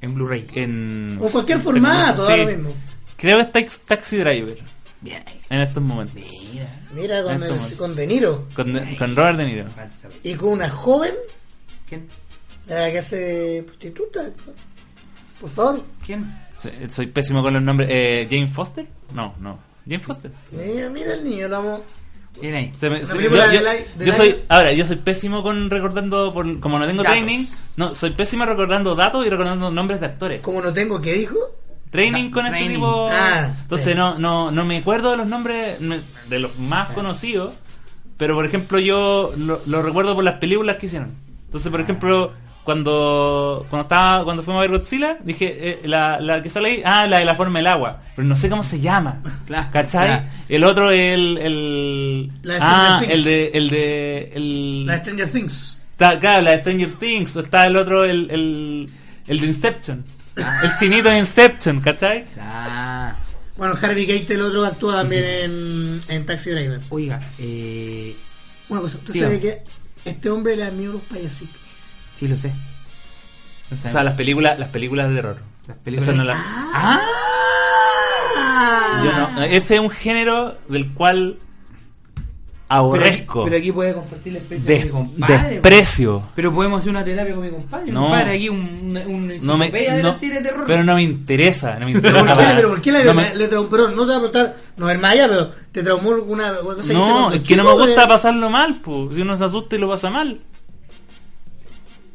Speaker 2: en Blu-ray.
Speaker 4: en...
Speaker 3: O cualquier
Speaker 4: en-
Speaker 3: formato, da
Speaker 4: sí.
Speaker 3: lo mismo.
Speaker 4: Creo que es Tax- Taxi Driver
Speaker 2: Bien.
Speaker 4: en estos momentos.
Speaker 2: Mira.
Speaker 3: Mira, con,
Speaker 4: Entonces.
Speaker 3: el, con De Niro.
Speaker 4: Con, con Robert De Niro.
Speaker 2: Falsa.
Speaker 3: Y con una joven
Speaker 2: ¿Quién?
Speaker 3: de la que hace prostituta. Por favor.
Speaker 2: ¿Quién?
Speaker 4: Soy, soy pésimo con los nombres. Eh, ¿Jane Foster? No, no. ¿Jane Foster?
Speaker 3: Mira, mira el niño, lo amo.
Speaker 2: ¿Quién ahí?
Speaker 4: Se me-
Speaker 3: Una
Speaker 4: se-
Speaker 3: película
Speaker 4: yo,
Speaker 3: de
Speaker 4: yo-
Speaker 3: la- de
Speaker 4: yo
Speaker 3: la-
Speaker 4: soy ahora yo soy pésimo con recordando por, como no tengo
Speaker 2: Datos.
Speaker 4: training no soy pésimo recordando datos y recordando nombres de actores
Speaker 3: Como no tengo, ¿qué dijo?
Speaker 2: Da-
Speaker 4: training con este
Speaker 2: training.
Speaker 4: tipo
Speaker 3: Ah,
Speaker 4: entonces
Speaker 3: sí.
Speaker 4: no no no me acuerdo de los nombres me- de los más conocidos pero por ejemplo yo lo, lo recuerdo por las películas que hicieron entonces
Speaker 3: Ah.
Speaker 4: por ejemplo cuando cuando estaba cuando fuimos a ver Godzilla dije eh, la, la que sale ahí ah la de la forma del agua pero no sé cómo se llama
Speaker 2: Claro.
Speaker 4: ¿Cachai?
Speaker 2: Claro.
Speaker 4: el otro el el
Speaker 3: La de
Speaker 4: ah
Speaker 3: Stranger
Speaker 4: el
Speaker 3: Things.
Speaker 4: de el de el
Speaker 3: La de Stranger Things.
Speaker 4: Está, claro, la de Stranger Things, o está el otro, el, el, el de Inception.
Speaker 3: Ah.
Speaker 4: El chinito de Inception, ¿cachai?
Speaker 2: Ah.
Speaker 3: Bueno, Harvey Keitel, el otro actúa también En, en Taxi Driver.
Speaker 2: Oiga, eh,
Speaker 3: Una cosa, ¿usted
Speaker 2: Dígame.
Speaker 3: sabe que este hombre le da miedo a los payasitos?
Speaker 2: sí lo sé. Lo
Speaker 4: O
Speaker 2: sabemos.
Speaker 4: sea, las películas, las películas de terror.
Speaker 2: Las películas-
Speaker 4: Esas no las-
Speaker 3: ¡Ah!
Speaker 4: yo no- ese es un género del cual
Speaker 2: pero, aquí,
Speaker 4: aborrezco,
Speaker 2: pero aquí puede compartir la experiencia
Speaker 4: des-
Speaker 2: con mi compadre.
Speaker 4: desprecio.
Speaker 2: Pero podemos hacer una terapia con mi compadre.
Speaker 4: No.
Speaker 2: Compadre, aquí un, un, un
Speaker 4: No me,
Speaker 2: enciclopedia de
Speaker 4: no-
Speaker 2: la serie de terror.
Speaker 4: pero no me interesa, no me
Speaker 3: ¿Pero
Speaker 4: interesa
Speaker 3: por qué,
Speaker 4: para-
Speaker 3: pero por qué le,
Speaker 4: no me-
Speaker 3: le, traumó? Perdón, no te voy a preguntar, no es maya, pero te traumó alguna cosa. que hiciste
Speaker 4: no,
Speaker 3: cuando
Speaker 4: es que no me
Speaker 3: chico, eh,
Speaker 4: gusta
Speaker 3: de-
Speaker 4: pasarlo mal, po. si uno se asusta y lo pasa mal.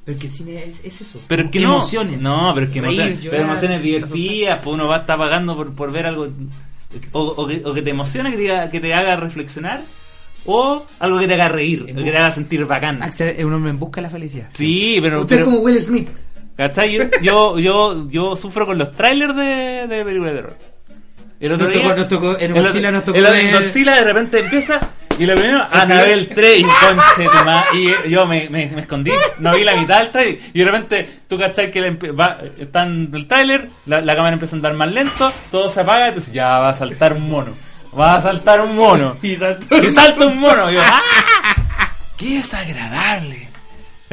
Speaker 2: Pero que cine es, es eso.
Speaker 4: Pero es que no.
Speaker 2: emociones.
Speaker 4: No, pero es que
Speaker 2: Reír,
Speaker 4: emociones,
Speaker 2: llorar,
Speaker 4: pero emociones
Speaker 2: asustar.
Speaker 4: divertidas, pues uno va a estar pagando por, por ver algo. O, o que, o que te emocione, que te, haga- que te haga reflexionar, o algo que te haga reír, o que te haga sentir bacán.
Speaker 2: Axel es un hombre en busca de la felicidad.
Speaker 4: Sí, pero.
Speaker 3: Usted es
Speaker 4: pero-
Speaker 3: como Will Smith.
Speaker 4: ¿cachai? Yo, yo, yo, yo sufro con los trailers de, de películas de terror. El
Speaker 2: Nos tocó- nos tocó- en
Speaker 4: el otro-
Speaker 2: Godzilla nos tocó
Speaker 4: el otro-
Speaker 2: ver-
Speaker 4: En Godzilla de repente empieza. Y lo primero, ah, Anabel 3 y conche tu ma- Y yo me, me, me escondí, no vi la mitad del trailer. Y de repente, tú cachai que le empe- va, están el trailer, la, la cámara empieza a andar más lento, todo se apaga, y tú dices, ya va a saltar un mono. Va a saltar un mono.
Speaker 2: Y saltó.
Speaker 4: Y salta un mono. Y yo, ¡ah! ¡Qué desagradable!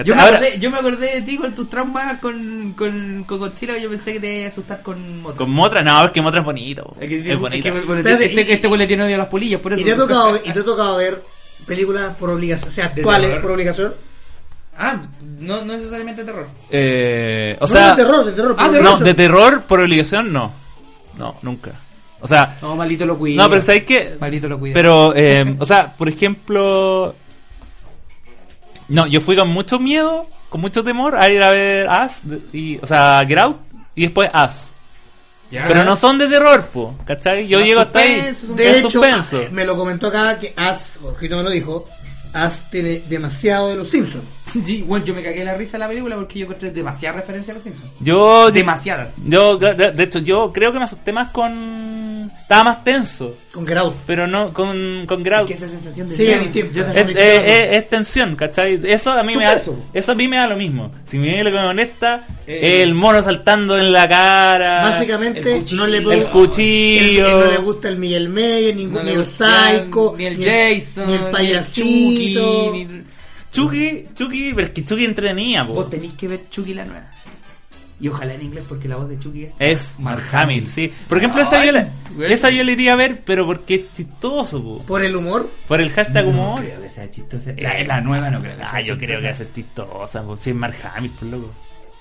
Speaker 2: Yo me,
Speaker 4: Ahora-
Speaker 2: acordé, yo me acordé de ti con tus traumas con, con, con Godzilla. Yo pensé que te iba a asustar con moto.
Speaker 4: Con Motra, no, es que Motra es bonito.
Speaker 2: Es que-
Speaker 4: es bonito.
Speaker 2: es que- bueno,
Speaker 3: Espérate,
Speaker 2: este-
Speaker 3: y-
Speaker 2: este güey le tiene odio a las polillas, por eso.
Speaker 3: Y te ha tocado, y te ha tocado ver películas por obligación, o sea, actuales
Speaker 2: terror.
Speaker 3: por obligación.
Speaker 2: Ah, no, no necesariamente terror.
Speaker 4: Eh, o
Speaker 3: no,
Speaker 4: sea,
Speaker 3: de terror, de terror.
Speaker 2: ah,
Speaker 3: por
Speaker 2: de
Speaker 4: no,
Speaker 3: obligación.
Speaker 4: de terror por obligación no. No, nunca. O sea,
Speaker 2: No, malito lo cuida.
Speaker 4: no, pero ¿sabes qué?
Speaker 2: Malito lo cuida.
Speaker 4: Pero, eh, o sea, por ejemplo... No, yo fui con mucho miedo, con mucho temor a ir a ver As, y, o sea, Get Out y después As.
Speaker 2: Ya.
Speaker 4: Pero no son de terror, po, ¿cachai? Yo
Speaker 2: No,
Speaker 4: llego hasta ahí.
Speaker 2: suspenso,
Speaker 3: De
Speaker 4: es
Speaker 3: hecho,
Speaker 4: suspenso.
Speaker 3: ah, me lo comentó acá que As, Jorgito me lo dijo, As tiene demasiado de los Simpsons.
Speaker 2: (laughs) Sí, bueno, yo me cagué la risa en la película porque yo encontré demasiadas referencias a los Simpsons.
Speaker 4: Yo,
Speaker 2: Demasiadas.
Speaker 4: yo, de de hecho, yo creo que me asusté más con... Estaba más tenso.
Speaker 3: Con Get Out.
Speaker 4: Pero no, con, con Grout.
Speaker 2: Es que esa sensación de.
Speaker 3: Sí,
Speaker 2: miedo,
Speaker 3: es distinto.
Speaker 2: yo te-
Speaker 4: Es, eh, es- es tensión, ¿cachai? Eso a mí me da,
Speaker 3: Suspenso.
Speaker 4: eso a mí me da lo mismo. Si me viene lo que me molesta,
Speaker 2: Eh.
Speaker 4: el mono saltando en la cara.
Speaker 2: el
Speaker 3: Básicamente,
Speaker 2: cuchillo.
Speaker 3: no le
Speaker 2: El
Speaker 3: puedo-
Speaker 4: cuchillo.
Speaker 3: el- no le gusta el Miguel Meyer, ningún,
Speaker 2: no le
Speaker 3: ni el
Speaker 2: gusta
Speaker 3: Psycho,
Speaker 2: ni el Jason,
Speaker 3: ni el payasito.
Speaker 2: Chucky, ni-
Speaker 4: Chucky, Chucky, pero es que Chucky entretenía, po.
Speaker 2: Vos tenés que ver Chucky la nueva. Y ojalá en inglés porque la voz de Chucky es.
Speaker 4: Es Mark Hamill, sí. Por ejemplo, esa
Speaker 2: Ay,
Speaker 4: yo, la,
Speaker 2: güey.
Speaker 4: esa yo la iría a ver, pero porque es chistoso, po.
Speaker 3: Por el humor,
Speaker 4: Por el hashtag
Speaker 2: No
Speaker 4: humor.
Speaker 2: creo que sea chistosa. La, la nueva no creo que sea
Speaker 4: Ah, yo creo que va a
Speaker 2: chistosa.
Speaker 4: ser chistosa, po. Si es Mark Hamill, por loco.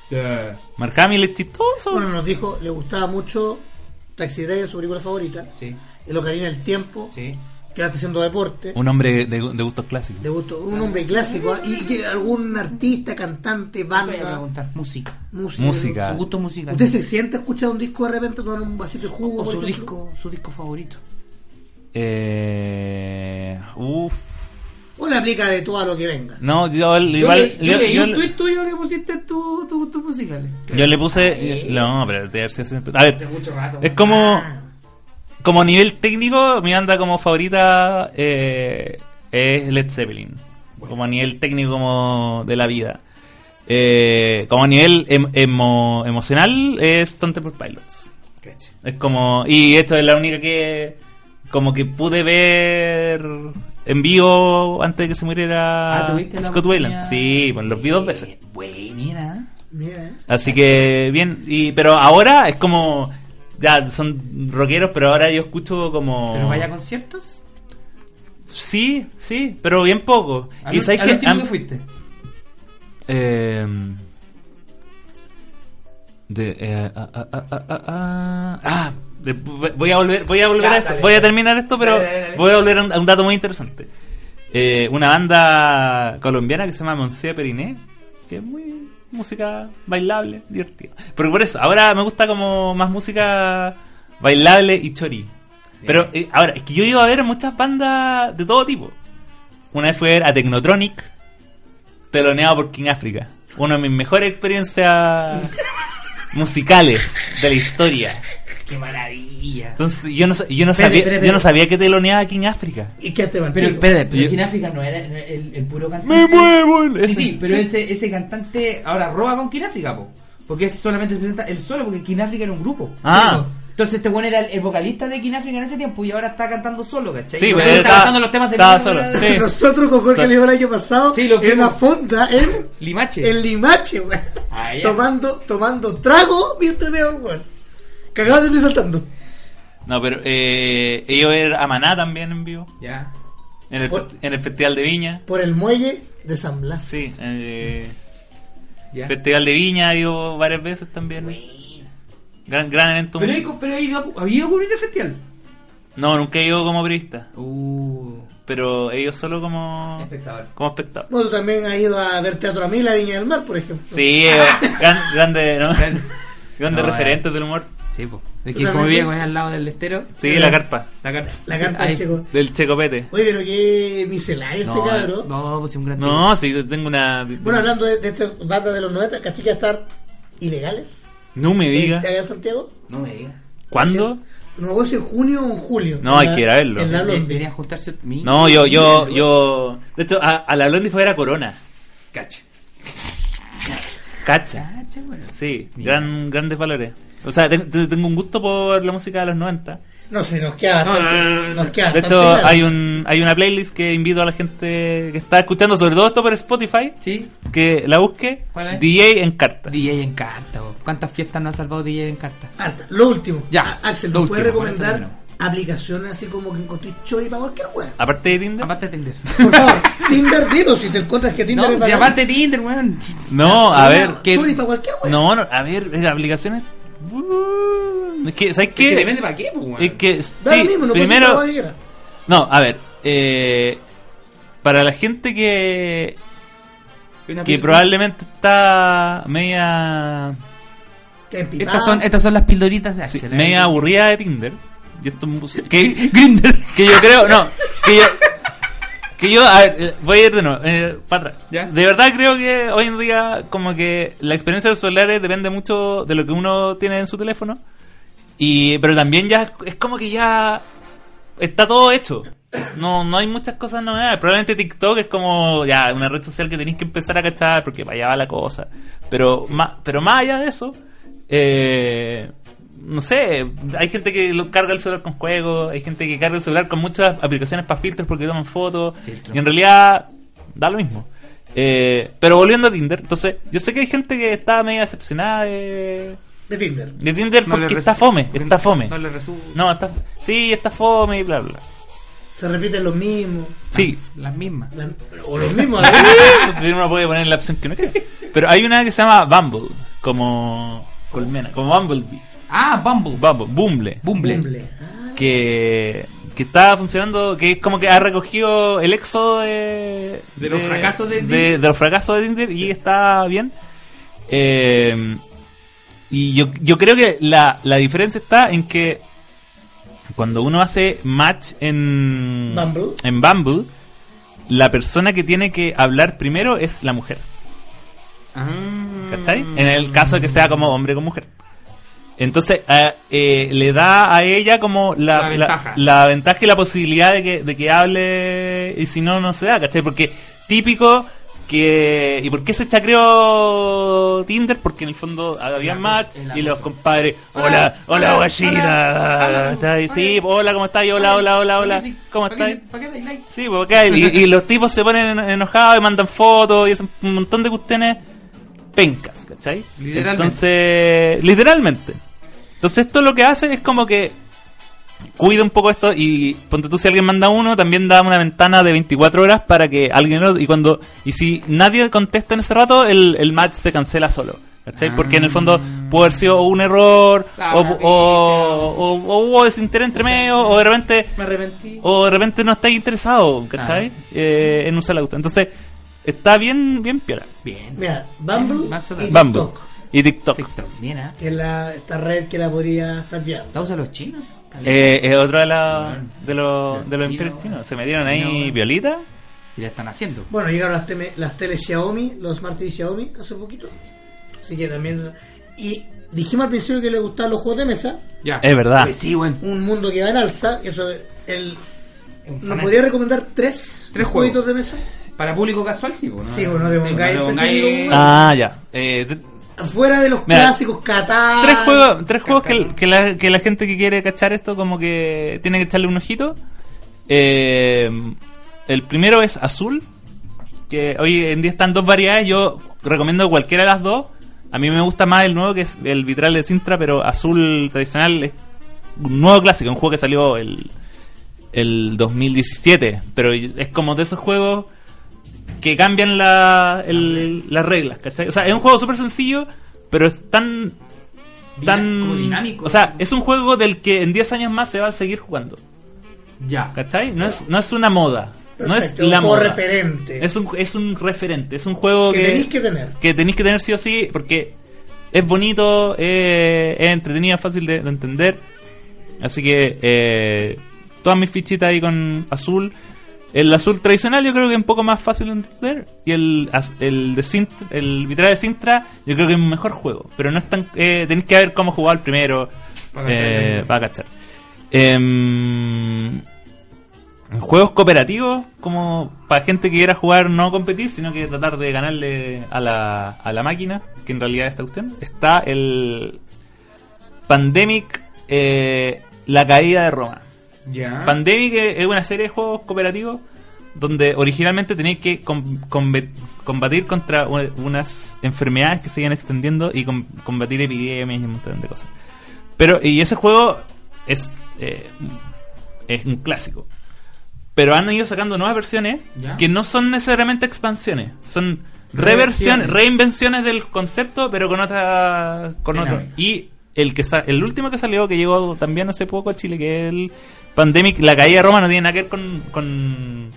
Speaker 2: Ya.
Speaker 4: Mark Hamill es chistoso.
Speaker 3: bueno, nos dijo, le gustaba mucho Taxi Driver, su película favorita,
Speaker 2: Sí,
Speaker 3: El Ocarina del Tiempo,
Speaker 2: sí.
Speaker 3: que ahora está haciendo deporte,
Speaker 4: Un hombre de, de gustos clásicos.
Speaker 3: de gusto, un hombre clásico, ¿ah? y que algún artista, cantante,
Speaker 2: Eso voy a
Speaker 3: banda,
Speaker 2: preguntar. Música.
Speaker 3: música.
Speaker 4: Música.
Speaker 2: Su gusto musical.
Speaker 3: ¿Usted se siente a escuchar un disco de repente, tomar un vasito de jugo?
Speaker 2: o
Speaker 3: por
Speaker 2: su
Speaker 3: ejemplo?
Speaker 2: disco, su disco favorito.
Speaker 4: Eh, uf.
Speaker 3: O le aplica de todo a lo que venga.
Speaker 4: No, yo, el-
Speaker 2: Yo
Speaker 4: igual.
Speaker 2: le- yo leí
Speaker 4: yo-
Speaker 2: un tuit tuyo que pusiste tu, tu gusto musical.
Speaker 4: yo le
Speaker 2: Ah,
Speaker 4: puse. No, pero debe haber sido siempre- A
Speaker 2: Hace
Speaker 4: ver,
Speaker 2: mucho rato.
Speaker 4: es como. Como a nivel técnico, mi banda como favorita eh, es Led Zeppelin. Como a nivel técnico como de la vida. Eh, como a nivel em- emo- emocional es Stone Temple Pilots.
Speaker 2: Ah,
Speaker 4: Es como. Y esto es la única que. Como que pude ver en vivo antes de que se muriera
Speaker 2: Ah, ¿tuviste la
Speaker 4: Scott Wayland.
Speaker 2: oportunidad?
Speaker 4: Sí, bueno, los vi dos veces.
Speaker 2: Buena.
Speaker 3: Mira, ¿eh?
Speaker 4: Así que, bien. y Pero ahora es como. Ya, son rockeros, pero ahora yo escucho como.
Speaker 2: ¿Pero vaya a conciertos?
Speaker 4: Sí, sí, pero bien poco.
Speaker 2: Al
Speaker 4: Y sabes
Speaker 2: al
Speaker 4: que.
Speaker 2: último
Speaker 4: am-
Speaker 2: que fuiste?
Speaker 4: Em, de, eh, ah, ah, ah, ah, ah, ah. Ah, de- voy a volver, voy a volver
Speaker 2: Ya,
Speaker 4: a esto,
Speaker 2: dale,
Speaker 4: voy a
Speaker 2: dale.
Speaker 4: terminar esto, pero
Speaker 2: Dale, dale, dale.
Speaker 4: voy a volver a un, a un dato muy interesante. Eh, una banda colombiana que se llama Monsieur Periné, que es muy música bailable, divertida. Pero por eso, ahora me gusta como más música bailable y chori. Pero eh, ahora, es que yo iba a ver muchas bandas de todo tipo. Una vez fui a ver a Technotronic, teloneado por King Africa. Una de mis mejores experiencias
Speaker 2: (laughs)
Speaker 4: musicales de la historia.
Speaker 2: ¡Qué maravilla!
Speaker 4: Entonces, yo no, sa- yo no,
Speaker 2: Espere,
Speaker 4: sabía,
Speaker 2: espere, espere.
Speaker 4: yo no sabía que teloneaba King Africa.
Speaker 3: Y quedaste mal.
Speaker 2: Pero
Speaker 3: pico.
Speaker 2: espérate, pero
Speaker 4: Yo-
Speaker 2: aquí en África no era, no era el, el puro cantante.
Speaker 4: ¡Me muevo!
Speaker 2: Sí,
Speaker 4: Ese.
Speaker 2: sí, pero Ese, ese cantante ahora roba con Kináfrica, po. Porque es- solamente se presenta él solo, porque Kináfrica era un grupo.
Speaker 4: Ah.
Speaker 2: Entonces este bueno era el, el vocalista de Kináfrica en ese tiempo y ahora está cantando solo, ¿cachai?
Speaker 4: Sí,
Speaker 2: Y
Speaker 4: pero
Speaker 2: nosotros
Speaker 4: estaba-
Speaker 2: está cantando los temas de
Speaker 4: estaba
Speaker 2: mierda de-
Speaker 4: solo,
Speaker 3: (laughs)
Speaker 4: sí.
Speaker 3: Nosotros con Jorge
Speaker 4: Sí.
Speaker 3: León el año pasado
Speaker 2: Sí, lo
Speaker 3: en
Speaker 2: vimos.
Speaker 3: una fonda en,
Speaker 2: Limache.
Speaker 3: en Limache, güey.
Speaker 2: Ah, ya.
Speaker 3: tomando, tomando trago mientras veo el weón. Cagado de ir saltando.
Speaker 4: No, pero eh, yo ver a Maná también en vivo.
Speaker 2: Ya.
Speaker 4: En el,
Speaker 3: Por-
Speaker 4: en el Festival de Viña.
Speaker 3: Por el muelle de San Blas.
Speaker 4: Sí, eh,
Speaker 2: ya.
Speaker 4: Festival de Viña, yo varias veces también. Gran, gran evento.
Speaker 2: Pero, hay,
Speaker 4: musical.
Speaker 2: pero hay ido a- ¿había ido a cubrir el festival.
Speaker 4: No, nunca he ido como periodista.
Speaker 2: Uh,
Speaker 4: Pero ellos solo como,
Speaker 2: espectador.
Speaker 4: como espectador.
Speaker 3: Bueno, tú también has ido a ver Teatro a mí, la Viña del Mar, por ejemplo.
Speaker 4: Sí, eh, gran- grande, ¿no? (laughs) grandes
Speaker 2: No,
Speaker 4: referentes del humor.
Speaker 2: Sí, pues. Es
Speaker 3: que como vivía con
Speaker 2: al lado del estero.
Speaker 4: Sí, la carpa.
Speaker 2: La carta.
Speaker 3: La carta de Checo.
Speaker 4: Del Checopete.
Speaker 3: Oye, pero qué misceláneo este cabrón.
Speaker 2: No, pues un gran
Speaker 4: No, sí, tengo una.
Speaker 3: Bueno, hablando de, de estas bandas de los 90, ¿cachai que estar ilegales?
Speaker 4: No me
Speaker 3: ¿En
Speaker 4: diga.
Speaker 3: acá en Santiago?
Speaker 2: No me digas.
Speaker 4: ¿Cuándo?
Speaker 3: No me acuerdo si en junio o en julio.
Speaker 4: No,
Speaker 3: En
Speaker 4: hay
Speaker 3: la-
Speaker 4: que ir a verlo.
Speaker 3: En la Blondie.
Speaker 2: Deberían juntarse. mi-
Speaker 4: No, yo, yo, yo. De hecho, a, a la Blondie fue era Corona.
Speaker 2: Cacha.
Speaker 4: Cacha.
Speaker 2: Cacha, weón.
Speaker 4: Sí,
Speaker 2: Mira.
Speaker 4: gran, grandes valores. O sea, te- te- tengo un gusto por la música de los 90.
Speaker 3: No sé, nos queda bastante.
Speaker 2: No, no, no, no, no.
Speaker 3: Nos queda
Speaker 4: De
Speaker 3: bastante
Speaker 4: hecho,
Speaker 3: claro.
Speaker 4: hay, un, hay una playlist que invito a la gente que está escuchando, sobre todo esto por Spotify,
Speaker 2: Sí.
Speaker 4: que la busque.
Speaker 2: ¿Cuál es?
Speaker 4: DJ en carta.
Speaker 2: DJ en carta, po. ¿cuántas fiestas no ha salvado DJ en carta?
Speaker 3: Harta. Lo último.
Speaker 2: Ya,
Speaker 3: A- Axel,
Speaker 2: lo
Speaker 3: ¿nos puedes
Speaker 2: último,
Speaker 3: recomendar
Speaker 2: bueno, termino.
Speaker 3: aplicaciones así como que encontré chori para cualquier weón?
Speaker 4: Aparte de Tinder.
Speaker 2: Aparte de Tinder.
Speaker 3: Por favor, Tinder, dilo si te encuentras que Tinder
Speaker 2: no,
Speaker 3: es
Speaker 2: si
Speaker 3: bacán.
Speaker 2: aparte de Tinder, weón.
Speaker 4: No, a
Speaker 3: No,
Speaker 4: ver.
Speaker 3: no,
Speaker 4: que-
Speaker 3: sorry, pa' cualquier wea.
Speaker 4: No, no, a ver, eh, aplicaciones. Uh, Es que, ¿sabes
Speaker 2: Es que
Speaker 4: qué?
Speaker 2: depende para qué, po, weón.
Speaker 4: Es que,
Speaker 3: Da lo
Speaker 4: sí,
Speaker 3: mismo, no puedes
Speaker 4: primero.
Speaker 3: hacer la weá que quieras.
Speaker 4: No, a ver. eh, para la gente que,
Speaker 2: Una
Speaker 4: que
Speaker 2: pil-
Speaker 4: probablemente está media,
Speaker 3: Te empipado.
Speaker 2: Estas son, estas son las pildoritas de
Speaker 4: sí,
Speaker 2: Axel. ¿eh?
Speaker 4: media aburrida de Tinder. Y esto es mus- (laughs) que,
Speaker 2: (laughs) Grindr.
Speaker 4: que yo creo, no, que yo, que yo, a ver, eh, voy a ir de nuevo, eh, para atrás.
Speaker 2: Ya.
Speaker 4: De verdad creo que hoy en día como que la experiencia de los celulares depende mucho de lo que uno tiene en su teléfono. Y, pero también ya es- es como que ya está todo hecho. No, no hay muchas cosas novedades. Probablemente TikTok es como ya una red social que tenéis que empezar a cachar porque para allá va la cosa. Pero, más, pero más allá de eso, eh, no sé, hay gente que lo carga el celular con juegos, hay gente que carga el celular con muchas aplicaciones para filtros porque toman fotos.
Speaker 2: Filtro.
Speaker 4: Y en realidad da lo mismo. Eh, pero volviendo a Tinder, entonces yo sé que hay gente que está medio decepcionada de,
Speaker 3: De Tinder.
Speaker 4: de Tinder
Speaker 2: No le
Speaker 4: porque
Speaker 2: resu-
Speaker 4: está fome,
Speaker 2: porque
Speaker 4: está fome.
Speaker 2: No le resulta.
Speaker 4: No, está, sí, está fome y bla, bla.
Speaker 3: Se repiten los mismos.
Speaker 4: (laughs) Sí,
Speaker 2: Las mismas.
Speaker 3: la- o los mismos.
Speaker 4: Pues uno puede poner la opción que no quiera. Pero hay una que se llama Bumble, como colmena, como Bumblebee,
Speaker 2: Ah, Bumble.
Speaker 4: Bumble, Bumble,
Speaker 2: Bumble.
Speaker 3: Bumble. Ah,
Speaker 4: que que está funcionando, que es como que ha recogido el éxodo de,
Speaker 6: De los fracasos de
Speaker 4: de,
Speaker 6: Tinder.
Speaker 4: de los fracasos de Tinder y está bien. Eh, y yo, yo creo que la, la diferencia está en que cuando uno hace match en
Speaker 3: Bumble.
Speaker 4: en Bumble, la persona que tiene que hablar primero es la mujer.
Speaker 2: Ah.
Speaker 4: ¿Cachai? En el caso de que sea como hombre con mujer. Entonces, eh, eh, le da a ella como la,
Speaker 6: La ventaja.
Speaker 4: la ventaja y la posibilidad de que, de que hable y si no, no se da, ¿cachai? Porque típico que... ¿Y por qué se chacreó Tinder? Porque en el fondo había
Speaker 6: El
Speaker 4: match
Speaker 6: acoso, el
Speaker 4: y los
Speaker 6: acoso.
Speaker 4: compadres... Hola, hola,
Speaker 6: hola,
Speaker 4: guachita.
Speaker 6: hola,
Speaker 4: ¿Cachai?
Speaker 6: hola,
Speaker 4: Sí,
Speaker 6: hola.
Speaker 4: hola, ¿cómo estáis? Hola, hola, hola,
Speaker 6: ¿Para
Speaker 4: hola.
Speaker 6: qué-
Speaker 4: ¿Cómo
Speaker 6: para qué-
Speaker 4: estáis?
Speaker 6: para qué dais like?
Speaker 4: Sí, pues, porque hay- y, y los tipos se ponen en- enojados y mandan fotos y hacen un montón de cuestiones pencas, ¿cachai?
Speaker 6: Literalmente.
Speaker 4: Entonces, literalmente. Entonces esto lo que hace es como que cuida un poco esto y ponte tú si alguien manda uno, también da una ventana de 24 horas para que alguien otro- y cuando y si nadie contesta en ese rato, el, el match se cancela solo. ¿Cachai? Porque en el fondo puede haber sido un error
Speaker 6: Ah,
Speaker 4: o,
Speaker 6: una
Speaker 4: o, o- o hubo desinterés entre medio o de repente
Speaker 6: Me arrepentí.
Speaker 4: o de repente no estáis interesado, ¿cachai? Eh, en usar la gusta. Entonces, está bien, bien piola.
Speaker 6: Bien.
Speaker 3: Mira, Bumble
Speaker 6: Max
Speaker 3: y
Speaker 6: Adams.
Speaker 3: TikTok,
Speaker 4: Bamboo. Y TikTok.
Speaker 6: TikTok, bien, ¿ah?
Speaker 3: que es la, esta red que la podría estar llevando.
Speaker 6: ¿La usan los chinos?
Speaker 4: Eh, es otro de, la- de, los,
Speaker 6: Los
Speaker 4: de los
Speaker 6: chinos.
Speaker 4: imperios chinos. Se metieron
Speaker 6: Chino,
Speaker 4: ahí
Speaker 6: bueno.
Speaker 4: violita.
Speaker 6: Y la están haciendo.
Speaker 3: Bueno, llegaron las, teme- las teles Xiaomi, los Smart TV Xiaomi, hace poquito. Así que también... Y dijimos al principio que le gustaban los juegos de mesa,
Speaker 6: Ya.
Speaker 4: Es verdad.
Speaker 6: Pues sí, bueno.
Speaker 3: un mundo que va en alza, eso... El,
Speaker 6: Un
Speaker 3: ¿Nos
Speaker 6: fanático.
Speaker 3: podría recomendar tres,
Speaker 6: Tres
Speaker 3: jueguitos de mesa?
Speaker 6: Para público casual, sí, bueno.
Speaker 3: Sí, bueno, de Bongai
Speaker 6: bueno, de
Speaker 3: específico,
Speaker 6: Bongai-
Speaker 3: bueno.
Speaker 4: Ah, ya. Eh, t-
Speaker 3: Fuera de los
Speaker 4: Mira,
Speaker 3: clásicos, Qatar...
Speaker 4: tres juegos, tres juegos que,
Speaker 6: Cacao.
Speaker 4: que la, que la gente que quiere cachar esto como que tiene que echarle un ojito. Eh, el primero es azul, que hoy en día están dos variedades, yo recomiendo cualquiera de las dos. A mí me gusta más el nuevo que es el vitral de Sintra, pero azul tradicional es un nuevo clásico, un juego que salió el, el 2017, pero es como de esos juegos que cambian la, el- las reglas, ¿cachai? O sea, es un juego súper sencillo, pero es tan tan
Speaker 6: Como dinámico.
Speaker 4: O sea, es un juego del que en 10 años más se va a seguir jugando.
Speaker 6: Ya.
Speaker 4: ¿Cachai? No es, no es una moda. no es
Speaker 3: Perfecto,
Speaker 4: la
Speaker 3: un juego
Speaker 4: moda.
Speaker 3: referente.
Speaker 4: Es un, es un referente. Es un juego
Speaker 3: que
Speaker 4: que,
Speaker 3: tenéis que tener.
Speaker 4: que tenéis que tener sí o sí porque es bonito, eh, es entretenido, fácil de, de entender. Así que eh, todas mis fichitas ahí con azul. El azul tradicional yo creo que es un poco más fácil de entender. Y el, az- el de Sintra- el vitral de Sintra yo creo que es un mejor juego. Pero no es tan... Eh, tenéis que ver cómo jugar primero
Speaker 6: Para cachar el
Speaker 4: eh,
Speaker 6: mundo.
Speaker 4: para cachar. Em, juegos cooperativos, como para gente que quiera jugar, no competir, sino que tratar de ganarle a la, a la máquina, que en realidad está usted. Está el Pandemic, eh, la caída de Roma.
Speaker 2: Ah.
Speaker 6: Ya.
Speaker 4: Pandemic es es una serie de juegos cooperativos donde originalmente tenéis que com- combe- combatir contra u- unas enfermedades que se iban extendiendo y com- combatir epidemias y un montón de cosas. Pero, y ese juego es, eh, es un clásico. Pero han ido sacando nuevas versiones
Speaker 6: Ya.
Speaker 4: que no son necesariamente expansiones, son reversiones,
Speaker 6: Reversiones.
Speaker 4: reinvenciones del concepto, pero con otra con otro.
Speaker 6: Dinámica.
Speaker 4: Y el que sa- el último que salió, que llegó también hace poco a Chile, que es el Pandemic, la caída de Roma no tiene nada que ver con, con,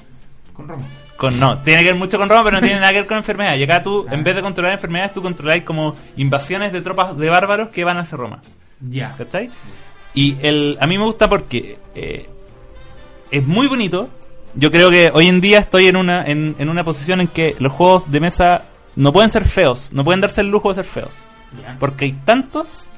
Speaker 6: Con Roma.
Speaker 4: con- no, tiene que ver mucho con Roma, pero no tiene nada que ver con enfermedades. Y acá tú, en vez de controlar enfermedades, tú controláis como invasiones de tropas de bárbaros que van hacia Roma.
Speaker 6: Ya.
Speaker 4: ¿Cachai? Y el, a mí me gusta porque eh, es muy bonito. Yo creo que hoy en día estoy en una, en, en una posición en que los juegos de mesa no pueden ser feos, no pueden darse el lujo de ser feos.
Speaker 6: Ya.
Speaker 4: Porque hay tantos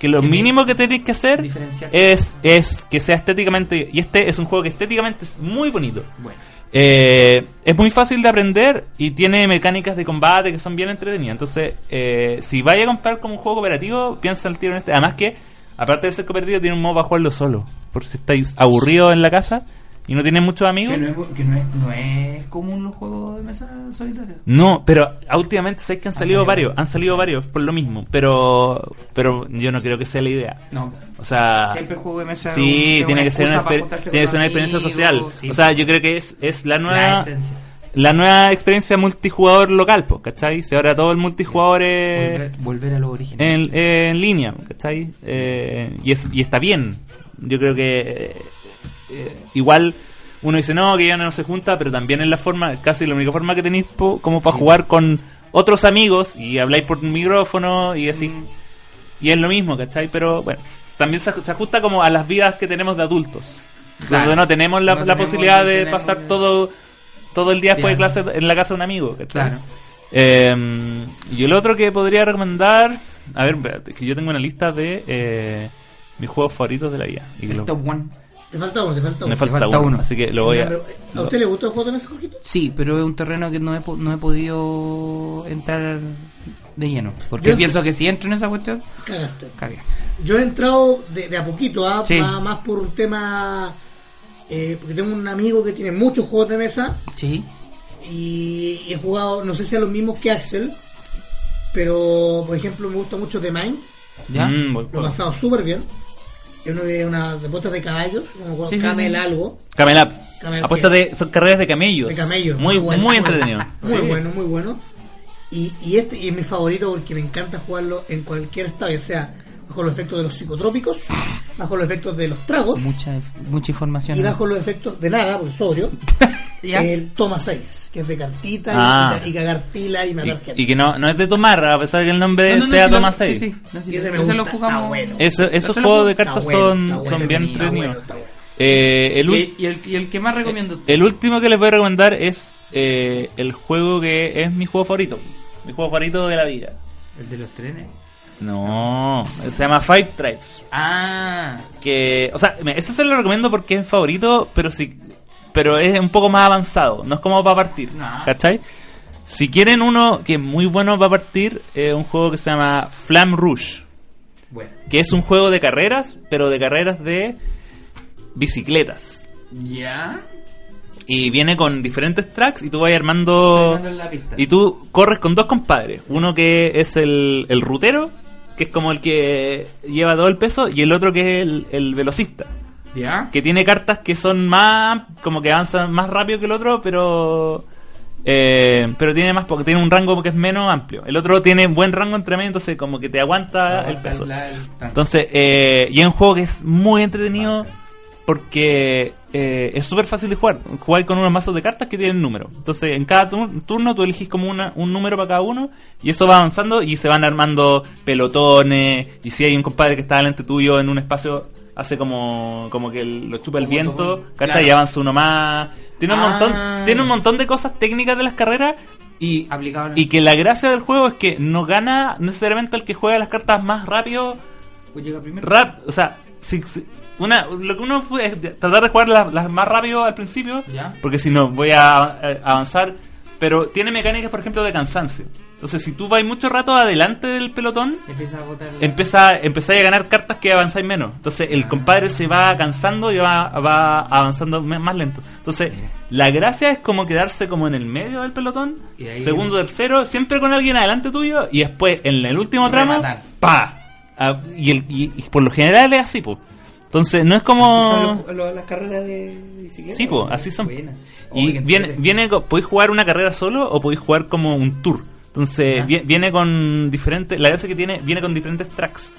Speaker 4: que lo
Speaker 6: Que
Speaker 4: mínimo que tenéis que hacer
Speaker 6: Diferenciar.
Speaker 4: es, es que sea estéticamente... Y este es un juego que estéticamente es muy bonito.
Speaker 6: Bueno.
Speaker 4: Eh, es muy fácil de aprender y tiene mecánicas de combate que son bien entretenidas. Entonces, eh, si vaya a comprar como un juego cooperativo, piensa el tiro en este. Además que, aparte de ser cooperativo, tiene un modo para jugarlo solo. Por si estáis aburridos en la casa y no tienes muchos amigos.
Speaker 6: Que, no es, que no, es, no es común los juegos de mesa solitarios.
Speaker 4: No, pero ah, últimamente sé que han
Speaker 6: Han
Speaker 4: salido
Speaker 6: salido
Speaker 4: varios,
Speaker 6: varios.
Speaker 4: han salido varios por lo mismo, pero pero yo no creo que sea la idea.
Speaker 6: No.
Speaker 4: O sea,
Speaker 6: Siempre el juego de mesa. es
Speaker 4: Ah. sí,
Speaker 6: un-
Speaker 4: tiene que
Speaker 6: es
Speaker 4: ser una,
Speaker 6: excusa para
Speaker 4: exper-
Speaker 6: juntarse
Speaker 4: tiene que
Speaker 6: con
Speaker 4: ser una experiencia
Speaker 6: amigos,
Speaker 4: social.
Speaker 6: sí.
Speaker 4: O sea, eh, yo creo que es, es la nueva
Speaker 6: La esencia.
Speaker 4: la nueva experiencia multijugador local, pues, ¿cachai? Si ahora todo el multijugador es
Speaker 6: Volver, volver a los orígenes.
Speaker 4: en, Eh, en línea, ¿cachai? Eh, y, es, y está bien. Yo creo que eh, eh, igual uno dice, no, que ya no se junta, pero también es la forma, casi la única forma que tenéis po- como para jugar con otros amigos y habláis por un micrófono y así.
Speaker 6: Mm.
Speaker 4: Y es lo mismo, ¿cachai? Pero bueno, también se, aj- se ajusta como a las vidas que tenemos de adultos.
Speaker 6: Claro.
Speaker 4: Donde no tenemos la,
Speaker 6: No
Speaker 4: la
Speaker 6: tenemos-
Speaker 4: posibilidad
Speaker 6: no
Speaker 4: de
Speaker 6: tenemos-
Speaker 4: pasar todo todo el día después de
Speaker 6: Claro.
Speaker 4: clase en la casa de un amigo, ¿cachai?
Speaker 6: Claro.
Speaker 4: Eh, y el otro que podría recomendar. A ver, espérate, que yo tengo una lista de eh, mis juegos favoritos de la vida. Y que lo-
Speaker 6: Top One.
Speaker 3: Te falta uno, te falta uno.
Speaker 4: me falta,
Speaker 6: falta
Speaker 4: uno,
Speaker 6: uno.
Speaker 4: así que lo voy
Speaker 3: Ya,
Speaker 4: a.
Speaker 3: pero, eh, ¿A
Speaker 4: lo-
Speaker 3: usted le gustó el juego de mesa, Jorgito?
Speaker 6: Sí, pero es un terreno que no he, po- no he podido entrar de lleno. Porque
Speaker 3: Yo-
Speaker 6: pienso que si entro en esa cuestión,
Speaker 3: Cagaste.
Speaker 6: cagué.
Speaker 3: Yo he entrado de, de a poquito, ¿ah?
Speaker 6: Sí.
Speaker 3: más, más por un tema. eh, porque tengo un amigo que tiene muchos juegos de mesa
Speaker 6: Sí.
Speaker 3: y he jugado, no sé si a los mismos que Axel, pero por ejemplo me gusta mucho The Mind,
Speaker 6: ¿Ya?
Speaker 4: Mm, buen
Speaker 3: lo he
Speaker 4: juego.
Speaker 3: pasado súper bien. Es uno de una de apuestas de caballos, como
Speaker 6: Sí, sí,
Speaker 3: Camel
Speaker 6: sí.
Speaker 3: algo,
Speaker 4: Camel Up.
Speaker 3: Camel
Speaker 4: Apuestas
Speaker 3: qué?
Speaker 4: de. Son carreras de camellos.
Speaker 3: de camellos.
Speaker 4: Muy,
Speaker 3: bueno,
Speaker 4: muy entretenido.
Speaker 3: Muy (laughs)
Speaker 4: Sí.
Speaker 3: bueno, muy bueno. Y, y este y es mi favorito porque me encanta jugarlo en cualquier estado, ya sea bajo los efectos de los psicotrópicos, bajo los efectos de los tragos.
Speaker 6: Mucha, mucha información.
Speaker 3: y bajo los efectos de nada, por sobrio,
Speaker 6: Ya.
Speaker 3: el toma 6, que es de cartita y-
Speaker 4: Ah.
Speaker 3: y, ca- y cagar fila y matar
Speaker 4: Y,
Speaker 3: gente.
Speaker 4: y que no, no es de tomar, a pesar de que el nombre
Speaker 6: No, no, no,
Speaker 4: sea
Speaker 6: sí, no,
Speaker 4: Toma
Speaker 6: sí,
Speaker 4: 6.
Speaker 6: sí, no, sí,
Speaker 3: Y ese
Speaker 6: ese
Speaker 3: me gusta,
Speaker 6: lo
Speaker 3: está
Speaker 6: jugamos.
Speaker 3: bueno.
Speaker 4: Eso- esos
Speaker 6: Ese lo
Speaker 4: juegos de
Speaker 6: jugamos.
Speaker 3: Está
Speaker 4: cartas
Speaker 3: bueno,
Speaker 4: son,
Speaker 3: está bueno,
Speaker 4: son bien
Speaker 6: está bueno,
Speaker 4: entretenidos.
Speaker 3: está bueno.
Speaker 4: Eh, el,
Speaker 6: Y,
Speaker 4: ul-
Speaker 6: el- y el, y el que más recomiendo.
Speaker 4: El último que les voy a recomendar es eh, el juego que es mi juego favorito. Mi juego favorito de la vida.
Speaker 6: El de los trenes.
Speaker 4: No, se llama Five Tribes.
Speaker 6: Ah,
Speaker 4: Que, o sea, me- ese se lo recomiendo porque es mi favorito, pero sí, pero es un poco más avanzado. No es como para partir,
Speaker 6: No.
Speaker 4: ¿cachai? Si quieren uno que es muy bueno para partir, es un juego que se llama Flam Rouge,
Speaker 6: bueno.
Speaker 4: que es un juego de carreras, pero de carreras de bicicletas.
Speaker 6: Ya.
Speaker 4: Y viene con diferentes tracks y tú vas armando...
Speaker 6: Estoy armando la pista.
Speaker 4: Y tú corres con dos compadres. Uno que es el, el rutero, que es como el que lleva todo el peso, y el otro que es el, el velocista.
Speaker 6: Ya.
Speaker 4: Que tiene cartas que son más... como que avanzan más rápido que el otro, pero... eh, pero tiene más porque tiene un rango que es menos amplio. El otro tiene buen rango entre medio, entonces como que te aguanta Ah, el
Speaker 6: Aguanta
Speaker 4: peso.
Speaker 6: la- el tranco.
Speaker 4: Entonces, eh, y es un juego que es muy entretenido porque eh, es súper fácil de jugar. Jugáis con unos mazos de cartas que tienen números. Entonces, en cada tur- turno tú elegís como una, un número para cada uno y eso va avanzando y se van armando pelotones. Y si hay un compadre que está delante tuyo en un espacio, hace como, como que el- lo chupa el
Speaker 6: Como
Speaker 4: viento,
Speaker 6: todo.
Speaker 4: ¿cachai?
Speaker 6: Claro.
Speaker 4: Y avanza uno más. Tiene un,
Speaker 6: Ah.
Speaker 4: montón, tiene un montón de cosas técnicas de las carreras. Y,
Speaker 6: Aplicado en-
Speaker 4: y que la gracia del juego es que no gana necesariamente el que juega las cartas más rápido
Speaker 6: Pues llega primero.
Speaker 4: rap, o sea, si- si- una, lo que uno puede es de- tratar de jugar las, las más rápido al principio,
Speaker 6: Ya.
Speaker 4: porque si no voy a eh, avanzar, pero tiene mecánicas, por ejemplo, de cansancio. Entonces, si tú vas mucho rato adelante del pelotón,
Speaker 6: Empieza a botar. la-
Speaker 4: empieza, empezáis a ganar cartas que avanzáis menos. Entonces, el compadre se va cansando y va, va avanzando me- más lento. Entonces, la gracia es como quedarse como en el medio del pelotón,
Speaker 6: Y ahí-
Speaker 4: segundo, tercero, siempre con alguien adelante tuyo y después en el último tramo,
Speaker 6: Rematar.
Speaker 4: pa. Ah, y, el- y- y por lo general es así, po. Entonces, no es como...
Speaker 6: Así son los- los- las carreras de bicicleta.
Speaker 4: Sí, pues, así son.
Speaker 6: Buena. Oye,
Speaker 4: Y
Speaker 6: qué
Speaker 4: viene,
Speaker 6: entrete.
Speaker 4: viene, co- podéis jugar una carrera solo o podéis jugar como un tour. Entonces,
Speaker 6: Ya.
Speaker 4: vie- viene con diferentes. La gracia que tiene, viene con diferentes tracks.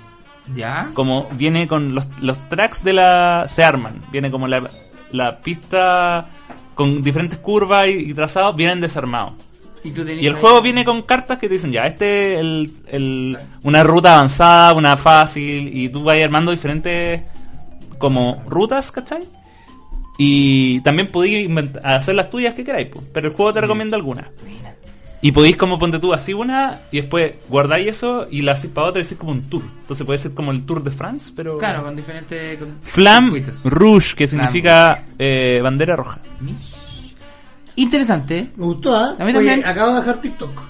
Speaker 6: Ya.
Speaker 4: Como viene con los, los tracks de la. Se arman. Viene como la, la pista con diferentes curvas y, y trazados, vienen desarmados.
Speaker 6: Y, tú tenés
Speaker 4: Y el
Speaker 6: ahí-
Speaker 4: juego viene con cartas que te dicen, ya, este el, el- una ruta avanzada, una fácil, y tú vas armando diferentes como rutas, ¿cachai? Y también podéis invent- hacer las tuyas que queráis, po, pero el juego te
Speaker 6: Mm.
Speaker 4: recomienda algunas.
Speaker 6: Buena.
Speaker 4: Y podéis como ponte tú así una, y después guardáis eso y la hacéis para otra y hacéis como un tour. Entonces puede ser como el Tour de France, pero...
Speaker 6: Claro, con diferentes. con
Speaker 4: Flam
Speaker 6: circuitos.
Speaker 4: Rouge, que
Speaker 6: Flam
Speaker 4: significa eh, bandera roja.
Speaker 6: Mish. Interesante.
Speaker 3: Me gustó, ¿ah?
Speaker 6: A mí
Speaker 3: Oye,
Speaker 6: también.
Speaker 3: acabo de bajar TikTok.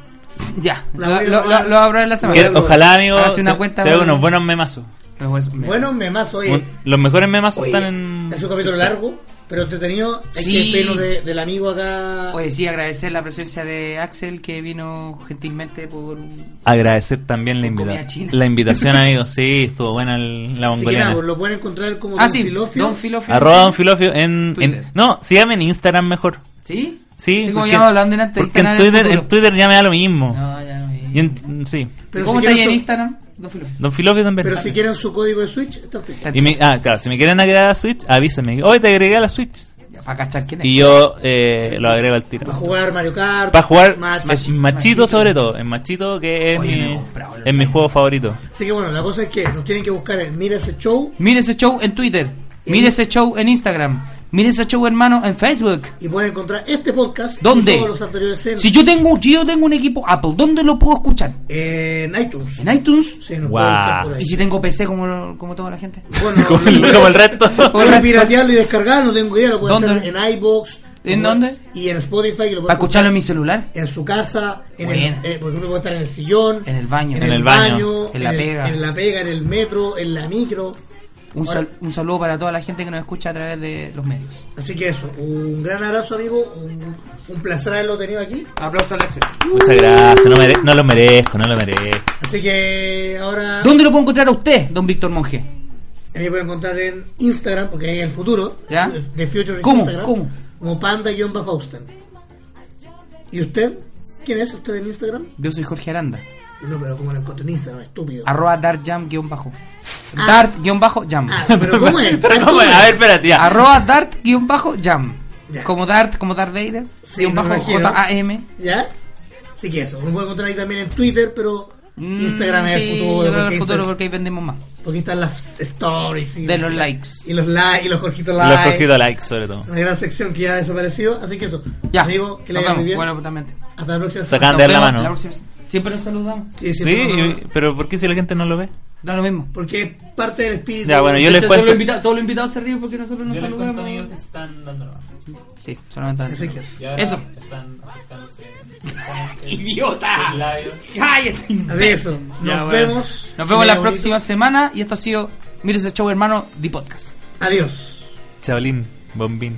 Speaker 6: Ya.
Speaker 3: La
Speaker 6: Lo,
Speaker 3: voy a
Speaker 6: lo,
Speaker 3: probar.
Speaker 6: lo- lo abro en la semana.
Speaker 4: Que- oh.
Speaker 3: Quiero-
Speaker 4: ojalá, amigos,
Speaker 6: Hágase una
Speaker 4: se,
Speaker 6: cuenta
Speaker 4: se
Speaker 6: con-
Speaker 4: unos buenos memazos.
Speaker 6: Los huesos me-
Speaker 3: Bueno, me más, oye.
Speaker 4: Un- los mejores memas
Speaker 3: oye,
Speaker 4: están en.
Speaker 3: Es un capítulo largo, pero entretenido. Hay
Speaker 6: Sí.
Speaker 3: que despedirnos de- del amigo acá.
Speaker 6: Oye, sí, agradecer la presencia de Axel que vino gentilmente por.
Speaker 4: Agradecer también la,
Speaker 6: Comida
Speaker 4: invita-
Speaker 6: china.
Speaker 4: la invitación, amigos. Sí, estuvo buena el- la
Speaker 3: Así que nada,
Speaker 4: mongoliana.
Speaker 3: pues, lo pueden encontrar como
Speaker 6: Ah,
Speaker 3: Don
Speaker 6: sí,
Speaker 3: Filofio.
Speaker 6: Don Filofio.
Speaker 4: Arroba Don Filofio en, en-
Speaker 6: Twitter.
Speaker 4: No, síganme en Instagram mejor.
Speaker 6: ¿Sí?
Speaker 4: Sí,
Speaker 6: Es como
Speaker 4: porque-
Speaker 6: ya hablaban delante.
Speaker 4: Porque
Speaker 6: este Instagram es
Speaker 4: en Twitter,
Speaker 6: futuro.
Speaker 4: en Twitter ya me da lo mismo.
Speaker 6: No, ya no.
Speaker 4: Y en- sí.
Speaker 3: Pero
Speaker 6: ¿Cómo
Speaker 3: si
Speaker 6: está ahí
Speaker 3: quieren
Speaker 6: en
Speaker 3: so-
Speaker 6: Instagram?
Speaker 2: Don Filofio.
Speaker 4: Don Filofio también.
Speaker 3: Pero si quieren su código de Switch, está en Twitter.
Speaker 4: Y me- ah, claro, si me quieren agregar a la Switch, avísenme. Hoy te agregué a la Switch.
Speaker 2: Ya, para cachar quién es.
Speaker 4: Y yo eh, lo agrego al tiro.
Speaker 3: Para jugar Mario Kart.
Speaker 4: Para jugar
Speaker 3: Smash.
Speaker 4: Smash- Machito sobre todo. En Machito que es
Speaker 2: Oye, me he
Speaker 4: mi,
Speaker 2: comprado los
Speaker 4: es mi
Speaker 2: Mario.
Speaker 4: juego favorito.
Speaker 3: Así que bueno, la cosa es que nos tienen que buscar en Mira ese show
Speaker 2: Mire ese show en Twitter.
Speaker 3: ¿Y?
Speaker 2: Mire ese show en Instagram. Mire ese show, hermano, en Facebook.
Speaker 3: y pueden encontrar este podcast. y
Speaker 2: ¿Dónde?
Speaker 3: todos los anteriores en,
Speaker 2: Si yo tengo, si yo tengo un equipo Apple, ¿dónde lo puedo escuchar?
Speaker 3: en iTunes.
Speaker 2: ¿En iTunes?
Speaker 3: Sí, nos
Speaker 4: Guau.
Speaker 3: pueden buscar por ahí.
Speaker 2: ¿Y si tengo PC como, como toda la gente?
Speaker 3: Bueno,
Speaker 4: (laughs) Como el, como el resto.
Speaker 3: (laughs)
Speaker 2: Como el
Speaker 3: Pueden
Speaker 2: resto.
Speaker 3: piratearlo y descargarlo, no tengo idea, lo pueden
Speaker 2: ¿Dónde?
Speaker 3: hacer en iBox.
Speaker 2: ¿En
Speaker 3: lo-
Speaker 2: dónde?
Speaker 3: Y en Spotify. Que lo
Speaker 2: ¿Para
Speaker 3: pueden
Speaker 2: escucharlo en mi celular?
Speaker 3: en su casa, en
Speaker 2: Buena.
Speaker 3: el, eh, porque uno puede estar en el sillón,
Speaker 2: En el baño.
Speaker 4: En el baño,
Speaker 2: en la
Speaker 3: el-
Speaker 2: pega.
Speaker 3: en la pega, en el metro, en la micro.
Speaker 2: Un,
Speaker 3: Ahora-
Speaker 2: sal- un saludo para toda la gente que nos escucha a través de los medios.
Speaker 3: Así que eso, un gran abrazo amigo, un, un placer haberlo tenido aquí.
Speaker 2: Aplausos al Axel.
Speaker 4: Muchas gracias. No, mere- no lo merezco, no lo merezco.
Speaker 3: Así que ahora
Speaker 2: ¿Dónde lo puedo encontrar a usted, don Víctor Monge?
Speaker 3: a mí me pueden encontrar en Instagram, porque ahí es el futuro
Speaker 2: ¿Ya?
Speaker 3: de de Future is
Speaker 2: ¿Cómo?
Speaker 3: Instagram,
Speaker 2: ¿Cómo?
Speaker 3: como panda-hostel. ¿Y usted? ¿Quién es usted en Instagram?
Speaker 2: Yo soy Jorge Aranda.
Speaker 3: No, pero ¿cómo lo encontré en Instagram? Estúpido.
Speaker 2: Arroba dart-jam-bajo.
Speaker 3: Ah.
Speaker 2: Dart-jam.
Speaker 3: Ah, pero ¿cómo
Speaker 2: (laughs)
Speaker 3: es?
Speaker 4: Pero ¿cómo es? A ver, espérate, ya.
Speaker 2: Arroba dart-jam.
Speaker 3: Ya.
Speaker 2: Como dart, como dart Vader.
Speaker 3: Sí,
Speaker 2: guión
Speaker 3: me
Speaker 2: bajo
Speaker 3: imagino.
Speaker 2: J-A-M.
Speaker 3: ¿Ya? Así que eso, uno puede encontrar ahí también en Twitter, pero Instagram es
Speaker 2: Mm,
Speaker 3: el
Speaker 2: sí,
Speaker 3: futuro.
Speaker 2: Yo creo que
Speaker 3: porque
Speaker 2: el futuro
Speaker 3: Instagram-
Speaker 2: porque ahí vendemos más.
Speaker 3: Porque están las stories. Y
Speaker 2: De los likes.
Speaker 3: Y los likes, y los Jorgitos
Speaker 4: Los
Speaker 3: likes.
Speaker 4: cogido like sobre todo.
Speaker 3: Una gran sección que ya ha desaparecido. Así que eso.
Speaker 2: Ya.
Speaker 3: Amigo, que le
Speaker 2: nos
Speaker 3: vaya muy
Speaker 2: vemos.
Speaker 3: bien.
Speaker 2: Bueno, totalmente.
Speaker 3: Hasta la próxima.
Speaker 4: Sacan
Speaker 2: Nos
Speaker 4: de la
Speaker 2: vemos
Speaker 4: mano.
Speaker 2: próxima- Siempre nos saludamos.
Speaker 3: Sí,
Speaker 4: Sí,
Speaker 3: sí, pero no, no,
Speaker 4: y-
Speaker 3: no.
Speaker 4: pero ¿por qué si la gente no lo ve?
Speaker 2: Da lo mismo.
Speaker 3: Porque es parte del espíritu.
Speaker 4: Ya, bueno, yo les
Speaker 2: Todos los,
Speaker 4: cuento.
Speaker 2: invitados, todos los invitados se ríen porque nosotros nos saludamos.
Speaker 4: están dando
Speaker 2: Sí, solamente
Speaker 3: Así que eso.
Speaker 2: Eso.
Speaker 4: Están aceptándose.
Speaker 2: ¡Idiota! ¡Cállate!
Speaker 3: Así que eso. Nos
Speaker 2: Ya, bueno.
Speaker 3: vemos.
Speaker 2: Nos vemos la
Speaker 3: Amigo
Speaker 2: próxima semana y esto ha sido Mire ese show, hermano, de podcast.
Speaker 3: bonito. Adiós.
Speaker 4: Chavalín, bombín.